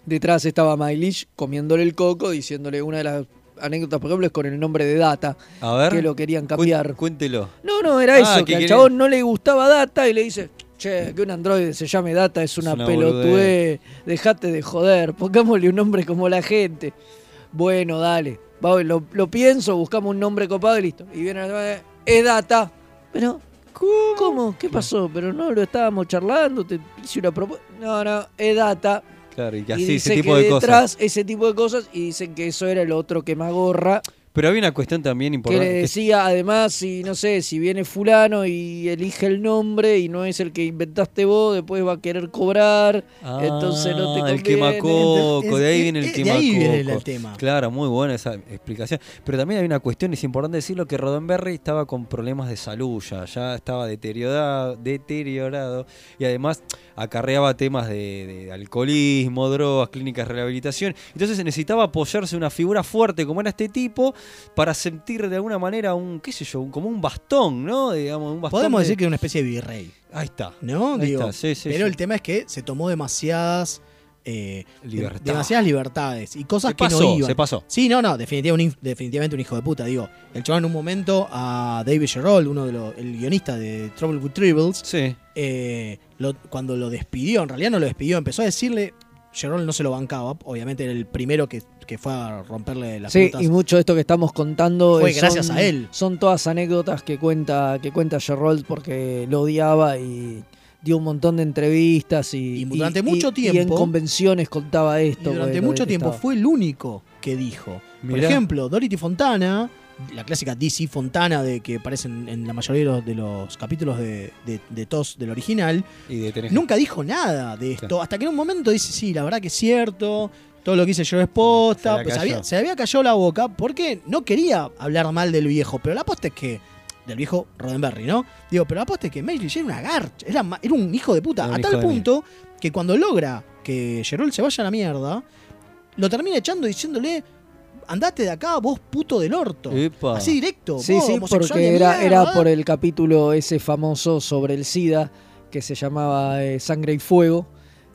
[SPEAKER 3] detrás estaba Mailish comiéndole el coco, diciéndole una de las anécdotas, por ejemplo, es con el nombre de Data.
[SPEAKER 4] A ver.
[SPEAKER 3] Que lo querían
[SPEAKER 4] Cuen-
[SPEAKER 3] cambiar.
[SPEAKER 4] Cuéntelo.
[SPEAKER 3] No, no, era
[SPEAKER 4] Ah,
[SPEAKER 3] eso,
[SPEAKER 4] que
[SPEAKER 3] que al
[SPEAKER 4] querían-
[SPEAKER 3] chabón no le gustaba Data y le dice, che, que un androide se llame Data es una,
[SPEAKER 4] una
[SPEAKER 3] pelotudez, dejate de joder, pongámosle un nombre como la gente. Bueno, dale, va, lo, lo pienso, buscamos un nombre copado y listo. Y viene la es Data. Pero, ¿cómo? ¿Qué pasó? Pero no, lo estábamos charlando, te hice una propuesta. No, no, es Data.
[SPEAKER 4] Claro, y
[SPEAKER 3] Y,
[SPEAKER 4] así,
[SPEAKER 3] dice
[SPEAKER 4] ese tipo
[SPEAKER 3] que
[SPEAKER 4] de
[SPEAKER 3] detrás
[SPEAKER 4] cosas.
[SPEAKER 3] ese tipo de cosas y dicen que eso era el otro quemagorra
[SPEAKER 4] Pero había una cuestión también
[SPEAKER 3] que
[SPEAKER 4] importante.
[SPEAKER 3] le
[SPEAKER 4] que-
[SPEAKER 3] decía, además, si no sé, si viene fulano y elige el nombre y no es el que inventaste vos, después va a querer cobrar,
[SPEAKER 4] Ah,
[SPEAKER 3] entonces no te conviene.
[SPEAKER 4] el quemacoco, de ahí viene el
[SPEAKER 2] de
[SPEAKER 4] quemacoco.
[SPEAKER 2] ahí viene el tema.
[SPEAKER 4] Claro, muy buena esa explicación. Pero también hay una cuestión, es importante decirlo, que Roddenberry estaba con problemas de salud ya, ya estaba deteriorado, deteriorado y además acarreaba temas de, de alcoholismo, drogas, clínicas de rehabilitación. Entonces necesitaba apoyarse en una figura fuerte como era este tipo para sentir de alguna manera un, qué sé yo, un- como un bastón, ¿no? Digamos, un bastón
[SPEAKER 2] Podemos
[SPEAKER 4] de-
[SPEAKER 2] decir que es una especie de virrey.
[SPEAKER 4] Ahí está.
[SPEAKER 2] ¿No?
[SPEAKER 4] Ahí
[SPEAKER 2] Digo,
[SPEAKER 4] está, sí, sí,
[SPEAKER 2] pero
[SPEAKER 4] sí.
[SPEAKER 2] el tema es que se tomó demasiadas eh,
[SPEAKER 4] Libertad.
[SPEAKER 2] demasiadas libertades y cosas
[SPEAKER 4] Se
[SPEAKER 2] que
[SPEAKER 4] pasó,
[SPEAKER 2] no iban.
[SPEAKER 4] se pasó.
[SPEAKER 2] Sí, no, no, definitivamente un, definitivamente un hijo de puta. Digo, el chaval en un momento a David Gerrold, uno de los, el guionista de Trouble with Tribbles, eh, lo- cuando lo despidió, en realidad no lo despidió, empezó a decirle, Gerrold no se lo bancaba, obviamente era el primero que, que fue a romperle las
[SPEAKER 3] Sí,
[SPEAKER 2] pelotas.
[SPEAKER 3] y mucho de esto que estamos contando
[SPEAKER 2] Fue
[SPEAKER 3] eh,
[SPEAKER 2] gracias
[SPEAKER 3] son-
[SPEAKER 2] a él.
[SPEAKER 3] Son todas anécdotas que cuenta que cuenta Gerrold porque lo odiaba y dio un montón de entrevistas y,
[SPEAKER 2] durante
[SPEAKER 3] y-
[SPEAKER 2] mucho
[SPEAKER 3] y- y en
[SPEAKER 2] tiempo-
[SPEAKER 3] convenciones contaba
[SPEAKER 2] Y
[SPEAKER 3] esto. porque
[SPEAKER 2] durante
[SPEAKER 3] lo
[SPEAKER 2] mucho tiempo
[SPEAKER 3] detestaba.
[SPEAKER 2] fue el único que dijo. Por
[SPEAKER 3] Mirá.
[SPEAKER 2] ejemplo, Dorothy Fontana, la clásica DC Fontana de que aparecen en la mayoría de los, de los capítulos de, de, de TOS del original,
[SPEAKER 4] Y de tener-
[SPEAKER 2] nunca dijo nada de esto.
[SPEAKER 4] Claro.
[SPEAKER 2] Hasta que en un momento dice, sí, la verdad que es cierto, todo lo que hice yo es posta.
[SPEAKER 4] la
[SPEAKER 2] pues
[SPEAKER 4] cayó.
[SPEAKER 2] había- se había cayó la boca porque no quería hablar mal del viejo, pero la posta es que... Del viejo Roddenberry, ¿no? Digo, pero la posta es que Mail era una garcha, era, ma- era un hijo de puta.
[SPEAKER 4] Era un
[SPEAKER 2] a
[SPEAKER 4] hijo
[SPEAKER 2] tal
[SPEAKER 4] de mil.
[SPEAKER 2] punto que cuando logra que Gerol se vaya a la mierda, lo termina echando diciéndole, andate de acá, vos puto del orto.
[SPEAKER 4] Epa.
[SPEAKER 2] Así directo.
[SPEAKER 3] Sí,
[SPEAKER 2] vos,
[SPEAKER 3] sí,
[SPEAKER 2] homosexual de
[SPEAKER 3] porque era,
[SPEAKER 2] mierda.
[SPEAKER 3] era por el capítulo ese famoso sobre el SIDA que se llamaba eh, Sangre y Fuego.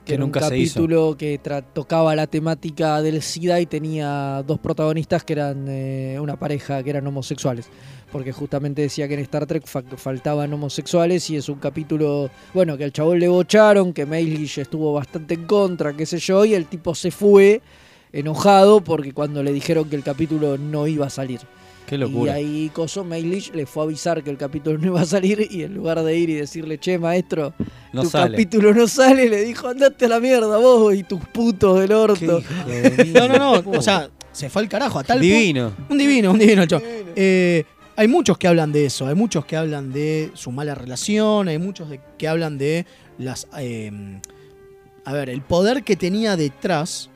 [SPEAKER 4] Que
[SPEAKER 3] era un
[SPEAKER 4] nunca se hizo.
[SPEAKER 3] capítulo que tra- tocaba la temática del SIDA y tenía dos protagonistas que eran eh, una pareja que eran homosexuales. Porque justamente decía que en Star Trek fa- faltaban homosexuales y es un capítulo, bueno, que al chabón le bocharon, que Mailish estuvo bastante en contra, qué sé yo, y el tipo se fue enojado porque cuando le dijeron que el capítulo no iba a salir.
[SPEAKER 4] Qué locura.
[SPEAKER 3] Y ahí Coso Mailish le fue a avisar que el capítulo no iba a salir y en lugar de ir y decirle, che, maestro,
[SPEAKER 4] No
[SPEAKER 3] tu
[SPEAKER 4] sale".
[SPEAKER 3] capítulo no sale, le dijo, andate a la mierda vos y tus putos del orto.
[SPEAKER 2] No, no, no. O sea, se fue al carajo a tal pu-
[SPEAKER 4] Divino.
[SPEAKER 2] Un divino, un divino el chabón. Eh, hay muchos que hablan de eso. Hay muchos que hablan de su mala relación. Hay muchos de- que hablan de las. eh, a ver, el poder que tenía detrás.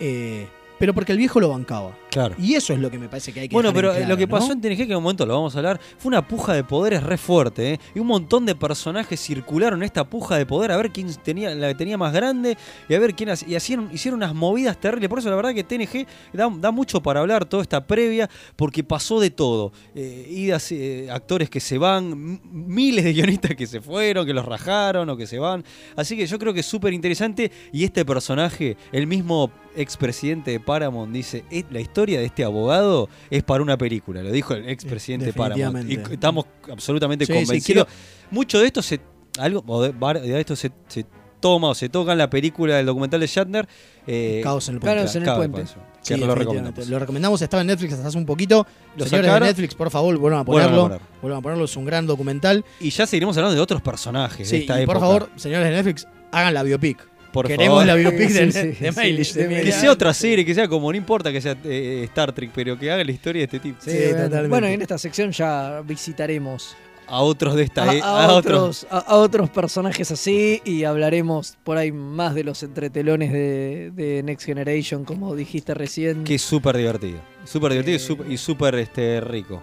[SPEAKER 2] eh, pero porque el viejo lo bancaba.
[SPEAKER 4] Claro.
[SPEAKER 2] Y eso es lo que me parece que hay que
[SPEAKER 4] Bueno,
[SPEAKER 2] dejar en
[SPEAKER 4] pero eh,
[SPEAKER 2] claro,
[SPEAKER 4] lo que
[SPEAKER 2] ¿no?
[SPEAKER 4] pasó en TNG, que en un momento lo vamos a hablar, fue una puja de poderes re fuerte, ¿eh? Y un montón de personajes circularon esta puja de poder a ver quién tenía, la tenía más grande y a ver quién hacía. Y hacían, hicieron unas movidas terribles. Por eso la verdad que TNG da, da mucho para hablar toda esta previa, porque pasó de todo. Eh, idas, eh, actores que se van, m- miles de guionistas que se fueron, que los rajaron o que se van. Así que yo creo que es súper interesante. Y este personaje, el mismo expresidente de Paramount, dice: "Eh, La historia de este abogado es para una película. Lo dijo el expresidente de Paramount. Y
[SPEAKER 2] Eh, Definitivamente.
[SPEAKER 4] c- estamos absolutamente
[SPEAKER 2] Sí, sí,
[SPEAKER 4] convencidos.
[SPEAKER 2] quiero-
[SPEAKER 4] Mucho de esto se. Algo, o de, var- de esto se, se toma o se toca en la película del documental de Shatner. eh,
[SPEAKER 2] Caos en el puente.
[SPEAKER 4] Caos en el puente.
[SPEAKER 2] Sí,
[SPEAKER 4] Que lo
[SPEAKER 2] definitivamente.
[SPEAKER 4] recomendamos.
[SPEAKER 2] Lo recomendamos, estaba en Netflix hasta hace un poquito.
[SPEAKER 4] Lo
[SPEAKER 2] Señores
[SPEAKER 4] sacaron.
[SPEAKER 2] de Netflix, por favor, vuelvan a
[SPEAKER 4] Vuelvan a
[SPEAKER 2] ponerlo.
[SPEAKER 4] poner.
[SPEAKER 2] Vuelvan a ponerlo, es un gran documental.
[SPEAKER 4] Y ya seguiremos hablando de otros personajes
[SPEAKER 2] Sí,
[SPEAKER 4] de esta
[SPEAKER 2] y
[SPEAKER 4] época.
[SPEAKER 2] por favor, señores de Netflix, hagan la biopic.
[SPEAKER 4] Por
[SPEAKER 2] Queremos
[SPEAKER 4] favor.
[SPEAKER 2] la biopic de,
[SPEAKER 4] Sí,
[SPEAKER 2] de
[SPEAKER 4] sí, sí,
[SPEAKER 2] Mailish,
[SPEAKER 4] sí,
[SPEAKER 2] de
[SPEAKER 4] Que
[SPEAKER 2] Mailish.
[SPEAKER 4] sea otra serie, que sea como, no importa que sea eh, Star Trek, pero que haga la historia de este tipo.
[SPEAKER 3] Sí, bueno. Bueno, y en esta sección ya visitaremos
[SPEAKER 4] a otros de esta
[SPEAKER 3] a,
[SPEAKER 4] eh,
[SPEAKER 3] a
[SPEAKER 4] a
[SPEAKER 3] otros, a, a otros personajes así y hablaremos por ahí más de los entretelones de, de Next Generation, como dijiste recién.
[SPEAKER 4] que es súper divertido. Súper divertido y súper- y súper este, rico.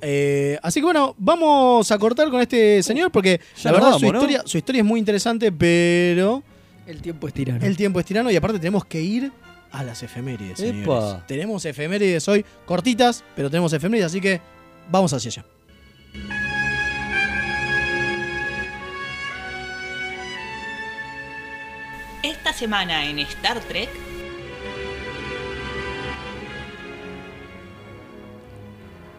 [SPEAKER 2] Eh, así que bueno, vamos a cortar con este señor porque
[SPEAKER 4] Ya
[SPEAKER 2] la verdad
[SPEAKER 4] nos
[SPEAKER 2] su,
[SPEAKER 4] vamos, ¿no?
[SPEAKER 2] historia, su historia es muy interesante, pero
[SPEAKER 3] El tiempo es tirano.
[SPEAKER 2] el tiempo es tirano y aparte tenemos que ir a las efemérides.
[SPEAKER 4] Epa.
[SPEAKER 2] señores. Tenemos efemérides hoy, cortitas, pero tenemos efemérides, así que vamos hacia allá.
[SPEAKER 6] Esta semana en Star Trek,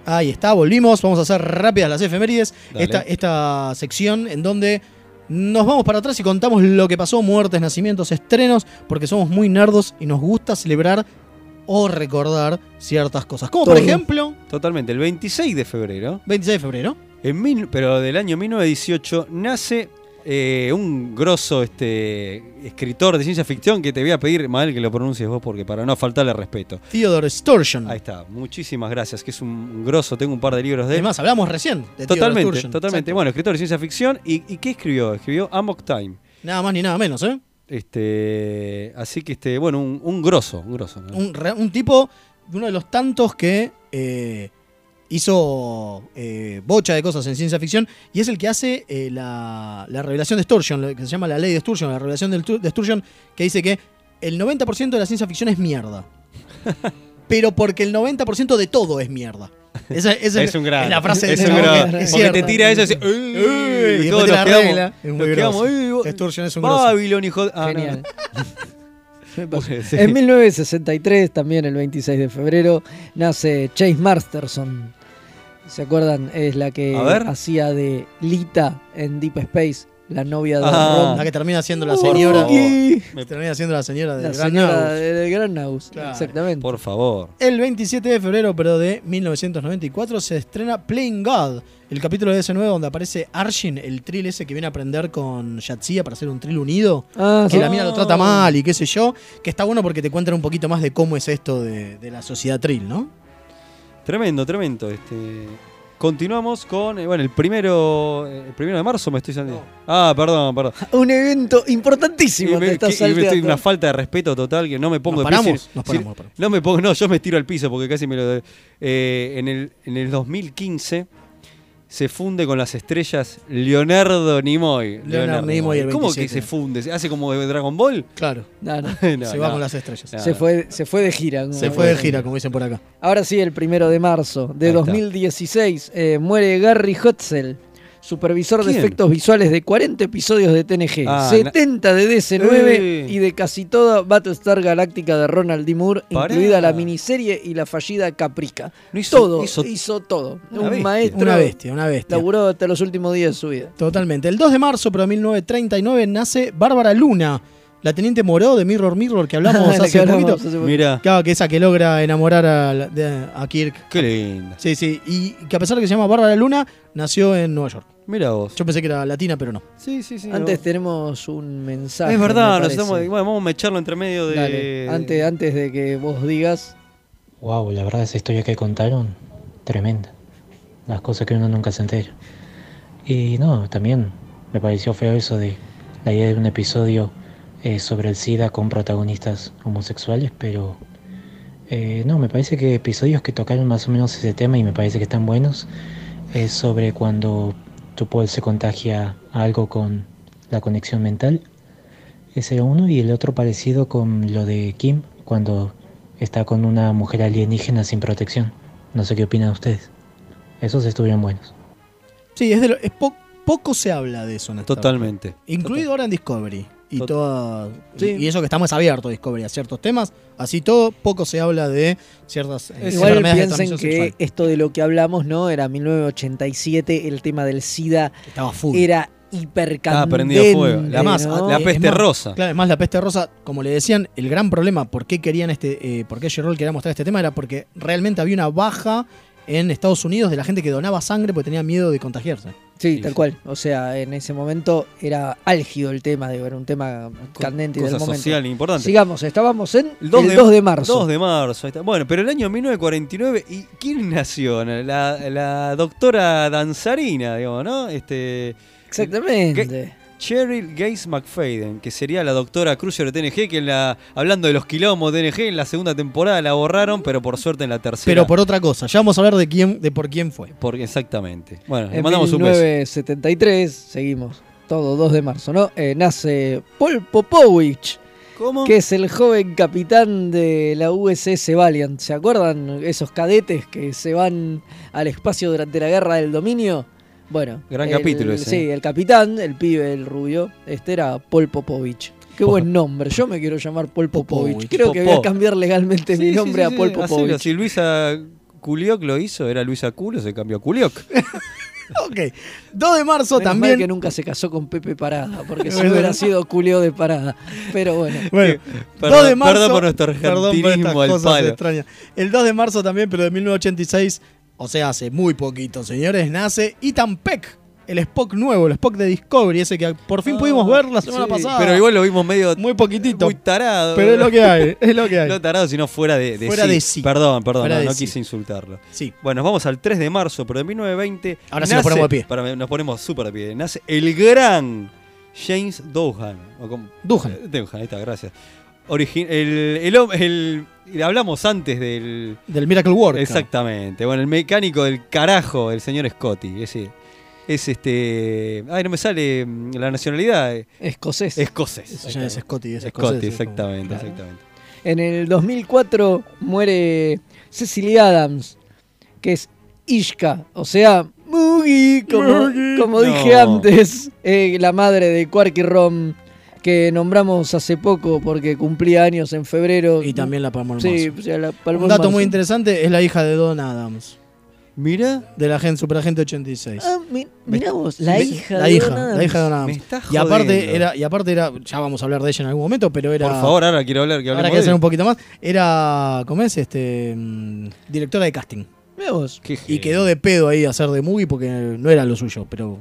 [SPEAKER 2] Ahí está, volvimos. Vamos a hacer rápidas las efemérides.
[SPEAKER 4] Dale.
[SPEAKER 2] Esta, esta sección en donde nos vamos para atrás y contamos lo que pasó: muertes, nacimientos, estrenos, porque somos muy nerdos y nos gusta celebrar o recordar ciertas cosas. Como por
[SPEAKER 4] Todo.
[SPEAKER 2] ejemplo,
[SPEAKER 4] Totalmente, el 26 de febrero.
[SPEAKER 2] 26 de febrero.
[SPEAKER 4] En mil- pero del año 1918 nace eh, un grosso este, escritor de ciencia ficción que te voy a pedir, Mael, que lo pronuncies vos porque para no faltarle respeto.
[SPEAKER 2] Theodore Sturgeon.
[SPEAKER 4] Mm. Ahí está, muchísimas gracias, que es un grosso, tengo un par de libros de él.
[SPEAKER 2] Además, hablamos recién de Theodore
[SPEAKER 4] totalmente,
[SPEAKER 2] Sturgeon.
[SPEAKER 4] totalmente.
[SPEAKER 2] Exacto.
[SPEAKER 4] Bueno, escritor de ciencia ficción. ¿Y, y qué escribió? Escribió Amok Time.
[SPEAKER 2] Nada más ni nada menos, ¿eh?
[SPEAKER 4] Este, así que, este, bueno, un, un grosso, un grosso. ¿no?
[SPEAKER 2] Un, re- un tipo, uno de los tantos que eh, hizo eh, bocha de cosas en ciencia ficción y es el que hace eh, la, la revelación de Sturgeon, lo que se llama la ley de Sturgeon, la revelación del tu- de Sturgeon, que dice que el 90% de la ciencia ficción es mierda. pero porque el 90% de todo es mierda. Esa, esa
[SPEAKER 4] es un gran.
[SPEAKER 2] es la frase de
[SPEAKER 4] es
[SPEAKER 2] ese
[SPEAKER 4] un
[SPEAKER 2] momento.
[SPEAKER 4] gran.
[SPEAKER 2] Es
[SPEAKER 4] Porque te
[SPEAKER 2] cierto.
[SPEAKER 4] tira eso y dice,
[SPEAKER 2] Uy,
[SPEAKER 4] "Uy",
[SPEAKER 2] y
[SPEAKER 4] y
[SPEAKER 2] después
[SPEAKER 4] todos
[SPEAKER 2] te la
[SPEAKER 4] nos quedamos,
[SPEAKER 2] arregla. Es muy
[SPEAKER 4] nos quedamos,
[SPEAKER 2] grosso.
[SPEAKER 4] "Uy, vos-
[SPEAKER 2] Sturgeon es un grosso.
[SPEAKER 4] Babylon, hijo de-". Ah, no, no.
[SPEAKER 3] Genial. Me pasa.
[SPEAKER 4] Sí.
[SPEAKER 3] En 1963, también el 26 de febrero, nace Chase Masterson. ¿Se acuerdan? Es la que
[SPEAKER 2] A ver.
[SPEAKER 3] hacía de Lita en Deep Space, la novia de
[SPEAKER 2] Ah.
[SPEAKER 3] Ron.
[SPEAKER 2] La que termina siendo la señora.
[SPEAKER 3] Uy.
[SPEAKER 2] Termina siendo la señora de
[SPEAKER 3] La
[SPEAKER 2] Gran
[SPEAKER 3] señora
[SPEAKER 2] Naus.
[SPEAKER 3] del Gran Naus,
[SPEAKER 2] Claro.
[SPEAKER 3] exactamente.
[SPEAKER 4] Por favor.
[SPEAKER 2] El 27 de febrero, pero de 1994, se estrena Playing God, el capítulo de ese nuevo donde aparece Arshin, el trill ese que viene a aprender con Yatsia para hacer un trill unido.
[SPEAKER 3] Ah,
[SPEAKER 2] que
[SPEAKER 3] sí.
[SPEAKER 2] la mina lo trata mal y qué sé yo. Que está bueno porque te cuentan un poquito más de cómo es esto de, de la sociedad trill, ¿no?
[SPEAKER 4] Tremendo, tremendo. Este, continuamos con, eh, bueno, el primero, eh, el primero de marzo me estoy saliendo. Ah, perdón, perdón.
[SPEAKER 3] Un evento
[SPEAKER 4] Y
[SPEAKER 3] importantísimo. te
[SPEAKER 4] me-
[SPEAKER 3] estás
[SPEAKER 4] que- y me estoy-
[SPEAKER 3] salteando.
[SPEAKER 4] una falta de respeto total que no me pongo
[SPEAKER 2] Nos
[SPEAKER 4] de pie.
[SPEAKER 2] paramos,
[SPEAKER 4] Si-
[SPEAKER 2] nos
[SPEAKER 4] si-
[SPEAKER 2] paramos, nos paramos.
[SPEAKER 4] No me pongo, no, yo me tiro al piso porque casi me lo. de- eh, en, el, en el 2015 se funde con las estrellas Leonardo Nimoy.
[SPEAKER 2] Leonard Nimoy, el
[SPEAKER 4] ¿Cómo que
[SPEAKER 2] 27?
[SPEAKER 4] se funde? ¿Se hace como de Dragon Ball?
[SPEAKER 2] Claro.
[SPEAKER 3] No, no.
[SPEAKER 2] Se va con las estrellas.
[SPEAKER 3] Se, fue, se fue de gira. como
[SPEAKER 2] Se fue de
[SPEAKER 3] dicen.
[SPEAKER 2] gira, como dicen por acá.
[SPEAKER 3] Ahora sí, el primero de marzo de 2016 eh, muere Gary Hotzel, supervisor de
[SPEAKER 4] ¿Quién?
[SPEAKER 3] efectos visuales de 40 episodios de TNG,
[SPEAKER 4] Ah,
[SPEAKER 3] 70 de DC9
[SPEAKER 4] Eh.
[SPEAKER 3] y de casi toda Battlestar Galáctica de Ronald D. Moore,
[SPEAKER 4] Pará.
[SPEAKER 3] incluida la miniserie y la fallida Caprica.
[SPEAKER 4] No hizo-
[SPEAKER 3] todo, hizo,
[SPEAKER 4] hizo-
[SPEAKER 3] todo.
[SPEAKER 4] Una
[SPEAKER 3] Un
[SPEAKER 4] bestia.
[SPEAKER 3] maestro.
[SPEAKER 2] Una bestia, una bestia.
[SPEAKER 3] Laburó hasta los últimos días de su vida.
[SPEAKER 2] Totalmente. El 2 de marzo, pero de 1939, nace Bárbara Luna, la teniente Moró de Mirror Mirror que hablamos
[SPEAKER 3] La que
[SPEAKER 2] hace
[SPEAKER 3] hablamos
[SPEAKER 2] poquito.
[SPEAKER 3] hace poquito.
[SPEAKER 4] Mira,
[SPEAKER 2] Claro, que esa que logra enamorar a, la- de- a Kirk.
[SPEAKER 4] qué linda.
[SPEAKER 2] Sí, sí. Y que a pesar de que se llama Bárbara Luna, nació en Nueva York.
[SPEAKER 4] Mira vos.
[SPEAKER 2] Yo pensé que era latina, pero no.
[SPEAKER 4] Sí, sí, sí.
[SPEAKER 3] Antes tenemos un mensaje.
[SPEAKER 4] es
[SPEAKER 3] me
[SPEAKER 4] verdad, nos
[SPEAKER 3] parece.
[SPEAKER 4] estamos- bueno, vamos a mecharlo entre medio de.
[SPEAKER 3] Dale, antes, antes de que vos digas,
[SPEAKER 14] Wow, la verdad esa historia que contaron, tremenda. Las cosas que uno nunca se entera. Y no, también me pareció feo eso de la idea de un episodio eh, sobre el SIDA con protagonistas homosexuales, pero eh, no, me parece que episodios que tocaron más o menos ese tema y me parece que están buenos es sobre cuando tu pueblo se contagia algo con la conexión mental. Ese era uno y el otro parecido con lo de Kim cuando está con una mujer alienígena sin protección. No sé qué opinan ustedes. Esos estuvieron buenos.
[SPEAKER 2] Sí, es de lo- es po- poco se habla de eso, honestamente.
[SPEAKER 4] Totalmente.
[SPEAKER 2] Incluido ahora en Discovery. Y,
[SPEAKER 4] Tot-
[SPEAKER 2] toda, y-
[SPEAKER 4] Sí.
[SPEAKER 2] y eso que estamos abierto Discovery a ciertos temas. Así todo, poco se habla de ciertas eh,
[SPEAKER 3] Igual
[SPEAKER 2] enfermedades de
[SPEAKER 3] piensen que
[SPEAKER 2] transmisión sexual.
[SPEAKER 3] esto de lo que hablamos, ¿no? Era 1987, el tema del SIDA
[SPEAKER 2] Estaba full.
[SPEAKER 3] era hipercandente.
[SPEAKER 4] prendido fuego. La más-
[SPEAKER 3] ¿no?
[SPEAKER 4] la
[SPEAKER 2] eh,
[SPEAKER 4] peste
[SPEAKER 2] es más,
[SPEAKER 4] rosa.
[SPEAKER 2] Claro, además la peste rosa, como le decían, el gran problema por qué querían este, eh, por qué Gerol quería mostrar este tema era porque realmente había una baja en Estados Unidos de la gente que donaba sangre porque tenía miedo de contagiarse.
[SPEAKER 3] Sí, tal cual. O sea, en ese momento era álgido el tema, digo, era un tema candente del
[SPEAKER 4] Cosa
[SPEAKER 3] momento.
[SPEAKER 4] social importante.
[SPEAKER 3] Sigamos, estábamos en
[SPEAKER 4] El 2, de,
[SPEAKER 3] marzo.
[SPEAKER 4] 2 de marzo, ahí está. Bueno, pero el año 1949, ¿y quién nació? La, la doctora danzarina, digamos, ¿no? Este,
[SPEAKER 3] Exactamente.
[SPEAKER 4] Ga- Cheryl Gates McFadden, que sería la doctora Crusher de TNG, que en la, hablando de los quilombos de TNG, en la segunda temporada la borraron, pero por suerte en la tercera.
[SPEAKER 2] Pero por otra cosa, ya vamos a hablar de quién, de por quién fue.
[SPEAKER 4] Porque- exactamente. Bueno, le
[SPEAKER 3] En
[SPEAKER 4] mandamos un beso.
[SPEAKER 3] 1973, seguimos, todo 2 de marzo, ¿no? Eh, nace Paul Popovich.
[SPEAKER 4] ¿Cómo?
[SPEAKER 3] Que es el joven capitán de la USS Valiant. ¿Se acuerdan esos cadetes que se van al espacio durante la guerra del dominio? Bueno.
[SPEAKER 4] Gran
[SPEAKER 3] el-
[SPEAKER 4] capítulo ese,
[SPEAKER 3] Sí,
[SPEAKER 4] ¿eh?
[SPEAKER 3] el capitán, el pibe, el rubio, este era Paul Popovich. Qué buen nombre, yo me quiero llamar Paul Popovich.
[SPEAKER 4] Popovich,
[SPEAKER 3] Creo que voy a
[SPEAKER 4] Popó.
[SPEAKER 3] cambiar legalmente
[SPEAKER 4] Sí,
[SPEAKER 3] este mi
[SPEAKER 4] sí,
[SPEAKER 3] nombre
[SPEAKER 4] sí,
[SPEAKER 3] a Paul
[SPEAKER 4] sí, hacelo.
[SPEAKER 3] Popovich.
[SPEAKER 4] Si Luisa Culioc lo hizo, era Luisa Culo, se cambió a Culioc.
[SPEAKER 2] Ok. 2 de marzo
[SPEAKER 3] Menos mal
[SPEAKER 2] también.
[SPEAKER 3] que nunca se casó con Pepe Parada, porque si
[SPEAKER 2] ¿Verdad?
[SPEAKER 3] hubiera sido culio de Parada. Pero bueno.
[SPEAKER 2] Bueno,
[SPEAKER 4] Perdón-
[SPEAKER 2] 2 de marzo.
[SPEAKER 4] perdón por nuestro
[SPEAKER 2] perdón por estas
[SPEAKER 4] argentinismo al
[SPEAKER 2] cosas
[SPEAKER 4] palo.
[SPEAKER 2] extrañas. El 2 de marzo también, pero de 1986, o sea, hace muy poquito, señores, nace Ethan Peck, el Spock nuevo, el Spock de Discovery, ese que por fin pudimos ver la semana
[SPEAKER 4] Ah, Sí,
[SPEAKER 2] pasada.
[SPEAKER 4] Pero igual lo vimos medio
[SPEAKER 2] muy poquitito.
[SPEAKER 4] muy tarado.
[SPEAKER 2] Pero es lo que hay, es lo que hay.
[SPEAKER 4] No tarado, sino fuera de, de
[SPEAKER 2] Fuera
[SPEAKER 4] sí.
[SPEAKER 2] de sí.
[SPEAKER 4] Perdón, perdón,
[SPEAKER 2] Fuera
[SPEAKER 4] no,
[SPEAKER 2] de
[SPEAKER 4] no
[SPEAKER 2] sí.
[SPEAKER 4] quise insultarlo.
[SPEAKER 2] Sí.
[SPEAKER 4] Bueno, nos vamos al 3 de marzo, pero de 1920.
[SPEAKER 2] Ahora sí nos ponemos de pie.
[SPEAKER 4] pará, nos ponemos súper de pie. Nace el gran James Doohan. o como-
[SPEAKER 2] Doohan.
[SPEAKER 4] Eh, Doohan, ahí está, gracias. Origi- el, el hom- el- el- hablamos antes del.
[SPEAKER 2] Del Miracle Worker.
[SPEAKER 4] Exactamente. Bueno, el mecánico del carajo, el señor Scotty. Ese. Es este. Ay, no me sale mm, la nacionalidad. eh,
[SPEAKER 3] Escocés.
[SPEAKER 4] Escocés.
[SPEAKER 2] Ese ya es Scotty, es
[SPEAKER 4] Scotty,
[SPEAKER 2] escocés, es como-
[SPEAKER 4] exactamente,
[SPEAKER 2] claro.
[SPEAKER 4] exactamente.
[SPEAKER 3] En el 2004 muere Cecily Adams, que es Ishka, o sea, Mugi, como, como dije
[SPEAKER 17] No.
[SPEAKER 3] antes, eh, la madre de Quarky Rom, que nombramos hace poco porque cumplía años en febrero. Y
[SPEAKER 2] también la palmó en
[SPEAKER 3] Sí,
[SPEAKER 2] marzo.
[SPEAKER 3] o sea, la palmó
[SPEAKER 2] Un
[SPEAKER 3] en
[SPEAKER 2] dato
[SPEAKER 3] marzo.
[SPEAKER 2] muy interesante es la hija de Don Adams.
[SPEAKER 4] Mira.
[SPEAKER 2] De la gente, Superagente 86.
[SPEAKER 3] Ah, mi- mirá vos, la
[SPEAKER 2] Me-
[SPEAKER 3] hija
[SPEAKER 2] la
[SPEAKER 3] de
[SPEAKER 2] hija,
[SPEAKER 3] Don Adams.
[SPEAKER 2] la hija de Don Adams.
[SPEAKER 4] Me estás
[SPEAKER 2] y aparte
[SPEAKER 4] jodiendo.
[SPEAKER 2] era, y aparte era, ya vamos a hablar de ella en algún momento, pero era.
[SPEAKER 4] Por favor, ahora quiero hablar. Que
[SPEAKER 2] ahora hay
[SPEAKER 4] hablemos
[SPEAKER 2] que
[SPEAKER 4] de
[SPEAKER 2] hacer
[SPEAKER 4] él.
[SPEAKER 2] un poquito más. Era, ¿cómo es? Este, mm, directora de casting.
[SPEAKER 3] Mirá vos.
[SPEAKER 4] Qué
[SPEAKER 2] Y quedó de pedo ahí a hacer de movie porque no era lo suyo, pero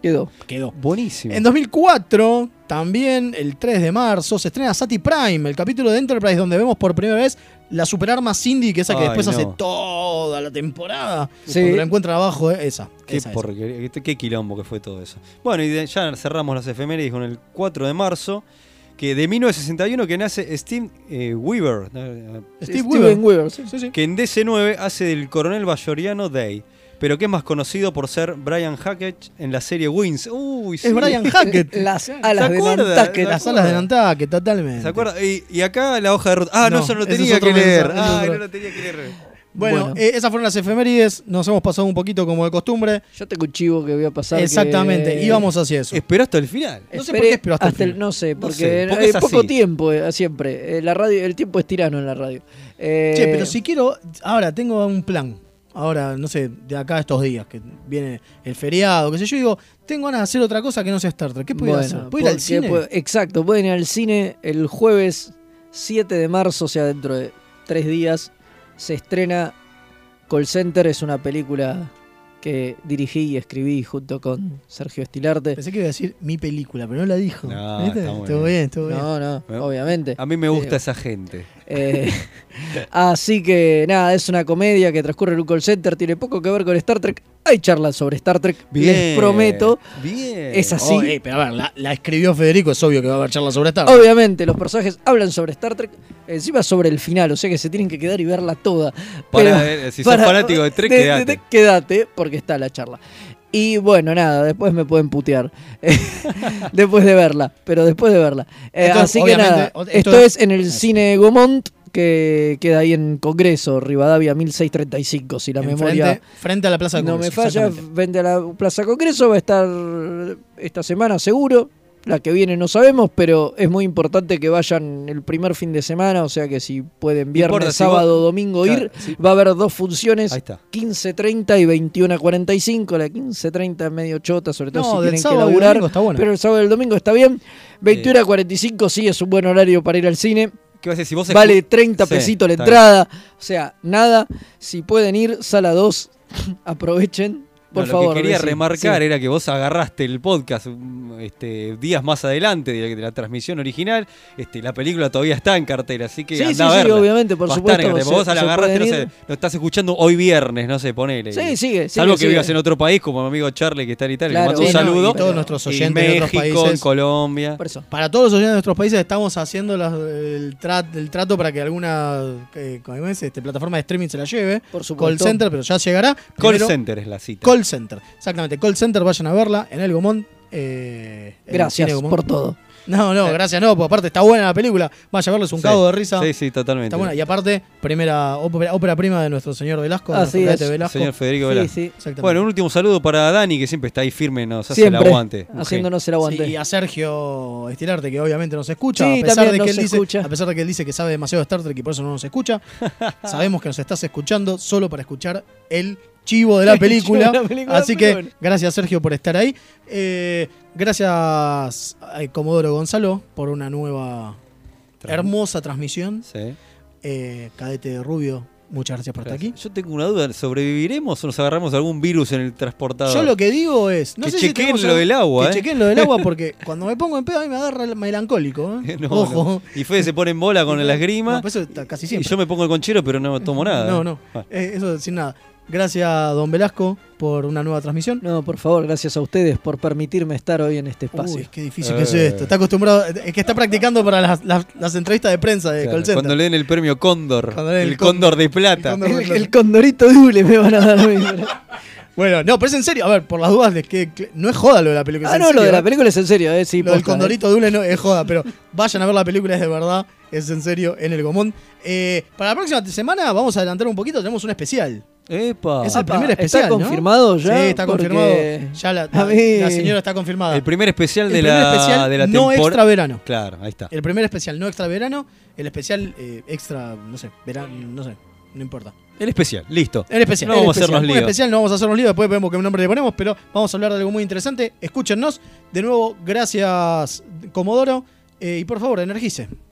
[SPEAKER 3] quedó.
[SPEAKER 2] Quedó.
[SPEAKER 4] Buenísimo.
[SPEAKER 2] En 2004, también el 3 de marzo, se estrena Sati Prime, el capítulo de Enterprise donde vemos por primera vez la superarma Cindy, que esa que
[SPEAKER 4] Ay,
[SPEAKER 2] después
[SPEAKER 4] no.
[SPEAKER 2] hace toda la temporada.
[SPEAKER 4] Sí.
[SPEAKER 2] Cuando la encuentran abajo, eh, esa.
[SPEAKER 4] Qué,
[SPEAKER 2] esa, esa.
[SPEAKER 4] porquería, qué- qué quilombo que fue todo eso. Bueno, y de- ya cerramos las efemérides con el 4 de marzo, que de 1961 que nace Steve eh, Weaver. eh,
[SPEAKER 2] Steve Weaver.
[SPEAKER 3] sí,
[SPEAKER 2] sí, sí.
[SPEAKER 4] Que en DC9 hace del coronel bayoriano Day, pero que es más conocido por ser Brian Hackett en la serie Wins. Uy, sí.
[SPEAKER 2] Es Brian Hackett.
[SPEAKER 3] Las
[SPEAKER 4] alas de Nantucket.
[SPEAKER 2] Las alas de Nantucket, totalmente.
[SPEAKER 4] ¿Se acuerda? Y, y acá la hoja de ruta. Ah, no,
[SPEAKER 2] No,
[SPEAKER 4] eso no lo
[SPEAKER 2] ese es
[SPEAKER 4] tenía
[SPEAKER 2] otro
[SPEAKER 4] que leer.
[SPEAKER 2] mensaje, ese es
[SPEAKER 4] Ah,
[SPEAKER 2] otro-
[SPEAKER 4] no lo tenía que leer.
[SPEAKER 2] Bueno,
[SPEAKER 4] Bueno.
[SPEAKER 2] eh, esas fueron las efemérides. Nos hemos pasado un poquito como de costumbre.
[SPEAKER 3] Yo tengo un chivo que voy a pasar. que- Eh,
[SPEAKER 2] Exactamente, íbamos hacia eso.
[SPEAKER 4] Esperó hasta el final.
[SPEAKER 2] No sé
[SPEAKER 3] Esperé
[SPEAKER 2] por qué esperó hasta, el
[SPEAKER 3] el-
[SPEAKER 2] final.
[SPEAKER 3] No sé, porque,
[SPEAKER 2] sé,
[SPEAKER 3] eh,
[SPEAKER 2] porque es
[SPEAKER 3] poco
[SPEAKER 2] así.
[SPEAKER 3] tiempo, eh, siempre. Eh, la radio, el tiempo es tirano en la radio. Eh,
[SPEAKER 2] Che, pero si quiero, ahora tengo un plan. Ahora, no sé, de acá a estos días que viene el feriado, qué sé yo, digo, tengo ganas de hacer otra cosa que no sea Star Trek. ¿Qué puedo
[SPEAKER 3] Bueno,
[SPEAKER 2] hacer? ¿Puedo ir al
[SPEAKER 3] porque
[SPEAKER 2] cine?
[SPEAKER 3] puede- exacto, pueden ir al cine el jueves 7 de marzo, o sea, dentro de tres días, se estrena Call Center, es una película que dirigí y escribí junto con Sergio Estilarte.
[SPEAKER 2] Pensé que iba a decir mi película, pero no la dijo.
[SPEAKER 4] No,
[SPEAKER 2] ¿Viste?
[SPEAKER 4] está muy
[SPEAKER 2] Estuvo
[SPEAKER 4] bien.
[SPEAKER 2] bien, estuvo bien.
[SPEAKER 3] No, no,
[SPEAKER 4] Bueno,
[SPEAKER 3] obviamente.
[SPEAKER 4] A mí me gusta
[SPEAKER 3] Eh,
[SPEAKER 4] esa gente.
[SPEAKER 3] Eh, así que nada, es una comedia que transcurre en un call center, tiene poco que ver con Star Trek. Hay charlas sobre Star Trek, les
[SPEAKER 2] Bien,
[SPEAKER 3] prometo.
[SPEAKER 4] Bien.
[SPEAKER 3] Es así.
[SPEAKER 2] Oh, eh, pero a ver, la, la escribió Federico, es obvio que va a haber charla sobre Star Trek.
[SPEAKER 3] Obviamente, los personajes hablan sobre Star Trek, encima sobre el final, o sea que se tienen que quedar y verla toda.
[SPEAKER 4] Para ver, si sos fanático de Trek, quedate.
[SPEAKER 3] quédate, porque está la charla. Y bueno, nada, después me pueden putear. después de verla, pero después de verla. Eh,
[SPEAKER 2] Esto es,
[SPEAKER 3] así que
[SPEAKER 2] obviamente,
[SPEAKER 3] nada,
[SPEAKER 2] o- esto
[SPEAKER 3] esto,
[SPEAKER 2] es-
[SPEAKER 3] es en el cine Gomont, que queda ahí en Congreso, Rivadavia 1635, si la memoria
[SPEAKER 2] Frente, frente a la Plaza de
[SPEAKER 3] no me
[SPEAKER 2] Congreso,
[SPEAKER 3] falla,
[SPEAKER 2] exactamente.
[SPEAKER 3] vende a la Plaza Congreso, va a estar esta semana seguro. La que viene no sabemos, pero es muy importante que vayan el primer fin de semana, o sea que si pueden viernes,
[SPEAKER 4] importa, si
[SPEAKER 3] sábado,
[SPEAKER 4] vos-
[SPEAKER 3] domingo
[SPEAKER 4] Claro,
[SPEAKER 3] ir,
[SPEAKER 4] sí.
[SPEAKER 3] va a haber dos funciones,
[SPEAKER 4] Ahí está.
[SPEAKER 3] 15.30 y 21.45. La 15.30 es medio chota, sobre todo
[SPEAKER 2] No,
[SPEAKER 3] si
[SPEAKER 2] del
[SPEAKER 3] tienen que
[SPEAKER 2] sábado y
[SPEAKER 3] laburar,
[SPEAKER 2] domingo está buena.
[SPEAKER 3] pero el sábado y el domingo está bien. 21.45 sí es un buen horario para ir al cine.
[SPEAKER 4] ¿Qué vas a decir? Si vos escu-
[SPEAKER 3] Vale 30
[SPEAKER 4] Sí,
[SPEAKER 3] pesitos la
[SPEAKER 4] está
[SPEAKER 3] entrada. O sea, nada. Si pueden ir, sala 2, aprovechen. Por
[SPEAKER 4] No,
[SPEAKER 3] favor.
[SPEAKER 4] Lo que quería
[SPEAKER 3] Bessi.
[SPEAKER 4] remarcar
[SPEAKER 3] Sí.
[SPEAKER 4] era que vos agarraste el podcast mm, este, días más adelante de la, de la transmisión original. Este, la película todavía está en cartera, así que
[SPEAKER 3] Sí,
[SPEAKER 4] andá
[SPEAKER 3] sí,
[SPEAKER 4] a
[SPEAKER 3] sí,
[SPEAKER 4] verla.
[SPEAKER 3] obviamente, por
[SPEAKER 4] Va a estar
[SPEAKER 3] supuesto,
[SPEAKER 4] en cartera,
[SPEAKER 3] se-
[SPEAKER 4] vos la
[SPEAKER 3] se
[SPEAKER 4] agarraste, no
[SPEAKER 3] pueden
[SPEAKER 4] sé,
[SPEAKER 3] ir.
[SPEAKER 4] lo estás escuchando hoy viernes, no sé, ponele.
[SPEAKER 3] Sí, sigue,
[SPEAKER 4] Salvo
[SPEAKER 3] sigue,
[SPEAKER 4] que
[SPEAKER 3] sigue.
[SPEAKER 4] vivas en otro país, como mi amigo Charlie que está en Italia,
[SPEAKER 2] Claro,
[SPEAKER 4] le mando
[SPEAKER 2] sí,
[SPEAKER 4] un
[SPEAKER 2] no,
[SPEAKER 4] saludo.
[SPEAKER 2] y todos nuestros
[SPEAKER 4] En
[SPEAKER 2] oyentes de otros
[SPEAKER 4] México, en
[SPEAKER 2] países.
[SPEAKER 4] Colombia.
[SPEAKER 2] Para todos los oyentes de nuestros países estamos haciendo las- el, trat- el trato para que alguna eh, ¿cómo es? Este, plataforma de streaming se la lleve.
[SPEAKER 3] Por
[SPEAKER 2] Call
[SPEAKER 3] supuesto.
[SPEAKER 2] Center, pero ya llegará.
[SPEAKER 4] Call
[SPEAKER 2] Primero,
[SPEAKER 4] Center es la cita.
[SPEAKER 2] Call Center, exactamente. Call Center, vayan a verla en El Gomón. eh, en
[SPEAKER 3] Gracias
[SPEAKER 2] Cine Gomón.
[SPEAKER 3] por todo.
[SPEAKER 2] No, no, gracias no, porque aparte está buena la película. Vaya a verla, es un cago de risa.
[SPEAKER 4] Eh. Sí, sí, totalmente.
[SPEAKER 2] Está buena. Y aparte, primera ópera, ópera prima de nuestro señor Velasco, de
[SPEAKER 3] Así
[SPEAKER 2] nuestro
[SPEAKER 3] es.
[SPEAKER 2] cadete Velasco.
[SPEAKER 4] Señor Federico
[SPEAKER 2] Sí,
[SPEAKER 4] Velasco.
[SPEAKER 2] sí. Exactamente.
[SPEAKER 4] Bueno, un último saludo para Dani, que siempre está ahí firme, nos hace el
[SPEAKER 3] Siempre,
[SPEAKER 4] aguante. Un
[SPEAKER 3] haciéndonos el aguante.
[SPEAKER 2] Sí, y a Sergio Estirarte, que obviamente nos escucha,
[SPEAKER 3] Sí,
[SPEAKER 2] a, pesar
[SPEAKER 3] también
[SPEAKER 2] de que
[SPEAKER 3] nos
[SPEAKER 2] él dice,
[SPEAKER 3] escucha.
[SPEAKER 2] a pesar de que él dice que sabe demasiado de Star Trek y por eso no nos escucha. Sabemos que nos estás escuchando solo para escuchar el chivo de la
[SPEAKER 3] El chivo
[SPEAKER 2] película.
[SPEAKER 3] de la película,
[SPEAKER 2] Así
[SPEAKER 3] pero
[SPEAKER 2] que
[SPEAKER 3] bueno.
[SPEAKER 2] gracias Sergio por estar ahí. Eh, gracias a Comodoro Gonzalo por una nueva hermosa transmisión.
[SPEAKER 4] Sí.
[SPEAKER 2] Eh, Cadete Rubio, muchas gracias por estar aquí.
[SPEAKER 4] Yo tengo una duda, ¿sobreviviremos o nos agarramos algún virus en el transportador?
[SPEAKER 2] Yo lo que digo es. No
[SPEAKER 4] Que
[SPEAKER 2] sé si
[SPEAKER 4] chequen
[SPEAKER 2] tenemos
[SPEAKER 4] lo
[SPEAKER 2] algo-
[SPEAKER 4] del agua,
[SPEAKER 2] Que
[SPEAKER 4] eh.
[SPEAKER 2] chequen lo del agua porque cuando me pongo en pedo a mí me agarra el melancólico. ¿eh?
[SPEAKER 4] No,
[SPEAKER 2] Ojo.
[SPEAKER 4] no. Y Fede se pone en bola con el
[SPEAKER 2] No,
[SPEAKER 4] esgrima.
[SPEAKER 2] pues eso está casi
[SPEAKER 4] y
[SPEAKER 2] siempre.
[SPEAKER 4] yo me pongo el conchero, pero no tomo nada.
[SPEAKER 2] No,
[SPEAKER 4] ¿eh?
[SPEAKER 2] no.
[SPEAKER 4] Bueno,
[SPEAKER 2] Eh, eso sin nada. Gracias, don Velasco, por una nueva transmisión.
[SPEAKER 3] No, por favor, gracias a ustedes por permitirme estar hoy en este espacio.
[SPEAKER 2] Uy, qué difícil que es
[SPEAKER 4] Eh.
[SPEAKER 2] esto. Está acostumbrado. Es que está practicando para las, las- las entrevistas de prensa de
[SPEAKER 4] claro,
[SPEAKER 2] call center.
[SPEAKER 4] cuando le den el premio Cóndor,
[SPEAKER 2] Cuando le den
[SPEAKER 4] el,
[SPEAKER 2] el
[SPEAKER 4] cóndor, de Plata.
[SPEAKER 2] Cóndor de
[SPEAKER 3] El, el condorito doble me van a dar hoy.
[SPEAKER 2] Bueno, no, pero es en serio. A ver, por las dudas, de que que- no es joda lo de la película. es
[SPEAKER 3] ah,
[SPEAKER 2] en
[SPEAKER 3] no, lo
[SPEAKER 2] serio,
[SPEAKER 3] de
[SPEAKER 2] ¿eh?
[SPEAKER 3] la película es en serio, eh, sí,
[SPEAKER 2] Lo del
[SPEAKER 3] posta, eh.
[SPEAKER 2] Condorito Dule no es joda, pero vayan a ver la película, es de verdad. es en serio, en el Gomón. Eh, para la próxima semana vamos a adelantar un poquito, tenemos un especial.
[SPEAKER 4] Epa.
[SPEAKER 2] Es el
[SPEAKER 4] Ah. Apa,
[SPEAKER 2] primer
[SPEAKER 4] ¿está
[SPEAKER 2] especial. ¿no?
[SPEAKER 4] confirmado ya?
[SPEAKER 2] Sí, está
[SPEAKER 4] Porque
[SPEAKER 2] confirmado. Ya la,
[SPEAKER 4] a mí-
[SPEAKER 2] la señora está confirmada.
[SPEAKER 4] El primer especial
[SPEAKER 2] El
[SPEAKER 4] de
[SPEAKER 2] primer
[SPEAKER 4] la,
[SPEAKER 2] especial
[SPEAKER 4] de la
[SPEAKER 2] no
[SPEAKER 4] tempor-
[SPEAKER 2] extra verano.
[SPEAKER 4] Claro, ahí está.
[SPEAKER 2] El primer especial no extra verano, el especial eh, extra, no sé, verano, no sé, no importa.
[SPEAKER 4] El especial, listo.
[SPEAKER 2] El especial.
[SPEAKER 4] No
[SPEAKER 2] el
[SPEAKER 4] vamos
[SPEAKER 2] especial.
[SPEAKER 4] a hacernos
[SPEAKER 2] Un
[SPEAKER 4] líos.
[SPEAKER 2] especial, no vamos a hacernos lío, después vemos qué nombre le ponemos, pero vamos a hablar de algo muy interesante. Escúchenos. De nuevo, gracias, Comodoro. eh, y por favor, energice.